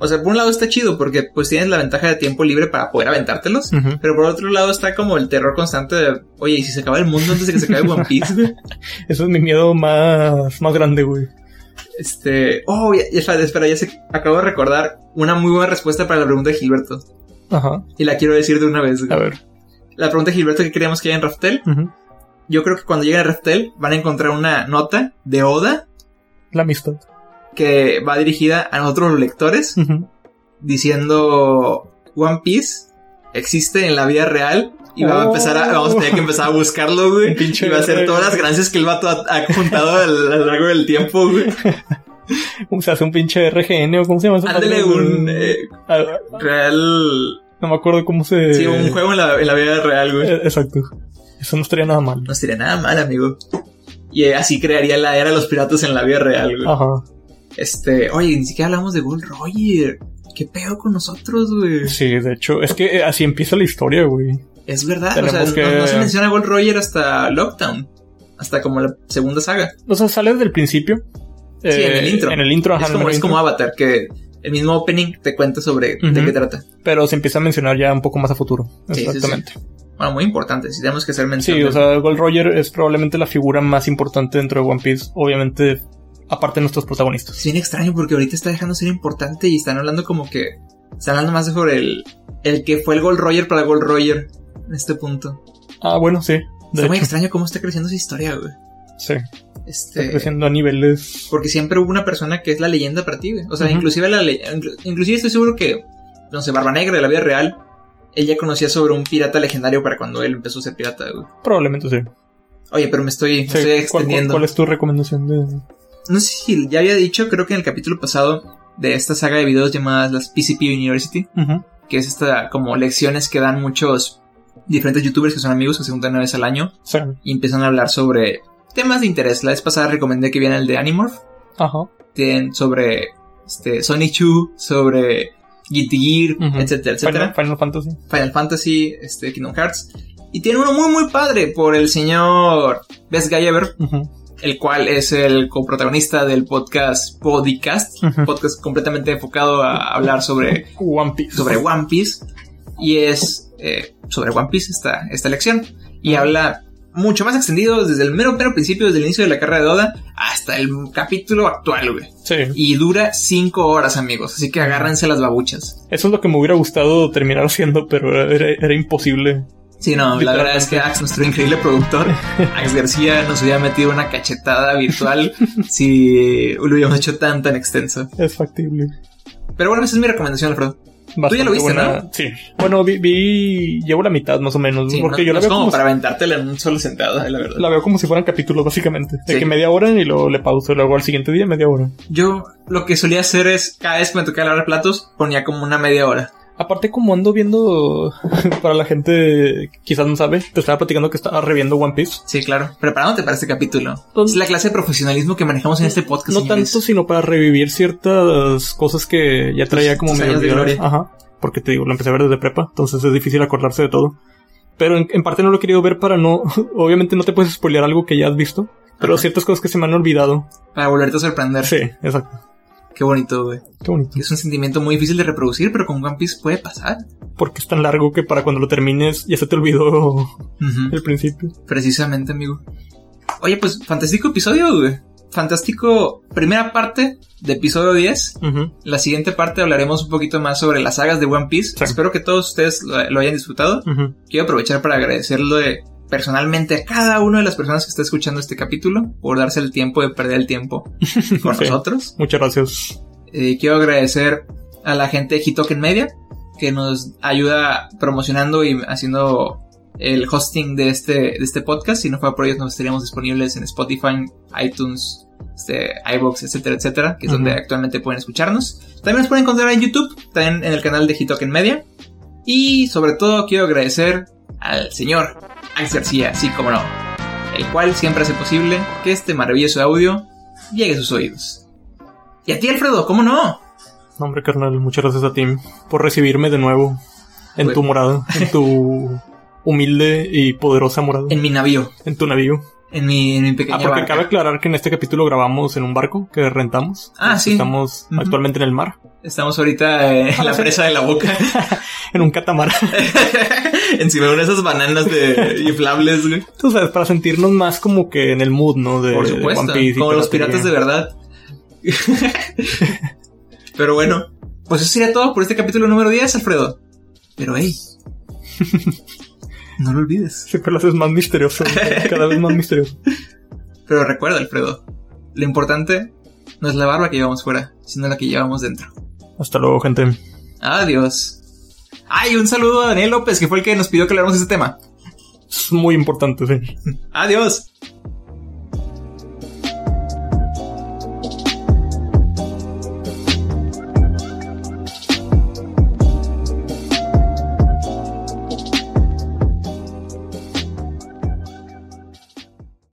o sea, por un lado está chido porque pues tienes la ventaja de tiempo libre para poder aventártelos,
Ujú.
pero por otro lado está como el terror constante de, oye, ¿y si se acaba el mundo antes de que se acabe One Piece? güey?"
Eso es mi miedo más, más grande, güey.
este, oh, ya, ya- espera, ya se acabo de recordar una muy buena respuesta para la pregunta de Gilberto.
Ajá.
Y la quiero decir de una vez. güey.
A ver.
La pregunta de Gilberto que queríamos que haya en Raftel,
Ujú.
yo creo que cuando lleguen a Raftel van a encontrar una nota de Oda
La amistad.
que va dirigida a nosotros los lectores.
Ujú.
diciendo One Piece existe en la vida real y va a
Oh.
empezar a, vamos a tener que empezar a buscarlo, güey.
Un pinche
Y va a hacer
verga.
todas las ganancias que el vato ha, ha juntado al- a lo largo del tiempo, güey.
O sea, hace un pinche RGN o cómo se llama. esa
Ándale
madre?
un eh,
Ah,
real.
no me acuerdo cómo se.
Sí, un juego en la, en la vida real, güey.
Eh, Exacto. Eso no estaría nada mal.
No sería nada mal, amigo. Y eh, así crearía la era de los piratas en la vida real, güey.
Ajá.
Este, oye, ni siquiera hablamos de Gold Roger. ¿Qué pedo con nosotros, güey?
Sí, de hecho, es que eh, así empieza la historia, güey.
Es verdad, o
Tenemos
sea, no-
que-
no, se menciona Gold Roger hasta Lockdown, hasta como la segunda saga.
O sea, sale desde el principio. Eh,
Sí, en el intro.
En el intro, ajá.
es
en el
como, es
intro.
como Avatar, que el mismo opening te cuenta sobre de
Ujú.
qué trata.
Pero se empieza a mencionar ya un poco más a futuro.
Sí, sí,
Exactamente. Sí,
Bueno, muy importante, si tenemos que hacer mención. de-
o sea, Gold Roger es probablemente la figura más importante dentro de One Piece. Obviamente, aparte de nuestros protagonistas.
Es bien extraño porque ahorita está dejando de ser importante y están hablando como que... Están hablando más sobre el, el que fue el Gold Roger para Gold Roger en este punto.
Ah, bueno, sí.
Está
De
muy
hecho,
extraño cómo está creciendo esa historia, güey.
sí. Está
Este,
creciendo a niveles
porque siempre hubo una persona que es la leyenda para ti, güey. O sea,
Ujú.
inclusive la le- inclu- inclusive estoy seguro que, no sé, Barba Negra de la vida real, ella conocía sobre un pirata legendario para cuando él empezó a ser pirata, güey.
Probablemente sí.
Oye, pero me estoy, me
Sí,
estoy
¿cuál- cuál,
extendiendo.
cuál es tu recomendación de.?
No sé si ya había dicho, creo que en el capítulo pasado, de esta saga de videos llamadas las PCP University,
Ujú.
que es esta como lecciones que dan muchos diferentes youtubers que son amigos que se juntan una vez al año
Sí.
y empiezan a hablar sobre temas de interés. La vez pasada recomendé que vieran el de Animorph,
Ajá.
tienen sobre este, Sonic Chu, sobre Guilty Gear,
Ujú.
etcétera, etcétera.
Final, Final Fantasy.
Final Fantasy, este, Kingdom Hearts. Y tiene uno muy, muy padre por el señor Best Guy Ever,
Ujú.
el cual es el coprotagonista del podcast Podcast,
Ujú. Eh,
podcast completamente enfocado a hablar sobre,
One Piece.
sobre One Piece. Y es eh, sobre One Piece esta, esta lección. Y habla mucho más extendido desde el mero, mero principio, desde el inicio de la carrera de Oda hasta el capítulo actual, güey.
Sí.
Y dura cinco horas, amigos. Así que agárrense las babuchas.
Eso es lo que me hubiera gustado terminar haciendo, pero era, era- era imposible.
Sí, no, la verdad es que Ax, nuestro increíble productor, Ax García, nos hubiera metido una cachetada virtual si lo hubiéramos hecho tan, tan extenso.
Es factible.
Pero bueno, esa es mi recomendación, Alfredo. ya lo
Bastante
viste,
buena- Sí. Bueno, vi, vi- Llevo la mitad más o menos.
Sí,
Mm, porque
no- no
yo la
es
veo
como
como,
para aventártela en un solo sentado, eh, la verdad.
la veo como si fueran capítulos, básicamente. De
Sí.
que media hora y luego le pauso. Luego al siguiente día, media hora.
Yo lo que solía hacer es, cada vez que me tocaba lavar platos, ponía como una media hora.
Aparte, como ando viendo, para la gente que quizás no sabe, te estaba platicando que estaba reviendo One Piece.
Sí, claro, preparándote para este capítulo.
Pues-
es la clase de profesionalismo que manejamos en este podcast.
No
señores.
tanto, sino para revivir ciertas cosas que ya traía
Tus-
como
tus
medio
años de
olvidadas.
gloria.
Ajá. Porque te digo, lo empecé a ver desde prepa, entonces es difícil acordarse de todo. Pero en, en parte no lo he querido ver para no. Obviamente no te puedes spoilear algo que ya has visto, pero
Ajá.
ciertas cosas que se me han olvidado.
Para volverte a sorprender.
Sí, exacto.
Qué bonito, güey.
Qué bonito.
Es un sentimiento muy difícil de reproducir, pero con One Piece puede pasar.
Porque es tan largo que para cuando lo termines ya se te olvidó
Ujú.
el principio.
Precisamente, amigo. Oye, pues fantástico episodio, güey. Fantástico primera parte de episodio 10.
Ujú.
La siguiente parte hablaremos un poquito más sobre las sagas de One Piece.
Sí.
Espero que todos ustedes lo, lo hayan disfrutado.
Ujú.
Quiero aprovechar para agradecerle personalmente a cada una de las personas que está escuchando este capítulo por darse el tiempo de perder el tiempo con
Sí.
nosotros.
Muchas gracias.
Eh, quiero agradecer a la gente de Hitoken Media que nos ayuda promocionando y haciendo el hosting de este, de este podcast. Si no fuera por ellos, no estaríamos disponibles en Spotify, iTunes, este, iBox, etcétera, etcétera, que es donde
Ujú.
actualmente pueden escucharnos. También nos pueden encontrar en YouTube, también en el canal de Hitoken Media. Y sobre todo, quiero agradecer al señor Alex García, sí, como no, el cual siempre hace posible que este maravilloso audio llegue a sus oídos. Y a ti, Alfredo, ¿cómo no?
No, hombre, carnal, muchas gracias a ti por recibirme de nuevo en
Bueno.
tu morada, en tu humilde y poderosa morada,
En mi navío,
en tu navío.
en mi, en mi
Ah,
pequeña
porque
barca.
cabe aclarar que en este capítulo grabamos en un barco que rentamos.
Ah, sí.
Estamos
Ujú.
actualmente en el mar,
Estamos ahorita eh, en la presa de la boca,
en un catamarán.
encima de una de esas bananas de inflables, güey.
Tú sabes, para sentirnos más como que en el mood, ¿no? De,
Por
de
supuesto,
One Piece y
como los
piratería.
piratas de verdad. Pero bueno, pues eso sería todo por este capítulo número 10, Alfredo. Pero hey, no lo olvides.
Siempre lo haces más misterioso, cada vez más misterioso.
Pero recuerda, Alfredo, lo importante no es la barba que llevamos fuera, sino la que llevamos dentro.
Hasta luego, gente.
Adiós. Ay, un saludo a Daniel López, que fue el que nos pidió que habláramos de este tema.
Es muy importante, sí.
Adiós.